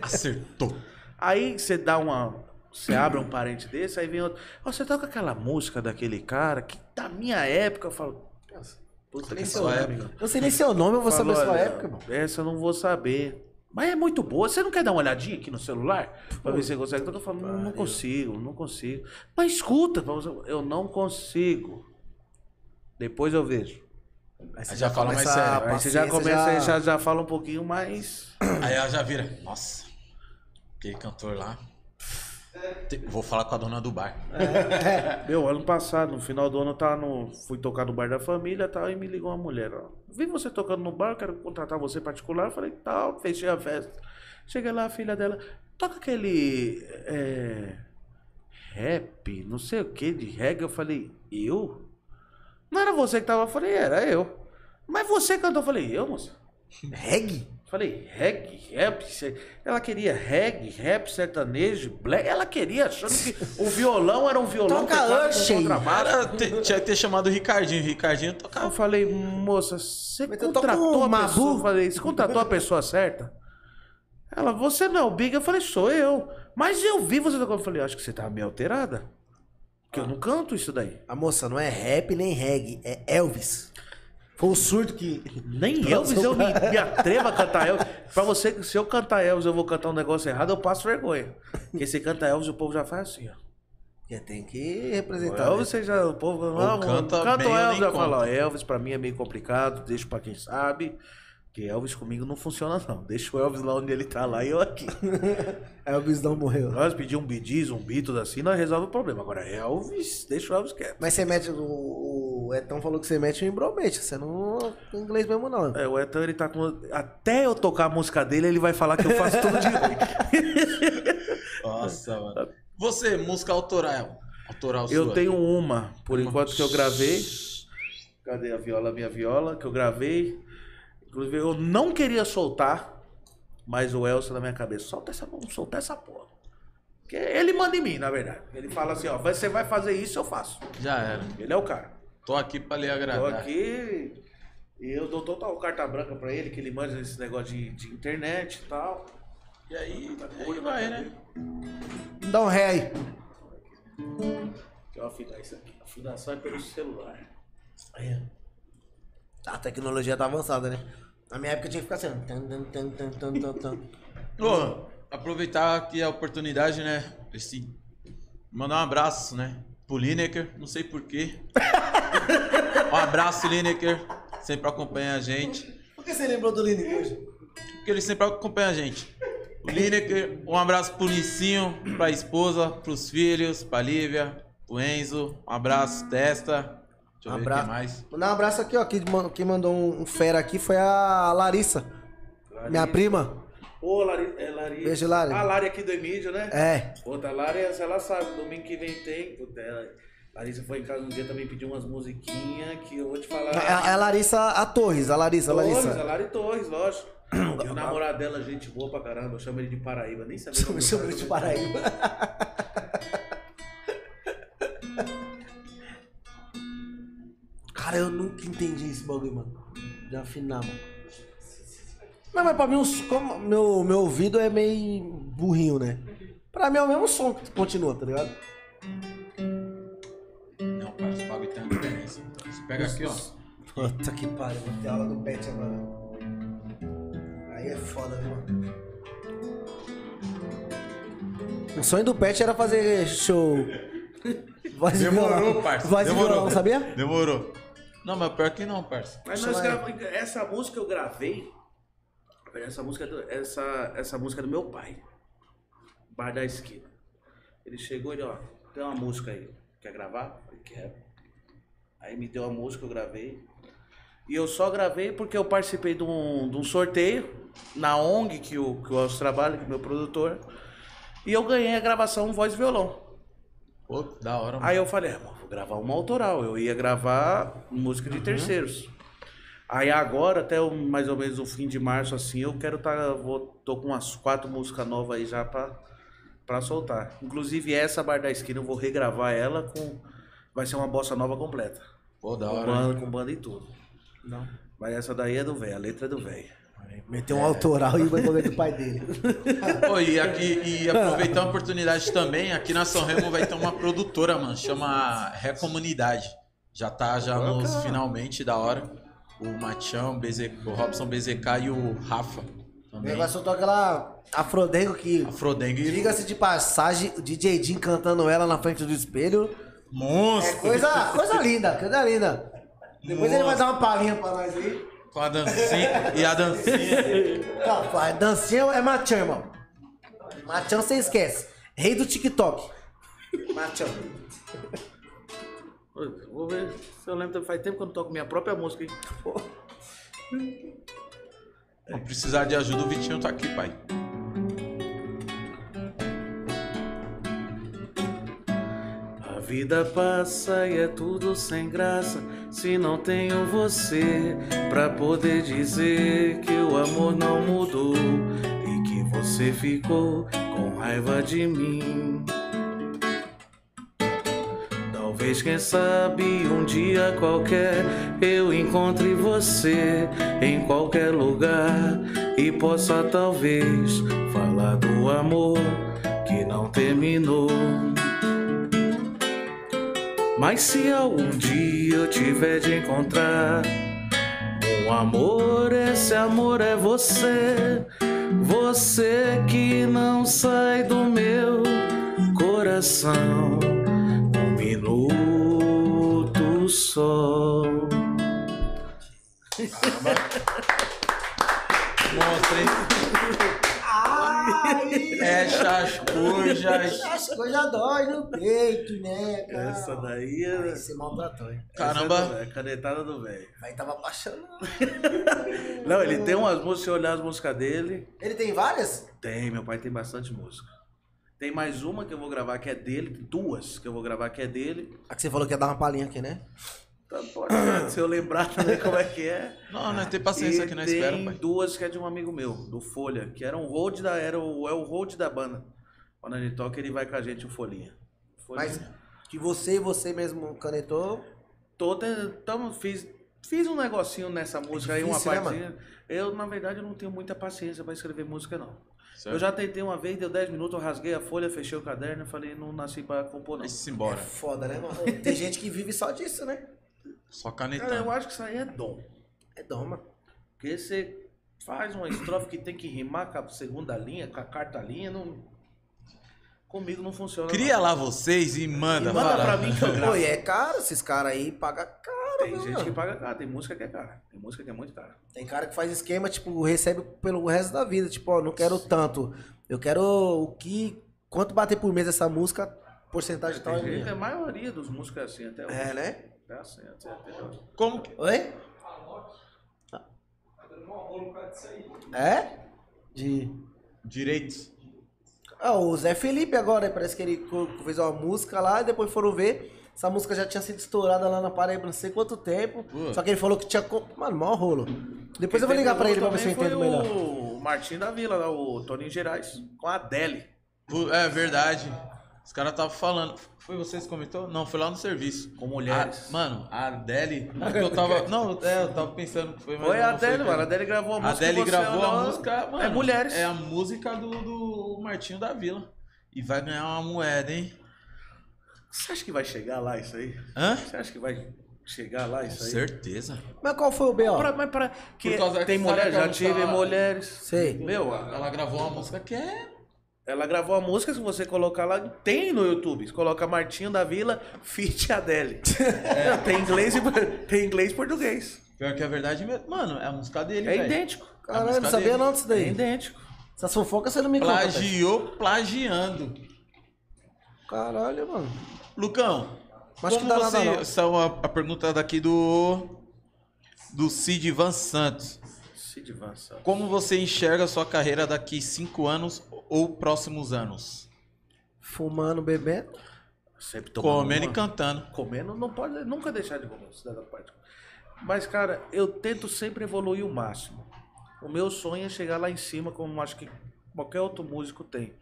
Acertou.
Aí você dá uma. Você abre um parente desse, aí vem outro. Ó, você toca aquela música daquele cara que da minha época, eu falo. "Nossa, Puta
nem
que é-
sua
pariu,
época.
amigo."
Eu sei nem seu nome, eu vou
Falou,
saber sua
"Olha,
época, irmão.
Essa eu não vou saber. Mas é muito boa. Você não quer dar uma olhadinha aqui no celular? Pra ver se você consegue. tocar? Eu falo, não, não
pariu.
consigo, não consigo. Mas escuta, pra você- eu não consigo. Depois eu vejo.
Aí você
já fala mais
começa
sério.
a
Aí você já
paciência,
começa, aí já, já fala um pouquinho mais.
Aí ela já vira. Nossa, aquele cantor lá. Te- Vou falar com a dona do bar.
É.
Meu, ano passado, no final do ano, eu tava no... fui tocar no bar da família tal, e me ligou uma mulher. Ó, Vi você tocando no bar, eu quero contratar você particular. Eu falei, tal, fechei a festa. Cheguei lá, a filha dela, toca aquele. é, rap, não sei o que, de reggae. Eu falei, eu? Não era você que tava? Eu falei, era eu. Mas você cantou? Eu falei, eu, moça?
Reggae?
Falei, reggae, rap, se- ela queria reggae, rap, sertanejo, black, ela queria, achando que o violão era um violão
Toca
teclado com
Usher.
contrabaixo.
Cara, te- tinha que ter chamado o Ricardinho. Ricardinho
Eu
tocava.
falei, moça, você
Mas eu tô com um
contratou
o
a
Mabu.
pessoa, eu falei, você contratou a pessoa certa? Ela, você não é o Big? Eu falei, sou eu. Mas eu vi você tocando. Eu falei, acho que você tá meio alterada. Porque eu não canto isso daí.
A moça não é rap nem reggae, é Elvis. Foi o surdo que.
Nem Elvis, eu me, me atrevo a cantar Elvis. Pra você, se eu cantar Elvis, eu vou cantar um negócio errado, eu passo vergonha. Porque se canta Elvis, o povo já faz assim, ó.
Já tem que representar. né?
Elvis, Então, você já, o povo
Ou
ah,
canta
canta
bem
o
ou
Elvis,
nem
já fala, ó,
conta.
Elvis pra mim é meio complicado, deixa pra quem sabe. Porque Elvis comigo não funciona não. Deixa o Elvis lá onde ele tá lá e eu aqui.
Elvis não morreu.
Nós pedimos um bidiz, um Beatles assim, nós resolve o problema. Agora Elvis, deixa o Elvis quieto.
Mas você mete. O, o Etão falou que você mete o embromete. Você não tem inglês mesmo, não.
É, o Ethan, ele tá com... Até eu tocar a música dele, ele vai falar que eu faço tudo de ruim.
Nossa, mano. Você, música autoral. Autoral
Eu
sua.
tenho uma, por enquanto que eu gravei. Cadê a viola, minha viola, que eu gravei. Inclusive, eu não queria soltar, mas o Elcio na minha cabeça, solta essa mão, solta essa porra. Porque ele manda em mim, na verdade. Ele fala assim, ó, você vai fazer isso, eu faço.
Já era.
Ele é o cara.
Tô aqui pra lhe
Tô
agradar.
aqui e eu dou total carta branca pra ele, que ele manja esse negócio de, de internet e tal.
E aí, aí vai, né?
Dá um ré aí.
Deixa eu afinar isso aqui. Afinação é pelo celular.
É. A tecnologia tá avançada, né? Na minha época tinha que ficar assim. ó, tan, tan, tan, tan, tan, tan, tan.
Ô, aproveitar aqui a oportunidade, né? Esse... Mandar um abraço, né? Pro Lineker, não sei porquê. um abraço, Lineker. Sempre acompanha a gente.
Por que você lembrou do Lini hoje?
porque ele sempre acompanha a gente. O Lineker, um abraço pro Nicinho, pra esposa, pros filhos, pra Lívia, pro Enzo, um abraço, testa. Deixa eu ver
Abra-
o que mais.
Mandar um abraço aqui, ó. Quem man- quem mandou um, um fera aqui foi a Larissa, minha prima.
Ô, Lari, é Lari.
Beijo, Lari.
A Lari aqui do Emílio, né?
É.
Outra Lari, essa ela sabe, domingo que vem tem. Puta, ela- Larissa foi em casa um dia também pediu umas musiquinhas que eu vou te falar.
É, é a Larissa a Torres, a Larissa, a
Torres,
Larissa.
a Lari Torres, lógico. E o namorado dela, é gente boa pra caramba, eu chamo ele de Paraíba, nem sabia. o nome do cara
Sobre de
também.
Paraíba. Cara, eu nunca entendi esse bagulho, mano. De afinar, mano. Não, mas pra mim, os- como meu, meu ouvido é meio burrinho, né? Pra mim é o mesmo som que continua, tá ligado?
Não, cara, os bagulho tem uma diferença. Você pega aqui, ó.
Puta que pariu, vou ter aula do pet agora. Aí é foda, viu, mano? O sonho do pet era fazer show. Voz e violão.
Demorou, parça.
Voz e
Demorou.
violão, sabia?
Demorou. Não, mas pior que não, parça.
Mas
Deixa
nós então,
lá.
gravamos, essa música eu gravei Essa música, é do- essa, essa música é do meu pai. Bar da esquina. Ele chegou e ele, ó, tem uma música aí. Quer gravar? Eu falei, quero. Aí me deu a música, eu gravei. E eu só gravei porque eu participei de um, de um sorteio na ONG que o, que o Elcio trabalha, que é meu produtor. E eu ganhei a gravação voz e violão.
Pô, da hora, mano.
Aí eu falei, ah, mano, vou gravar uma autoral. Eu ia gravar música de terceiros. Aí agora, até o- mais ou menos o fim de março, assim, eu quero tá. Vou, tô com umas quatro músicas novas aí já pra, pra soltar. Inclusive essa Bar da Esquina, eu vou regravar ela com. Vai ser uma bossa nova completa.
Pô, da
Com
hora. hein?
banda, com banda e tudo.
Não.
Mas essa daí é do velho, a letra é do velho.
Meteu um autoral e o bagulho do pai dele.
Pô, e, aqui, e aproveitar a oportunidade também, aqui na São Remo vai ter uma produtora, mano, chama Recomunidade. Já tá já nos finalmente da hora. O Matião, BZ, o Robson BZK e o Rafa
O
também.
negócio toca aquela afrodengo que.
Afrodengue.
Diga-se de passagem, o DJ Jim cantando ela na frente do espelho. É
Monstro!
coisa, coisa linda, coisa linda. Depois ele vai dar uma palhinha pra nós aí.
Com a dancinha. e a dancinha.
Rapaz, dancinha é Machan, irmão. Machan você esquece. Rei do TikTok. Machan.
Vou ver se eu lembro. Faz tempo que eu não toco minha própria música, hein?
Se precisar de ajuda, o Vitinho tá aqui, pai.
A vida passa e é tudo sem graça se não tenho você pra poder dizer que o amor não mudou e que você ficou com raiva de mim. Talvez, quem sabe, um dia qualquer eu encontre você em qualquer lugar e possa, talvez, falar do amor que não terminou. Mas se algum dia eu tiver de encontrar um amor, esse amor é você, você que não sai do meu coração. Um minuto só.
Monstro, hein?
Ai!
É chascujas.
As coisas dói no peito, né, cara?
daí é
Aí Você maltratou, hein?
Caramba.
canetada do velho.
Aí tava baixando.
Não, ele tem umas músicas, se eu olhar as músicas dele.
Ele tem várias?
Tem, meu pai tem bastante música. Tem mais uma que eu vou gravar que é dele, duas que eu vou gravar que é dele.
A que você falou que ia dar uma palhinha aqui, né?
Então, pode ser, se eu lembrar também como é que é.
Não, não tem paciência
E
aqui na
tem
espera, pai.
duas que é de um amigo meu, do Folha, que era um hold da era o é o hold da banda. Quando ele toca, ele vai com a gente o Folhinha. Folhinha.
Mas que você e você mesmo canetou.
Tô tentando, então, fiz, fiz um negocinho nessa música aí, uma
difícil, né,
partezinha. eu, na verdade, eu não tenho muita paciência pra escrever música, não.
Certo.
Eu já tentei uma vez, deu 10 minutos, eu rasguei a folha, fechei o caderno e falei, não nasci pra compor, não.
Aí se embora.
Foda, né, mano? Tem gente que vive só disso, né?
Só
Cara, eu
canetando.
acho que isso aí é dom.
É doma.
Porque você faz uma estrofe que tem que rimar com a segunda linha, com a quarta linha, não... comigo não funciona.
Cria
não.
lá vocês e manda,
E manda
fala.
pra mim que eu
Pô,
gravo.
e é caro, esses caras aí pagam caro,
Tem
né,
gente
mano?
que paga caro, tem música que é cara. Tem música que é muito cara.
Tem cara que faz esquema, tipo, recebe pelo resto da vida. Tipo, ó, não quero tanto. Eu quero o que. Quanto bater por mês essa música, porcentagem tal é
Tem gente,
minha.
a maioria dos músicos é assim até hoje.
É, né?
É assim, até, até hoje.
Como que...
Oi? É? De.
Direitos.
Ah, o Zé Felipe agora, parece que ele co- fez uma música lá e depois foram ver. Essa música já tinha sido estourada lá na Paraíba não sei quanto tempo.
Pô.
Só que ele falou que tinha. co- Mano, maior rolo. Depois eu vou
Quem
ligar pra ele pra
pegou
ver se eu
também
entendo
foi
melhor.
O Martim da Vila, lá, o Toninho Gerais, com a Adele.
Pu- É verdade. Os caras estavam falando. Foi vocês que comentou? Não, foi lá no serviço.
Com
A-
mulheres.
Ah,
mano, a Adele. Eu tava, não, é, eu tava pensando que foi mas
Foi
não
a Adele, mano. A Adele gravou a
A
música. que
Adele
você
gravou a
olhou,
música. Mano,
é mulheres.
É a música do, do Martinho da Vila. E vai ganhar uma moeda, hein?
Você acha que vai chegar lá isso aí?
Hã?
Você acha que vai chegar lá
Com
É isso aí?
certeza.
Mas qual foi o B,
Pra-
ó?
mas pra- que
Por causa que
tem
sabe
mulher, já
aquela
tive
música lá?
mulheres.
Sei.
Meu, a-
Ela gravou uma música que é.
ela gravou a música, se você colocar lá, tem no YouTube. Você coloca É, Martinho da Vila, feat Adele. tem inglês e tem inglês e português.
Pior que a verdade mesmo. Mano, é a música dele,
É
velho.
idêntico.
A
Caralho,
música
não sabia
dele.
não disso
É
daí.
idêntico.
Essas fofocas você não me conta. velho.
Plagiou, plagiando.
Caralho, mano.
Lucão,
Acho
como
que dá nada,
você...
não.
Essa é uma- a pergunta daqui do... Do Cid Van Santos.
Cid Vansa.
Como você enxerga a sua carreira daqui cinco anos ou próximos anos?
Fumando, bebendo.
Sempre tomando
Comendo
uma.
e cantando.
comendo, não pode nunca deixar de comer, cidadão prático. Mas, cara, eu tento sempre evoluir o máximo. O meu sonho é chegar lá em cima, como acho que qualquer outro músico tem.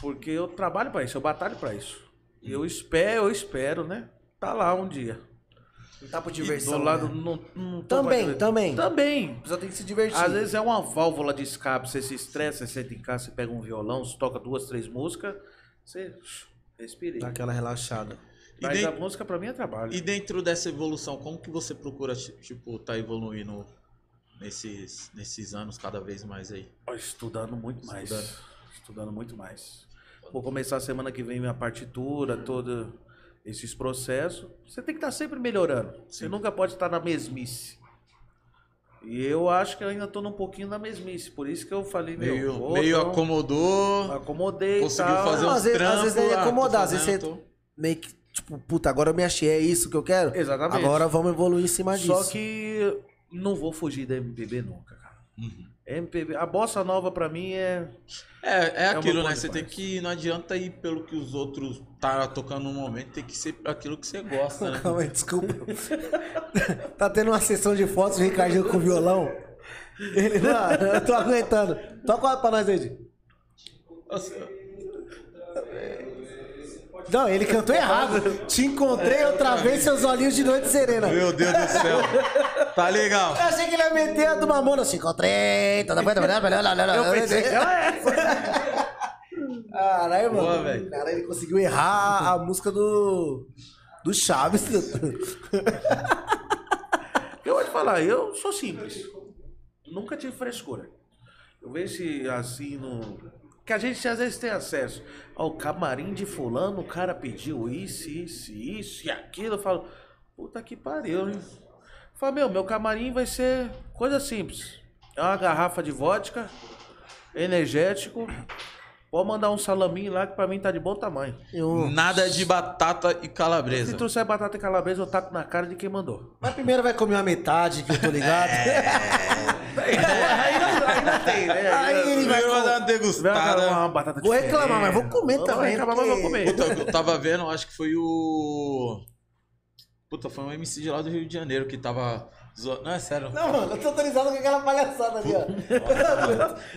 Porque eu trabalho pra isso, eu batalho pra isso. E eu espero, eu espero, né? Tá lá um dia.
Não tá por
Do
diversão.
lado,
né?
não, não tô
Também,
mais-
também.
Também.
Só Tá, tem que se divertir.
Às vezes é uma válvula de escape. Você se estressa, você senta em casa, você pega um violão, você toca duas, três músicas, você respira.
Dá aquela relaxada.
E,
Mas
den-
a música pra mim é trabalho.
e dentro dessa evolução, como que você procura, ti- tipo, tá evoluindo nesses, nesses anos cada vez mais aí?
Ó, Estudando muito mais.
Estudando.
Estudando. muito mais. Vou começar semana que vem minha partitura, todos esses processos. Você tem que estar sempre melhorando. Você
Sim.
nunca pode estar na mesmice. E eu acho que eu ainda estou num pouquinho na mesmice. Por isso que eu falei, meu,
Meio,
vou
meio
dar um-
acomodou,
acomodei e
conseguiu
tal.
fazer
então. Não,
uns
às vezes- às
trampos.
vezes é
ah, tô
acomodar, às vezes
fazendo,
você-
tô-
Meio que, tipo, puta, agora eu me achei, é isso que eu quero?
Exatamente.
Agora vamos evoluir em cima disso.
Só que não vou fugir da MPB nunca, cara.
Uhum.
MPB, a bossa nova pra mim é
É, é
uma
aquilo, né?
coisa
Você tem
mais.
que. Não adianta ir pelo que os outros tá tocando no momento, tem que ser aquilo que você gosta, né?
Calma aí, desculpa. tá tendo uma sessão de fotos do Ricardinho com violão. Ele, mano, eu tô aguentando. Toca uma pra nós, Ed.
Nossa,
Não, ele cantou errado. Te encontrei outra vez, seus olhinhos de noite serena.
Meu Deus do céu. Tá legal.
Eu achei que ele ia meter a do Mamona. assim, Te encontrei. toda vez- Eu
É,
pensei que era
é.
essa. Caralho, mano.
Boa, velho.
Cara, ele conseguiu errar a música do. Do Chaves.
Eu vou te falar, eu sou simples. Nunca tive frescura. Eu vejo esse, assim no. Que a gente às vezes tem acesso ao camarim de fulano, o cara pediu isso, isso, isso e aquilo. Eu falo, puta que pariu, hein? Eu falo, meu, meu camarim vai ser coisa simples. É uma garrafa de vodka, energético. Pode mandar um salaminho lá que pra mim tá de bom tamanho.
Eu-
Nada de batata e
Se
calabresa.
trouxer batata e calabresa, eu taco na cara de quem mandou.
Mas primeiro vai comer uma metade, que eu tô ligado.
É.
Aí não, aí não tem, né?
Aí ele vai
Primeiro vai dar uma
Vem uma, cara-
degustada.
uma batata
Vou
diferente.
reclamar, mas vou comer
Não,
também.
reclamar, mas vou comer.
Puta, eu tava vendo, acho que foi o. Puta, foi um MC de lá do Rio de Janeiro que tava. zo- Não, é sério.
Não, mano, eu tô autorizado com aquela palhaçada ali, ó.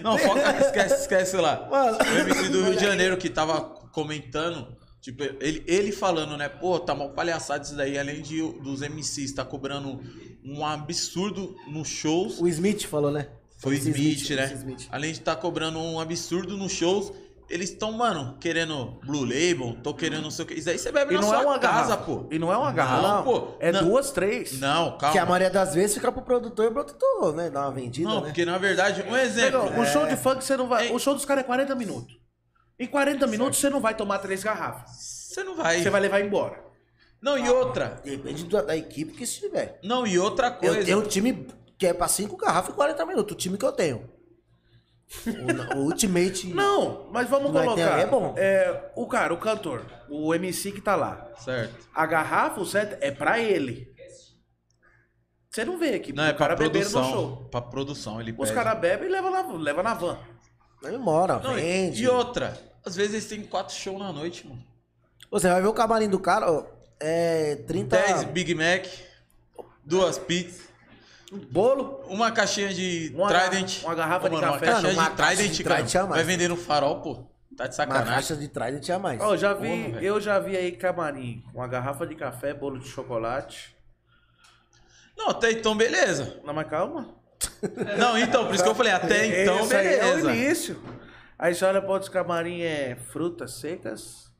Não, foca, esquece, esquece lá.
Mano.
O Um MC do Rio de Janeiro que tava comentando. Tipo, ele, ele falando, né? Pô, tá mal palhaçada isso daí. Além de, dos MCs, tá cobrando um absurdo nos shows.
O Smith falou, né?
Foi o
Esse
Smith, né?
esse Smith.
Além de estar cobrando um absurdo nos shows, eles estão, mano, querendo Blue Label, tô querendo não sei o que. Isso aí você bebe
E
na
não
sua
é uma
casa,
garrafa.
pô.
E é não é uma garrafa.
Não, pô.
É
Não.
duas, três.
Não,
Que a
Ah, calma.
maioria das vezes fica pro produtor e o produtor, né? Dá uma vendida,
Não,
né?
porque na verdade, um exemplo.
Legal, O show de funk você não vai.
Ei.
O show dos caras é 40 minutos. Em 40 minutos você não vai tomar três garrafas.
Você não vai.
Você vai levar embora.
Não, e outra.
Depende da, da equipe que estiver.
Não, e outra
Eu
coisa.
tenho um time que é pra 5 garrafas e 40 minutos, o time que eu tenho. O, o Ultimate.
Não, mas vamos
Mas tem
colocar.
ali é bom.
é, o cara, o cantor, o MC que tá lá.
Certo.
A garrafa, o set, é pra ele. Você não vê aqui.
Não, é
o
pra
cara beberam no show.
produção. Pra produção, ele
Os
É.
pede.
caras bebem e levam na, leva na van.
Ele mora,
Não, e,
vende.
e outra. Às vezes eles têm quatro shows na noite, mano.
Você vai ver o camarim do cara, ó, é 30.
Então.
10 Big Mac, duas pizzas.
Bolo.
Uma caixinha de
Uma garra-
Trident.
uma garrafa de
Mano,
café.
Uma caixinha
Mano, uma
de
caixa de
Trident,
Trident
cara.
é
Vai
mais.
vender no farol, pô. Tá de
Uma
sacanagem.
caixa de trás não tinha mais.
Ó, eu já
Porra,
vi,
velho.
eu já vi aí camarim com uma garrafa de café, bolo de chocolate.
Não, até então, beleza.
Não, mas calma.
Não, então, por isso que eu falei, até então,
Isso aí
beleza.
É o início. Aí você olha para outros camarim é frutas secas,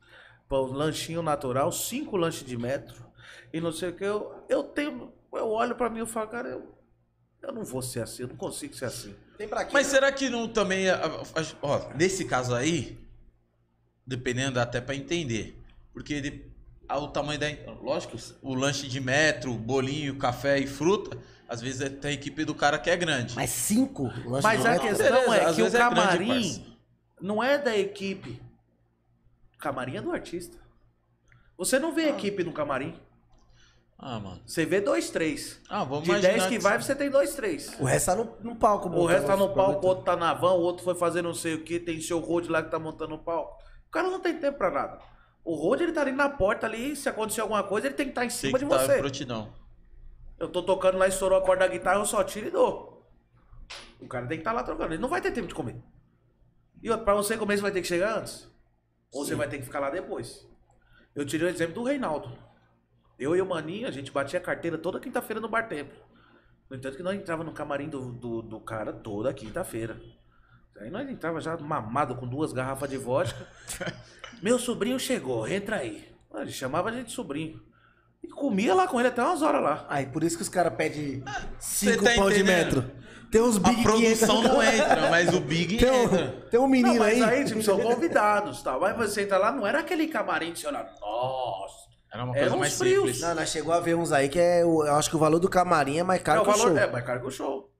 pão, lanchinho natural, cinco lanches de metro e não sei o que. Eu, eu tenho, eu olho pra mim e falo, cara, eu, eu não vou ser assim, eu não consigo ser assim.
Tem pra quê?
Mas será que não também. a- a- a- Ó, nesse caso aí, dependendo dá até pra entender. Porque de- a- o tamanho da. Lógico, o lanche de metro, bolinho, café e fruta, às vezes é- tem a equipe do cara que é grande.
Mas cinco? lanches
Mas
de
a
metro?
questão
Beleza,
é
às
que o
vezes é grande,
camarim
parça.
não é da equipe. O camarim é do artista. Você não vê equipe no camarim.
Ah, mano.
Você vê dois, três.
Ah, vamos
De
imaginar
dez que vai, você tem dois, três.
O resto tá no, no palco. tipo,
O
montando
resto tá no
os
palco, o
produtos.
outro tá na van, o outro foi fazer não sei o que, tem seu road lá que tá montando o palco. O cara não tem tempo pra nada. O road, ele tá ali na porta ali, se acontecer alguma coisa, ele tem que estar em
Sei
cima
que
de
tá
você.
prontidão.
Eu tô tocando lá, estourou a corda da guitarra, eu só tiro e dou. O cara tem que estar lá trocando, ele não vai ter tempo de comer. E outro, pra você comer, você vai ter que chegar antes. Ou você vai ter que ficar lá depois. Eu tirei o exemplo do Reinaldo. Eu e o Maninho, a gente batia carteira toda quinta-feira no Bar Templo. No entanto que nós entrava no camarim do, do, do cara toda quinta-feira. Aí nós entrava já mamado com duas garrafas de vodka. Meu sobrinho chegou, entra aí. Ele chamava a gente de sobrinho. E comia lá com ele até umas horas lá.
Aí, por isso que os caras pedem
Ah,
cinco
tá
pau de
entendendo?
metro. Tem uns
A
big que
produção
entra-
não entra, mas o Big
Tem
entra.
um, tem um menino
não, mas
aí.
aí, tipo, são convidados, tal. Mas você entra lá, não era aquele camarim que você olha, nossa.
Era uma
Era
coisa
uns
mais
frios.
simples.
Não, nós chegou a ver uns aí que é. o- Eu acho que o valor do camarim é mais caro
é, o
que o
valor,
show.
é, mas cara que o show.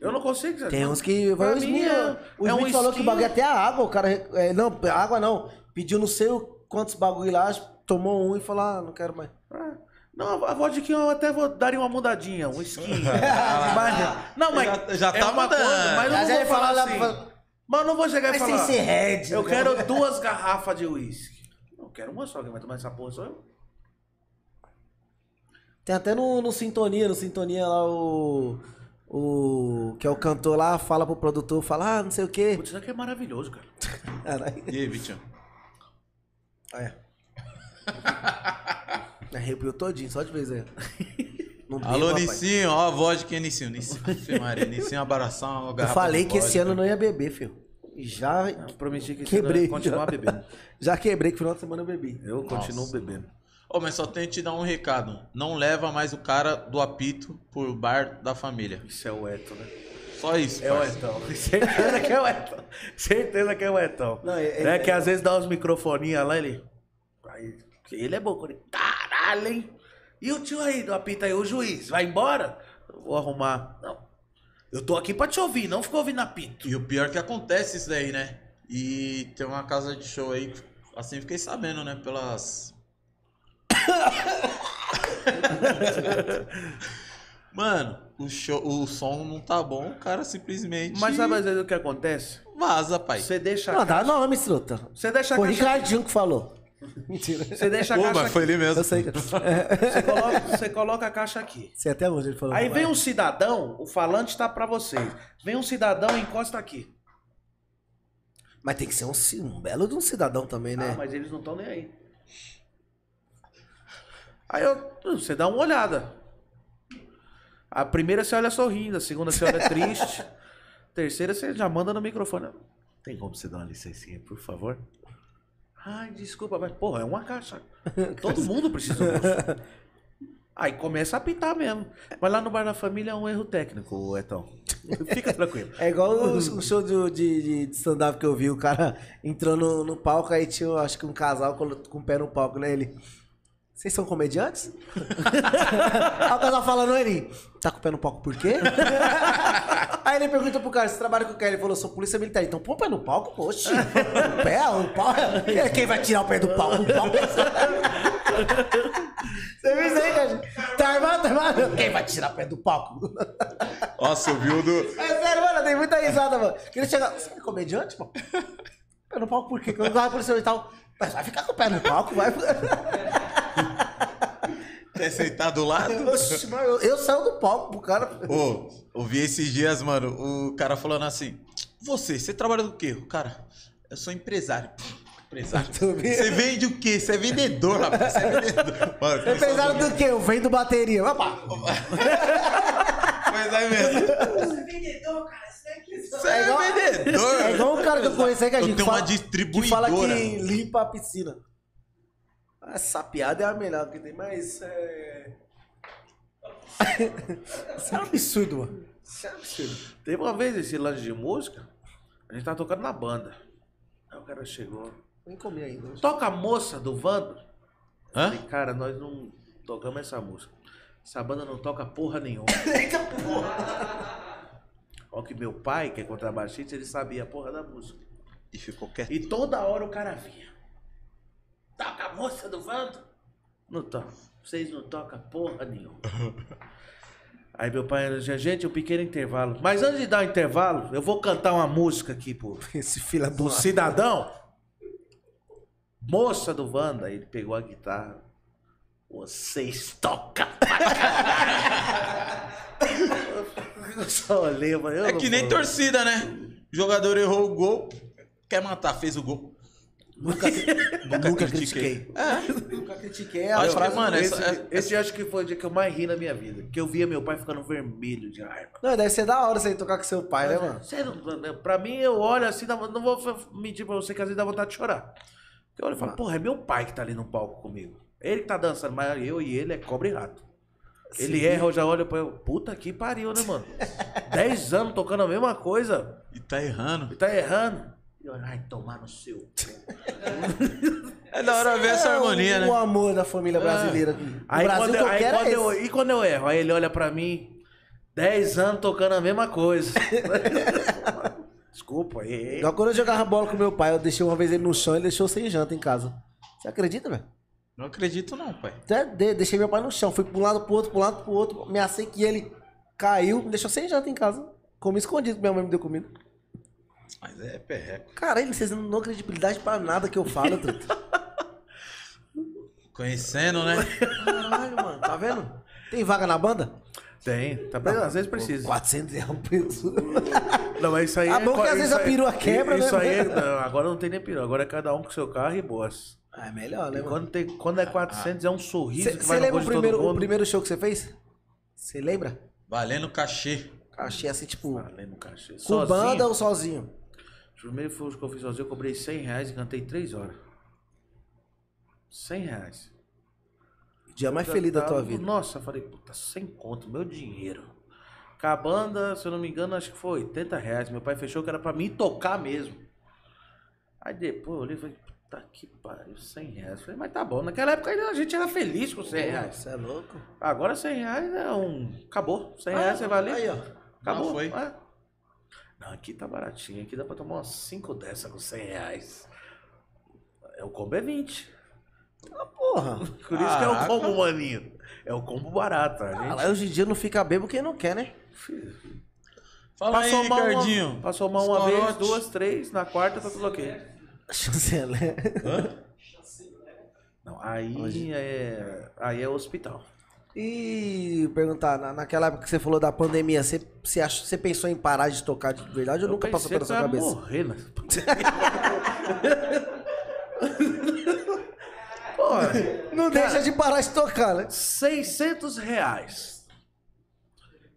Eu não consigo. dizer,
Tem
não.
uns que. Vai, o
mim
Smith,
é-
o
é um
Smith falou que o
esquinho.
bagulho até a água, o cara. re- é, não, água não. Pediu não sei o- quantos bagulho lá, tomou um e falou, ah, não quero mais.
Ah, Não, a vodka eu até vou dar uma mudadinha, um skin. mas, não, mas.
Já- já
é
tá
uma
mudando.
coisa, mas eu não
Mas
vou
aí
falar
fala lá
assim.
pra falar-
Mas eu não vou chegar e
Mas sem
falar.
ser head.
Eu
né?
quero duas garrafas de uísque. Eu quero uma só, quem vai tomar essa porra sou eu.
Tem até no, no Sintonia, no Sintonia lá o. O. Que é o cantor lá, fala pro produtor, fala, ah, não sei o quê.
Putz, isso aqui é maravilhoso, cara.
Caralho.
E aí, Vitinho?
É. Arrepiou todinho, só de vez aí. Não bebo,
Alô,
rapaz.
Nicinho, ó a voz de quem é Nicinho. Nicinho, Ave Maria, Nicinho abração, uma
Eu
garrafa
falei
de
que esse
vodka.
ano eu não ia beber, filho. E Já,
Eu prometi que
Quebrei.
continuar bebendo.
já quebrei que final de semana eu bebi.
Eu continuo
Nossa.
bebendo.
Ô, mas só tenho que te dar um recado. Não leva mais o cara do apito pro bar da família.
Isso é o Eto, né?
Só isso,
É o
parça.
Etão. Certeza que é o Etão. Certeza que é o Etão.
Não,
é,
é-
que às vezes dá uns microfoninhas lá, ele. Aí, porque ele é bom. quando Ele, Caralho, hein? E o tio aí do apita aí, o juiz, vai embora? Eu Vou arrumar. Não. Eu tô aqui pra te ouvir, não fica ouvindo apito.
E o pior é que acontece isso daí, né? E tem uma casa de show aí, assim fiquei sabendo, né? Pelas. Mano, o, show, o som não tá bom, o cara simplesmente.
Mas sabe às vezes o que acontece?
Vaza, pai.
Você deixa.
Não, dá nome, Struta.
Você deixa a
Foi o
caixa.
Ricardinho que falou. Mentira.
Você deixa a
Pô,
caixa.
mas foi
aqui.
ele mesmo.
Eu sei. que- É.
Você coloca, você coloca a caixa aqui.
Sei até onde ele falou.
Aí vem um cidadão, o falante tá pra vocês. Vem um cidadão e encosta aqui.
Mas tem que ser um, ci- um belo de um cidadão também, né?
Ah, mas eles não estão nem aí. Aí eu- você dá uma olhada. A primeira você olha sorrindo, a segunda você olha triste. Terceira você já manda no microfone. Tem como você dar uma licencinha, por favor? Ai, desculpa, mas porra, é uma caixa. Todo mundo precisa ouvir. Aí começa a apitar mesmo. Mas lá no Bar da Família é um erro técnico, Etão. Fica tranquilo.
É igual o, o show do- de, de- de stand-up que eu vi, o cara entrando no palco, aí tinha, acho que um casal colo- com o pé no palco, né? Ele. Vocês são comediantes? aí o casal falando, ele. Tá com o pé no palco por quê? aí ele pergunta pro cara, você trabalha com o quê? Ele falou, sou polícia militar. Então põe o pé no palco, poxa. O pé, o pau. é-" Quem vai tirar o pé do palco? O pau. é Você viu isso aí, cara? Tá armado, tá armado? Quem vai tirar o pé do palco?
Nossa, eu vi o do.
É sério, mano, eu dei muita risada, mano. Queria chegar. Você é comediante, mano? Pé no palco por quê? Quando vai pro seu e tal. Mas vai ficar com o pé no palco, vai.
Quer sentar do lado?
Oxi, mano, eu, eu saio do palco pro cara.
Ô, ouvi esses dias, mano, o cara falando assim: Você, você trabalha do quê? O cara, eu sou empresário. Empresário.
Tu viu?
Você vende o quê? Você é vendedor, rapaz. Você é vendedor. Mano,
Eu pensava do quê? Eu venho do bateria. Opa!
Mas é mesmo. Você
É igual-
é vendedor.
É igual um cara que eu conheci aí que a
Eu
gente
tenho
fala.
uma
que fala
distribuidora.
que limpa a piscina. Essa piada é a melhor que tem, mas. É... Isso é um absurdo, mano. Isso é um absurdo.
Teve uma vez esse lance de música, a gente tava tocando na banda. Aí o cara chegou.
Nem comi ainda.
Toca a moça do Vando?
Hã?
Falei, cara, nós não tocamos essa música. Essa banda não toca porra nenhuma. Ó que meu pai, que é contrabaixista, ele sabia a porra da música.
E ficou quieto.
E toda hora o cara vinha. Toca a moça do Vando? Não toca. Vocês não tocam porra nenhuma. Aí meu pai dizia, gente, um pequeno intervalo. Mas antes de dar o intervalo, eu vou cantar uma música aqui pro,
Esse fila do
pro cidadão. Moça do Vanda, ele pegou a guitarra. Vocês tocam pra caralho. Eu só olhei, mas eu
É
não
que nem
vou.
torcida, né? O jogador errou o gol, quer matar, fez o gol.
Nunca,
Nunca
nunca
critiquei. É.
critiquei. Nunca critiquei. é a
Acho que,
frase-
mano,
esse,
essa- essa-
esse acho que foi o dia que eu mais ri na minha vida. Que eu via meu pai ficando vermelho de raiva.
é-
Não, deve ser da hora você ir tocar com seu pai, né, mano?
Sério, pra mim eu olho assim, dá- não vou mentir pra você que às vezes dá vontade de chorar. Eu olho e
Ah.
falo, porra, é meu pai que tá ali no palco comigo. Ele que tá dançando, mas eu e ele é cobra e rato. Ele erra, eu já olho pra eu. Puta que pariu, né, mano? Dez anos tocando a mesma coisa.
E tá errando.
Ele tá errando. E eu, ai, tomar no seu.
É da hora ver
É
essa harmonia,
o, É.
né?
O amor da família brasileira. aqui. O
Aí
Brasil
quando,
que eu
eu, aí
quero
quando
é
eu-
esse.
e quando eu erro, aí ele olha pra mim, 10 anos tocando a mesma coisa. Desculpa, errei.
Igual quando eu jogava bola com meu pai, eu deixei uma vez ele no chão e ele deixou sem janta em casa. Você acredita, velho?
Não acredito não, pai.
Até de- deixei meu pai no chão. Fui pra um lado pro outro, pro lado pro outro. Ameacei que ele caiu, me deixou sem janta em casa. Comi escondido, que minha mãe me deu comida.
Mas é perreco.
Caralho, vocês não dão credibilidade pra nada que eu falo, truta.
Conhecendo, né?
Caralho, mano, tá vendo? Tem vaga na banda?
Tem, tá, precisando, às vezes precisa.
400 reais um preço.
Não, mas isso aí é
Tá bom que às
isso
vezes a
aí-
perua quebra,
isso
né,
aí é-
mano?
não, agora não tem nem perua, agora é cada um com seu carro e boas.
Ah, é melhor, né,
E
mano?
quando, tem, quando é 400 é um sorriso que
Você
vai no
lembra
rosto
o
de todo
primeiro, o
mundo.
primeiro show que você fez? Você lembra?
Valendo cachê.
Achei assim, tipo,
Ah, lembro, cachê.
com
Sozinho,
banda ou sozinho?
Os primeiros shows que eu fiz sozinho, eu cobrei 100 reais e cantei 3 horas. 100 reais.
O dia Tá mais feliz da tua
Tava-
vida.
tá um Nossa, eu falei, puta, sem conto, meu dinheiro. Com a banda, se eu não me engano, acho que foi 80 reais. Meu pai fechou que era pra mim tocar mesmo. Aí depois eu olhei e falei, puta que pariu, 100 reais. Falei, mas tá bom, naquela época ainda a gente era feliz com 100 reais.
Você é louco?
Agora 100 reais é um. Acabou, 100 reais você vai ali.
Aí, ó.
Acabou.
Não, foi.
é. Não, aqui tá baratinho. Aqui dá pra tomar umas 5 dessa com 100 reais. É o combo é 20.
Porra.
Por isso que é o
Caraca.
combo, maninho. É o combo barato. A gente
Caralho, hoje em dia não fica bebo quem não quer, né?
Fala aí,
mal uma-
Ricardinho.
passou mal uma vez,
Escorote.
duas, três, na quarta tá tudo ok.
Chancela.
Não, aí é. Aí é hospital.
E perguntar, na- naquela época que você falou da pandemia, você, você, ach- você pensou em parar de tocar de verdade ou nunca
Eu
passou
pensei
pela
que
sua
eu ia
cabeça?
morrer, né? Pô,
Não deixa de parar de tocar, né?
600 reais.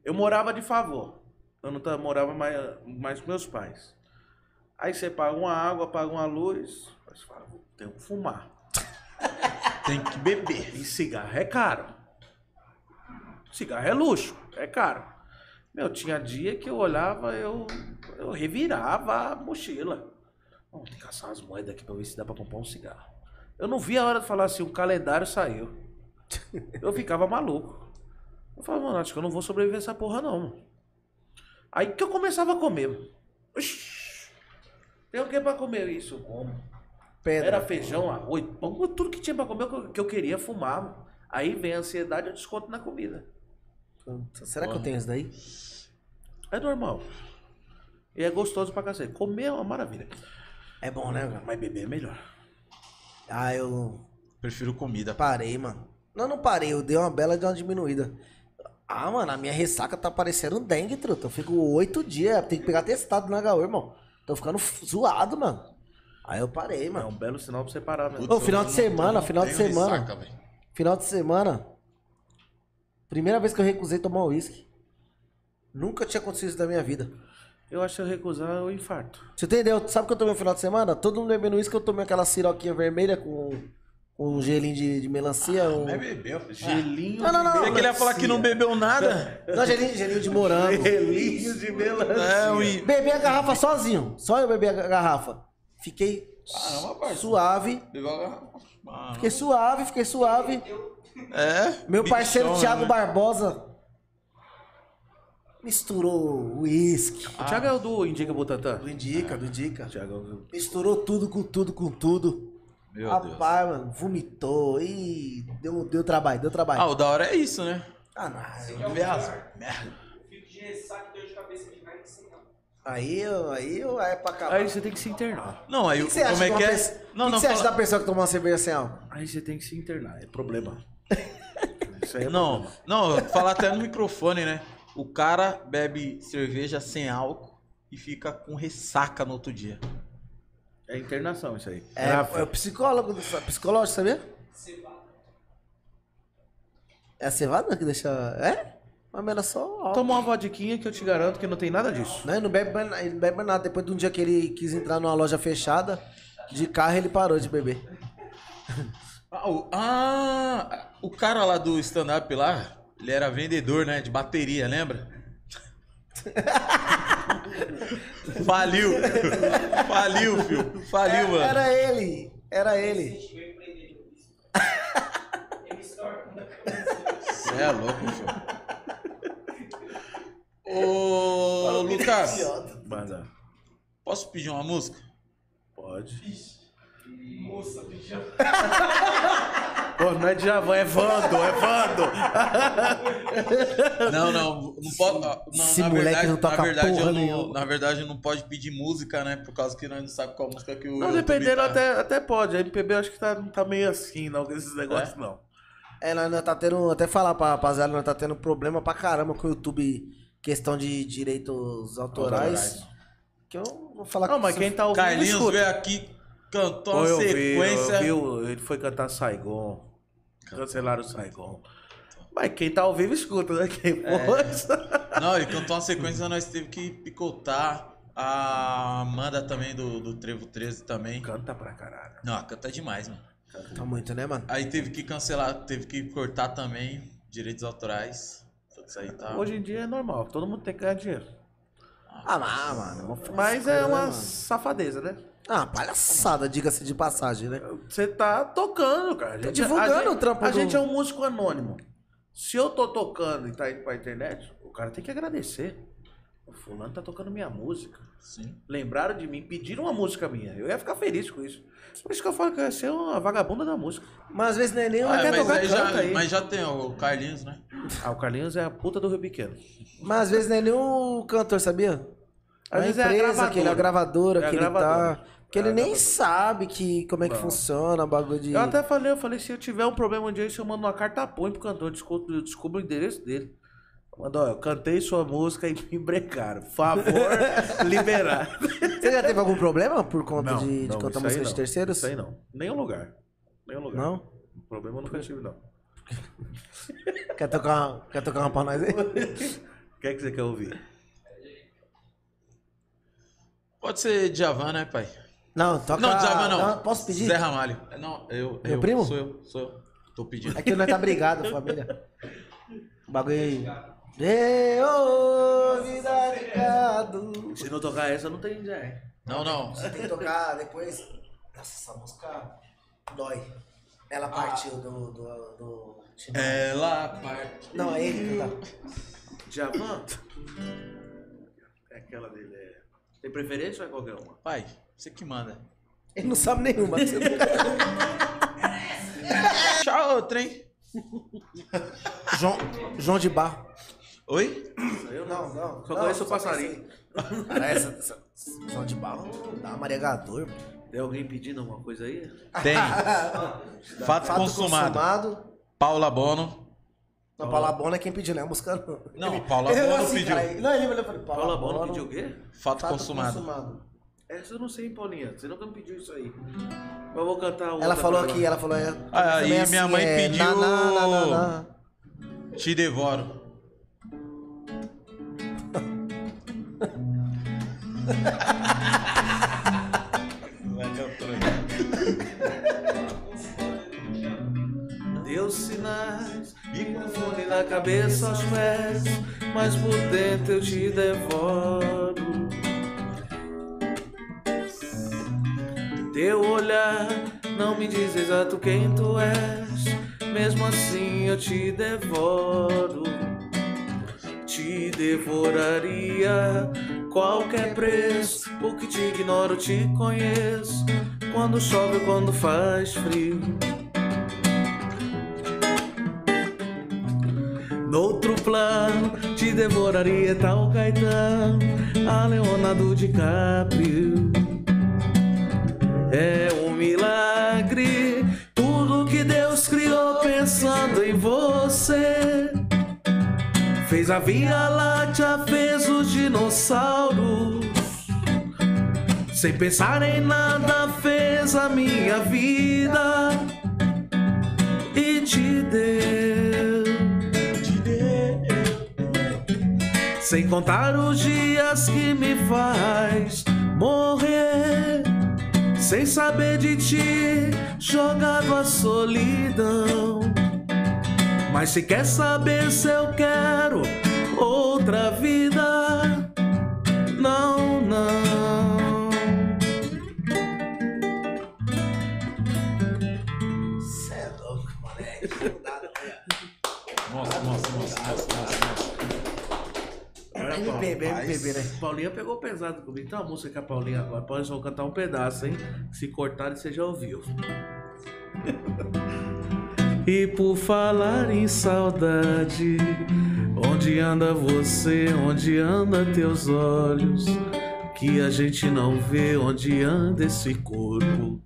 Eu morava de favor. Eu não tava- morava mais, mais com meus pais. Aí você paga uma água, paga uma luz. Aí você fala, tem que fumar.
Tem que beber.
E cigarro é caro. Cigarro é luxo, é caro. Meu, tinha dia que eu olhava, eu, eu revirava a mochila. Não, tem que caçar umas moedas aqui pra ver se dá pra comprar um cigarro. Eu não via a hora de falar assim, o calendário saiu. Eu ficava maluco. Eu falava, mano, acho que eu não vou sobreviver a essa porra não. mano." Aí que eu começava a comer. mano. Oxi, tem o que pra comer isso? Eu como.
Pedra.
Era feijão, arroz, pão, tudo que tinha pra comer que eu- que eu queria, fumava. Aí vem a ansiedade, eu desconto na comida.
Puta, será que eu tenho isso daí?
É normal. E é gostoso pra cacete. Comer é uma maravilha.
É bom, né, cara?
Mas beber é melhor.
Ah, eu
Prefiro comida.
parei, mano. Não, não parei, eu dei uma bela de uma diminuída. Ah, mano, a minha ressaca tá parecendo um dengue, truta. Eu fico oito dias, tem que pegar testado na HU, irmão. Tô ficando f- zoado, mano. Aí eu parei,
É
mano.
um belo sinal pra você parar mesmo.
Ô, final de semana, final de
tenho
semana.
ressaca, velho.
Final de semana, primeira vez que eu recusei tomar uísque. Nunca tinha acontecido isso na minha vida.
Eu acho que eu recusar o infarto.
Você entendeu? Sabe o que eu tomei no final de semana? Todo mundo bebendo uísque, eu tomei aquela siroquinha vermelha com, com um gelinho de, de melancia. um-
Mas bebeu.
Gelinho
Ah. Não, não, não.
de
É que ele ia falar que não bebeu nada.
Não, gelinho, gelinho de morango.
Gelinho de melancia.
É, o i-
Bebi a garrafa sozinho. Só eu bebi a garrafa. Fiquei
Caramba, parça.
Suave.
Bebeu a garrafa. Mano.
Fiquei suave, fiquei suave.
É.
Meu parceiro
bichona,
Thiago
né?
Barbosa misturou uísque.
O Thiago é o do Indica Butatã.
Do Indica, do Indica.
Thiago é o-
Misturou tudo com tudo, com tudo.
Meu Deus.
Rapaz, mano, vomitou e deu, deu trabalho, deu
Ah,
trabalho.
o da hora é isso, né?
Ah, não.
Merda. Merda.
Fico de ressaca e dor de cabeça de nada, assim não.
Aí, eu- aí eu- é pra acabar.
Aí você tem que se internar.
Não, aí
O que que você
como
acha, de
é
uma
que é?
pessoa- o
Não,
que
não,
que você acha
fala-
da pessoa que tomou uma cerveja sem álcool?
Aí você tem que se internar. É problema. Isso aí é
Não, não, eu falar até no microfone, né? O cara bebe cerveja sem álcool e fica com ressaca no outro dia.
É internação isso aí.
É,
Rafa,
é o psicólogo, psicológico, sabia? É a cevada que deixa. É? Mas era só. álcool.
Toma uma vodiquinha que eu te garanto que não tem nada disso.
Não, ele não bebe, mais na- ele não bebe mais nada. Depois de um dia que ele quis entrar numa loja fechada, de carro ele parou de beber.
Ah, o, ah, o cara lá do stand-up lá, ele era vendedor, né? De bateria, lembra? Faliu. Faliu, filho. Faliu, mano.
Era ele, era ele.
Você é louco, filho. Ô,
é
Lucas,
Manda.
posso pedir uma música?
Pode. Moça, Pô, não é Djavan, é Vando, é Vando.
Não, não, não pode. ah, Não,
Esse
na
moleque
verdade,
não toca
na verdade, eu
porra
não,
nenhuma.
Na verdade, não pode pedir música, né? Por causa que nós não sabe qual música que o.
Não,
YouTube
dependendo
tá.
até, até pode. A MPB eu acho que tá, não tá meio assim, não, com esses negócios, não.
É, nós, nós tá tendo. Até falar pra rapaziada, nós tá tendo problema pra caramba com o YouTube, questão de direitos autorais.
Autorais.
Que eu vou falar
Não, mas
vocês.
quem tá ouvindo,
Carlinhos
escuta.
veio aqui, cantou
Pô,
uma
eu vi,
sequência.
eu vi, ele foi cantar Saigon. Cancelaram o Saigon. Mas quem tá ao vivo escuta, né? Quem pode.
Não, ele cantou uma sequência, nós teve que picotar. A Amanda também, do, do Trevo 13 também.
Canta pra caralho.
Não, ela canta demais, mano.
Tá muito, né, mano?
Aí teve que cancelar, teve que cortar também direitos autorais. Tudo isso aí tá.
Hoje em dia é normal, todo mundo tem que ganhar dinheiro.
Ah, mas, mano. vamos falar
Mas
essas
é uma
coisas,
safadeza, né?
mano. Ah, palhaçada, diga-se de passagem, né?
Você tá tocando, cara. A gente-
divulgando
a gente-
o trampo
A
do-
gente é um músico anônimo. Se eu tô tocando e tá indo pra internet, o cara tem que agradecer. O fulano tá tocando minha música.
Sim.
Lembraram de mim, pediram uma música minha. Eu ia ficar feliz com isso. Por isso que eu falo que eu ia ser uma vagabunda da música.
Mas às vezes não é nem uma
Ah,
quer
mas,
tocar
aí
canto.
já,
aí.
mas já tem o Carlinhos, né?
Ah, o Carlinhos é a puta do Rio Pequeno.
Mas às vezes não é nem o cantor, sabia?
Às
a
vezes é a
empresa, que ele é a gravadora,
É a
que ele
gravadora.
tá. Que ele
É a
nem
gravadora.
sabe que, como é que
Não.
funciona o bagulho de.
Eu até falei, eu falei, se eu tiver um problema um dia, eu mando uma carta punho pro cantor, eu descubro, eu descubro o endereço dele. Manda, ó, eu cantei sua música e me brecaram. Favor, liberar.
Você já teve algum problema por conta de, de cantar
isso aí
música de
não.
terceiros?
Isso aí não. Nenhum lugar. Nenhum lugar.
Não?
Problema eu nunca tive, não.
Quer tocar, uma- quer tocar uma pra nós aí?
O que é que você quer ouvir?
Pode ser Djavan, né, pai?
Não, toca. Ah,
Não, Djavan não.
Posso pedir?
Zé Ramalho. É, Não, eu.
Meu
eu,
primo?
Sou eu, sou eu. Tô pedindo.
É que nós tá brigado, família. O bagulho aí. Ê, ô, vida de gado.
Se não tocar essa, não tem já. é.
Não, não.
Tem que tocar depois. Nossa, essa música dói. Ela partiu do. do, do...
Ela parte.
Não, é ele que tá.
Javan? É aquela dele, é... Tem preferência ou é qualquer uma?
Pai, você que manda.
Ele não sabe nenhuma.
Tchau, trem.
João, João de Barro.
Oi?
Eu
Não, não.
Só
não,
conheço o
só
passarinho.
pensei. Cara, essa, essa- João de Barro não dá maregador.
Tem alguém pedindo alguma coisa aí?
Tem. Fato,
Fato
consumado.
consumado. consumado.
Paula Bono.
Não, Paula Bona é quem pediu, né? A música não.
Não,
Ele-
Paula
ele olhou
Bona pediu.
cara, ele- não, ele olhou e falou,
Paula Bono pediu o quê?
Fato, consumado.
Essa eu não sei, Paulinha. Você nunca me pediu isso aí. Mas eu vou cantar outra
Ela falou
pra
aqui, ela falou. É,
Ah,
também
e minha mãe
é,
pediu-
na, na, na, na, na.
Te devoro.
Deu sinais, me confunde na cabeça aos pés, mas por dentro eu te devoro. Teu olhar não me diz exato quem tu és. Mesmo assim eu te devoro. Te devoraria qualquer preço. O que te ignoro te conheço. Quando chove, quando faz frio. Noutro plano, te devoraria tal Caetano, a Leonardo DiCaprio. É um milagre, tudo que Deus criou pensando em você. Fez a Via Láctea, fez os dinossauros. Sem pensar em nada, fez a minha vida e te deu. Sem contar os dias que me faz morrer. Sem saber de ti, jogado a solidão. Mas se quer saber se eu quero outra vida, não, não.
Você é louco, moleque. Não dá, não.
Nossa, nossa, nossa, nossa, nossa.
MPB, MPB, né?
Paulinha pegou pesado comigo. Tem uma música com a Paulinha agora. Paulinha, só vou cantar um pedaço, hein? Se cortarem, você já ouviu. e por falar em saudade, onde anda você? Onde anda teus olhos? Que a gente não vê onde anda esse corpo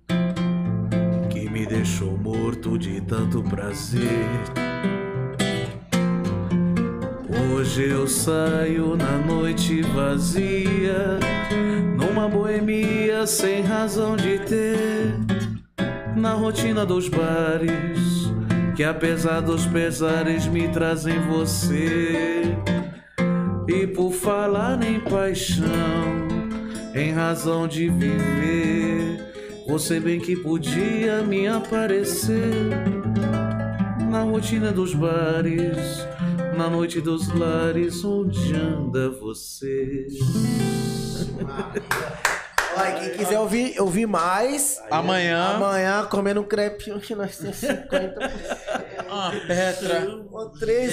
que me deixou morto de tanto prazer. Hoje eu saio na noite vazia, numa boemia sem razão de ter. Na rotina dos bares, que apesar dos pesares me trazem você. E por falar em paixão, em razão de viver, você bem que podia me aparecer na rotina dos bares, na noite dos lares, onde anda você?
Olha, quem quiser ouvir, ouvir mais,
Amanhã,
amanhã comendo um crepinho que nós temos 50
a Petra.
Ou três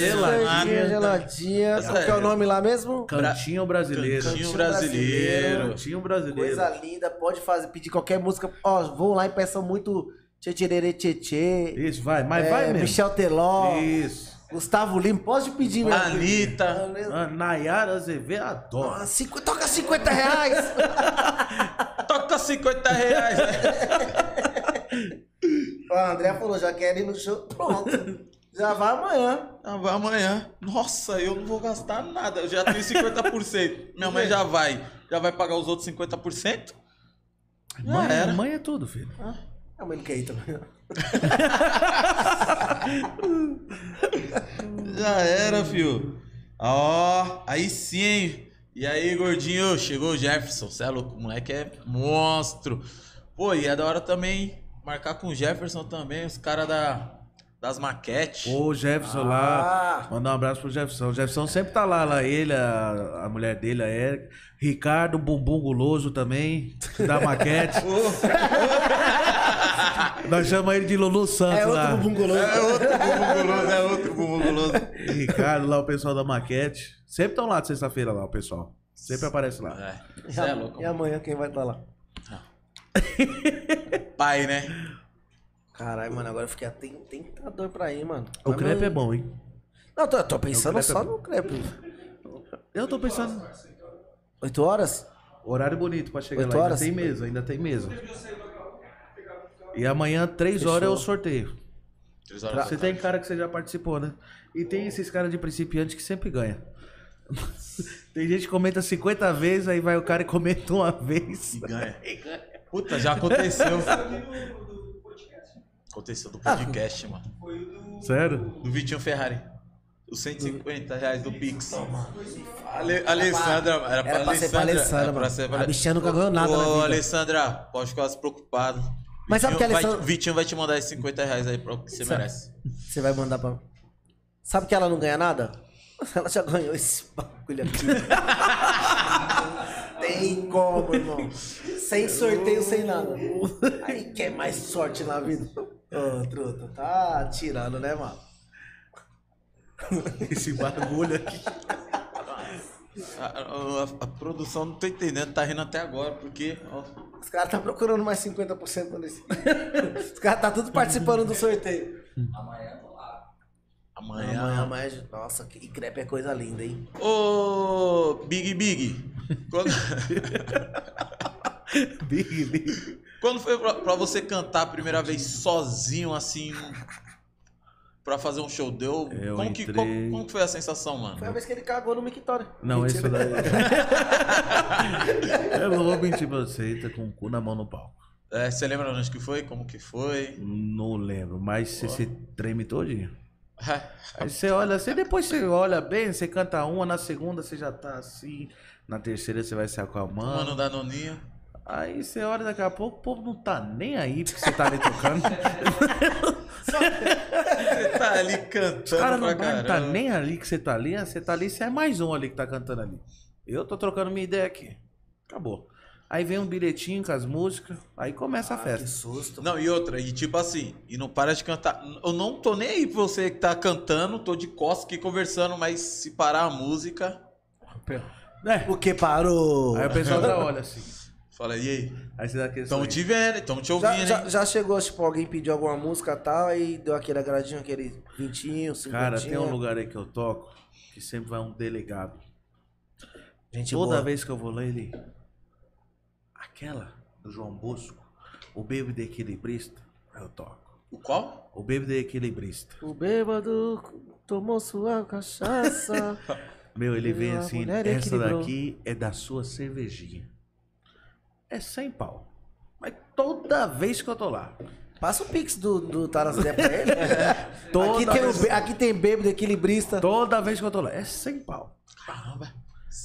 geladinha,
Geladinha.
geladinha. Qual que é o nome lá mesmo?
Cantinho brasileiro.
Cantinho um brasileiro.
Cantinho brasileiro.
Coisa linda, pode fazer, pedir qualquer música. Ó, vão lá e peçam muito Tchetcherere Tchetchê.
Isso, vai, mas
é,
vai mesmo.
Michel Teló,
Isso.
Gustavo Lima, pode pedir mesmo.
Anitta.
Ah, Nayara Azevedo adora.
Ah, cinco- toca 50 reais!
Toca 50 reais. né?
Ó, a André falou, já quer ir no show, pronto. Já vai amanhã.
Ah, vai amanhã. Nossa, eu não vou gastar nada. Eu já tenho 50%. Minha mãe já vai. Já vai pagar os outros 50%? Já
Mãe,
era.
mãe é tudo, filho.
A mãe não quer ir também.
Já era, fio. Ó, aí sim, hein? E aí, gordinho, chegou o Jefferson. Cê é louco, o moleque é monstro. Pô, e é da hora também marcar com o Jefferson também, os caras da, das maquetes.
Ô, Jefferson
Ah.
lá. Mandar um abraço pro Jefferson. O Jefferson sempre tá lá, lá ele, a, a mulher dele, a Erika. Ricardo, Bumbum Guloso também, da maquete. Nós chamamos ele de Lulu Santos
É
lá.
outro bungolô.
É outro bumbum guloso, é outro bumbum guloso.
Ricardo, lá o pessoal da maquete. Sempre estão lá de sexta-feira lá, o pessoal. Sempre aparece lá.
É, cê é louco.
E amanhã quem vai estar lá?
Pai, né?
Caralho, mano, agora eu fiquei até tentador pra ir, mano.
O
Mas
crepe
não-
é bom, hein?
Não, tô, tô pensando
O crepe é
só
bom.
no crepe.
Eu tô pensando.
Oito horas?
Horário bonito pra chegar
Oito
lá.
horas?
Ainda tem mesa, ainda tem mesa. E amanhã, três
Fechou.
horas, é o sorteio.
Três horas da
Você tem cara que você já participou, né? E tem esses caras de principiante que sempre ganha. tem gente que comenta 50 vezes, aí vai o cara e comenta uma vez.
E ganha. Puta, já aconteceu. aconteceu do podcast, mano.
Sério?
Ah, Do Vitinho Ferrari. Os 150 reais do Pix. Ale, Alessandra, era pra,
Era pra ser pra Alessandra,
era pra
mano.
ser pra-
A bichinha nunca ganhou nada
Ô,
na vida.
Alessandra, pode ficar se preocupado.
Mas sabe
Vitinho
que a
vai-
Alessandra- é-
Vitinho vai te mandar esses 50 reais aí pra que você merece.
Você vai mandar pra. Sabe que ela não ganha nada? Ela já ganhou esse bagulho aqui. tem como, irmão. Sem sorteio, sem nada. Aí quer mais sorte na vida. Ô, truta, tá tirando, né, mano?
Esse bagulho aqui.
A, a- a produção não tô entendendo, tá rindo até agora, porque. ó,
Os caras tá procurando mais 50% nesse. Os caras tá tudo participando do sorteio.
Amanhã eu vou lá.
amanhã.
Amanhã mais. Nossa, que crepe é coisa linda, hein?
Ô, Big Big, quando,
Big, big.
quando foi pra, pra você cantar a primeira vez sozinho, assim, pra fazer um show? Deu?
Eu
como, que,
entrei-
como, como que foi a sensação,
Foi a
mano?
vez que ele cagou no Mictório.
Não,
Mentira. Ah,
isso daí. é eu não vou mentir pra você, tá com o cu na mão no palco.
É, você lembra onde que foi? Como que foi?
Não lembro, mas você se treme todinho.
É,
Aí você olha, você depois você olha bem, você canta uma, na segunda você já tá assim, na terceira você vai se acalmando.
Mano da Noninha.
Aí você olha daqui a pouco, o povo não tá nem aí porque você tá ali tocando.
Você tá ali
O
cantando
cara não
pra
vai-
caramba.
tá nem ali que você tá ali, você tá ali, você é mais um ali que tá cantando ali. Eu tô trocando minha ideia aqui. Acabou. Aí vem um bilhetinho com as músicas, aí começa
Ah,
a
Que
festa.
susto.
Não, e outra, e tipo assim, e não para de cantar. Eu não tô nem aí pra você que tá cantando, tô de costas aqui conversando, mas se parar a música.
É.
Porque parou.
Aí o pessoal já olha assim.
Fala, e aí?
Aí você dá aquele
Tamo
sorriso.
te vendo, tamo te ouvindo,
Já,
hein?
já, já chegou, tipo, alguém pediu alguma música e tal, aí deu aquele agradinho, aquele vintinho, cinquentinho.
Cara, tem um lugar aí que eu toco que sempre vai um delegado.
Gente
Toda
boa.
vez que eu vou lá, ele. Aquela do João Bosco, o bêbado equilibrista, eu toco.
O qual?
O bêbado equilibrista.
O bêbado tomou sua cachaça.
Meu, ele vem
Uma
assim,
mulher
essa
equilibrou."
daqui é da sua cervejinha. É sem pau. Mas toda vez que eu tô lá.
Passa o pix do, do Tarazé pra ele.
É. Toda
aqui, tem
vez-
o bê- aqui tem bêbado equilibrista.
Toda vez que eu tô lá, é sem pau.
Caramba.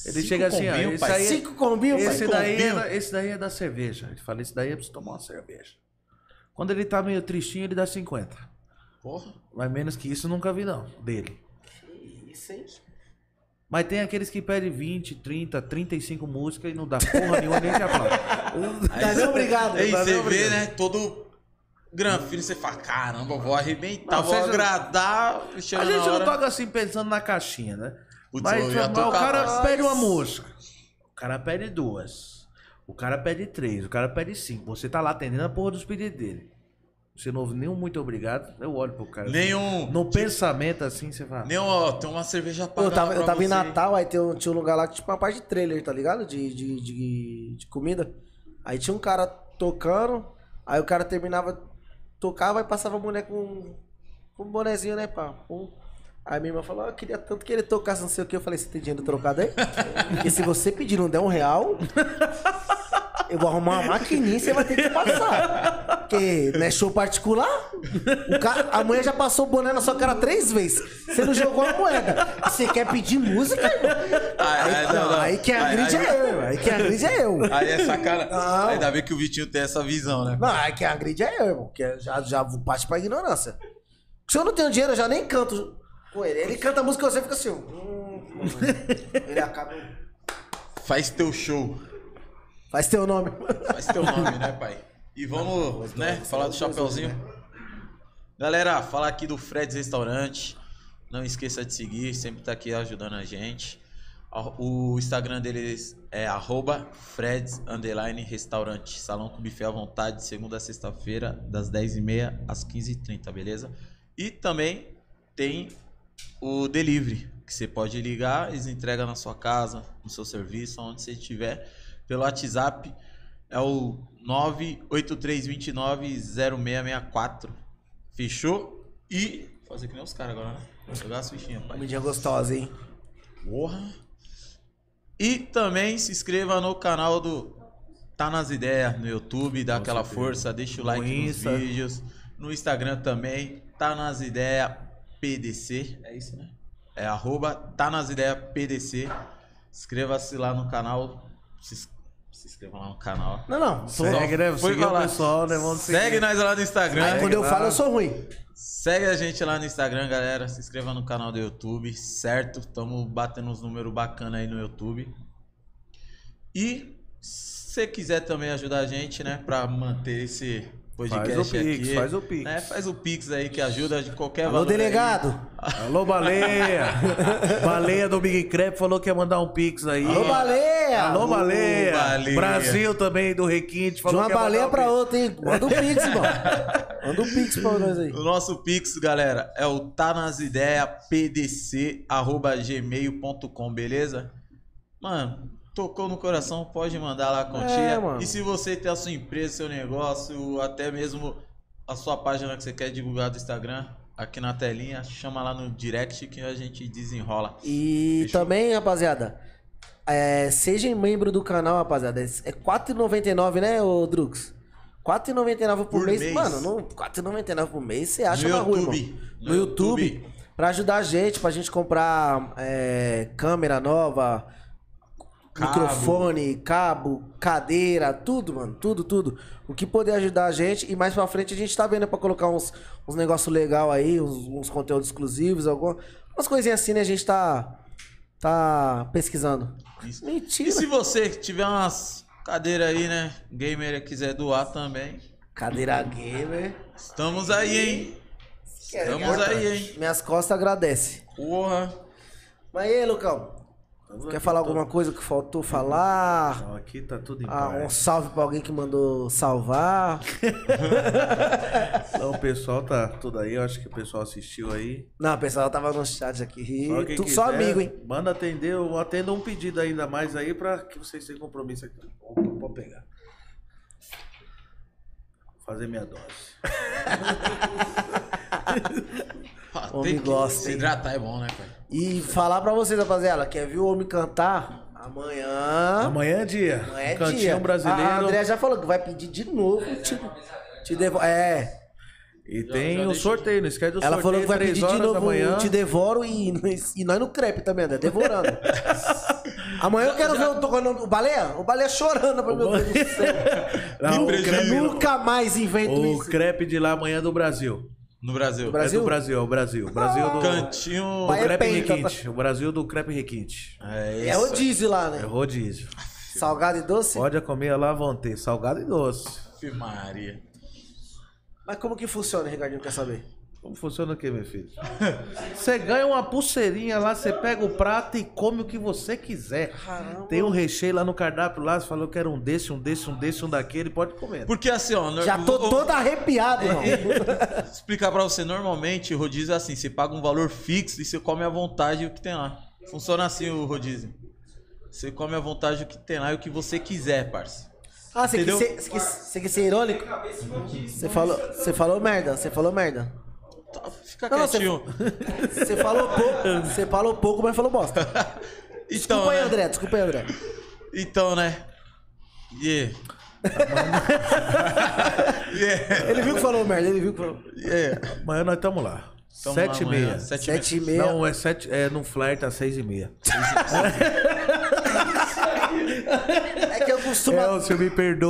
Ele chega assim, ó,
combinho,
esse
pai.
aí-
Cinco combinhos,
Esse
pai.
daí, é,
combina.
da- esse daí é da cerveja. Ele fala, esse daí é pra você tomar uma cerveja. Quando ele tá meio tristinho, ele dá 50.
Porra.
Mas menos que isso, eu nunca vi não, dele.
Isso, hein?
Mas tem aqueles que pedem 20, 30, 35 músicas e não dá porra nenhuma, nem te aplaude.
Tá nem obrigado.
Aí
tá nem
você vê,
obrigado.
né? Todo granfino, você fala, caramba, vou arrebentar,
Não,
vou
vocês-
agradar.
A gente não
tá-
toca assim pensando na caixinha, né?
Putz,
mas
eu ia
mas o
tocar,
cara
mas-
pede uma música. O cara pede duas. O cara pede três. O cara pede cinco. Você tá lá atendendo a porra dos pedidos dele. Você não ouve nenhum muito obrigado. Eu olho pro cara. assim.
Nenhum.
No pensamento assim, você fala.
Nenhum, ó, tem uma cerveja pagando
Eu tava,
pra
eu tava em
você.
Natal, aí tem um- tinha um lugar lá que tipo uma parte de trailer, tá ligado? De, de, de, de comida. Aí tinha um cara tocando, aí o cara terminava, tocava e passava a mulher com, com um bonezinho, né, pá? Pum. Aí minha irmã falou, "Ah, eu queria tanto que ele tocasse, não sei o que. Eu falei, você tem dinheiro trocado aí? Porque se você pedir e não der um real, eu vou arrumar uma maquininha e você vai ter que passar. Porque não é show particular? O cara, a mulher já passou o boné na sua cara três vezes. Você não jogou a moeda. Você quer pedir música? irmão?
Ah,
Aí,
é,
não, aí quem agride
aí-
é eu. Aí quem agride é eu.
Aí essa cara.
Não.
Ainda bem que o Vitinho tem essa visão, né?
Não, aí quem agride é eu, irmão. Que já, já parte pra ignorância. Se eu não tenho dinheiro, eu já nem canto com ele. Ele canta a música e você fica assim. ó. Hum, hum. ele acaba.
Faz teu show.
Faz teu nome.
Faz teu nome, né, pai? E vamos, né, falar do Chapeuzinho. Galera, falar aqui do Fred's Restaurante. Não esqueça de seguir, sempre tá aqui ajudando a gente. A- O Instagram deles é arroba Fred's underline restaurante. Salão com buffet à vontade, de segunda a sexta-feira, das 10h30 às 15h30, beleza? E também tem o delivery, que você pode ligar, eles entregam na sua casa, no seu serviço, onde você estiver, pelo WhatsApp. É o 983290664. Fechou? E. Fazer que nem os caras agora, né? Jogar as fichinhas, pai.
Comidinha gostosa, hein?
Porra! E também se inscreva no canal do Tá Nas Ideias no YouTube, dá aquela força, deixa o like nos
Insta.
vídeos. No Instagram também, Tá Nas Ideias PDC. É isso, né? É arroba Tá Nas Ideias PDC. Inscreva-se lá no canal. Se, ins- se inscreva lá no canal.
Não, não. Tô...
Segue, né?
Foi
Segue o
falar.
pessoal, né? Vamos seguir.
Segue nós lá no Instagram.
Aí quando eu falo, eu sou ruim.
Segue a gente lá no Instagram, galera. Se inscreva no canal do YouTube, certo? Tamo batendo uns números bacana aí no YouTube. E se você quiser também ajudar a gente, né, pra manter esse um podcast
Faz o Pix,
aqui.
faz o Pix.
né, faz o Pix aí que ajuda de qualquer
Alô,
valor.
delegado.
Alô, baleia! baleia do Big Crep falou que ia mandar um pix aí.
Alô, baleia.
Alô, baleia!
baleia.
Brasil também, do Requinte,
De
falou
uma
que ia mandar
baleia
um
pra
pix.
outra, hein? Manda um pix, mano. Manda um pix pra nós aí.
O nosso Pix, galera, é o tanasideia.pdc@gmail.com, beleza? Mano, tocou no coração, pode mandar lá a
É,
continha.
mano.
e se você tem a sua empresa, seu negócio, até mesmo a sua página que você quer divulgar do Instagram, aqui na telinha, chama lá no direct que a gente desenrola.
E
Fechou.
também, rapaziada, é, sejam membro do canal, rapaziada. É R$4,99, né, ô Drux? R$4,99 por,
Por
mês.
mês.
Mano, não, R$4,99 por mês você acha
no
na rua,
YouTube.
irmão. No YouTube, pra ajudar a gente, pra gente comprar é, câmera nova,
Cabo.
microfone, cabo, cadeira, tudo, mano. Tudo, tudo. O que poder ajudar a gente. E mais pra frente a gente tá vendo pra colocar uns, uns negócios legais aí, uns, uns conteúdos exclusivos, alguma, umas coisinhas assim, né? A gente tá, tá pesquisando.
Isso.
Mentira.
E se você tiver umas cadeiras aí, né? Gamer e quiser doar também.
Cadeira gamer.
Estamos aí, hein?
é
Estamos
Importante.
aí, hein?
Minhas costas agradecem.
Porra.
Mas e aí, Lucão?
Tamo
Quer
aqui,
falar
tô-
alguma coisa que faltou falar?
Não, Aqui tá tudo em
Ah, um
paz.
salve pra alguém que mandou salvar.
Então, o pessoal tá tudo aí, eu acho que o pessoal assistiu aí.
Não, pessoal, eu tava no chat aqui.
Só quem
Tu, só
quiser,
amigo, hein?
Manda atender, eu atendo um pedido ainda mais aí pra que vocês tenham compromisso aqui. Opa, pode pegar. Vou Fazer minha dose.
Ah,
Homem
tem que
gosta,
se
hein?
hidratar é bom, né, pai?
E falar pra vocês, rapaziada, quer ver o homem cantar? Amanhã.
Amanhã é dia.
Não é
Cantinho
dia.
brasileiro.
A André já falou que vai pedir de novo. Te, te devo... É,
E
Já-
tem
já
o
deixa-
sorteio, não esquece do
ela
sorteio.
falou que vai
três
pedir de
horas da
novo.
manhã.
Te devoro e, e nós no crepe também, André, devorando. Amanhã eu quero ver o, tocando- o baleia. O baleia chorando, meu Deus do céu. um
Não, o
Que
crepe-
prejuízo.
Nunca mais invento
O
isso.
crepe de lá amanhã é do Brasil.
No Brasil.
No Brasil.
É do Brasil, é o Brasil. O Brasil do, do
Cantinho.
Pai- é
crepe
penta,
requinte. O Brasil do crepe requinte.
É
É rodízio lá,
É
né?
rodízio.
Salgado e doce.
Pode comer lá, vão ter salgado e doce.
Ave Maria.
Mas como que funciona, Ricardinho? Quer saber?
Como funciona o que, meu filho? Você ganha uma pulseirinha lá, você pega o prato e come o que você quiser.
Caramba.
Tem um recheio lá no cardápio lá, você falou que era um desse, um desse, um desse, um daquele, pode comer.
Porque assim, ó. no-
Já tô
vou-
todo arrepiado, irmão.
vou Explicar pra você. Normalmente, rodízio é assim. Você paga um valor fixo e você come à vontade o que tem lá. Funciona assim o rodízio. Você come à vontade o que tem lá e o que você quiser, parça.
Ah, você quis,
Entendeu?
ser, você quis- você quis ser é irônico? Você falou, você falou merda, você falou merda.
Tá, Fica
Não, não, você-
quietinho.
Você falou pouco, você falou pouco, mas falou bosta.
Então,
Desculpa aí,
né?
André, desculpa aí, André.
Então, né? Yeah. yeah.
Ele viu que falou merda, ele viu que falou.
Yeah.
Amanhã nós estamos lá.
Tamo lá
sete e
amanhã,
meia.
Sete e meia.
Sete e meia.
Não, é sete, é num flyer tá seis e meia.
É que eu costumo É
É
Elcio, É, me perdoa.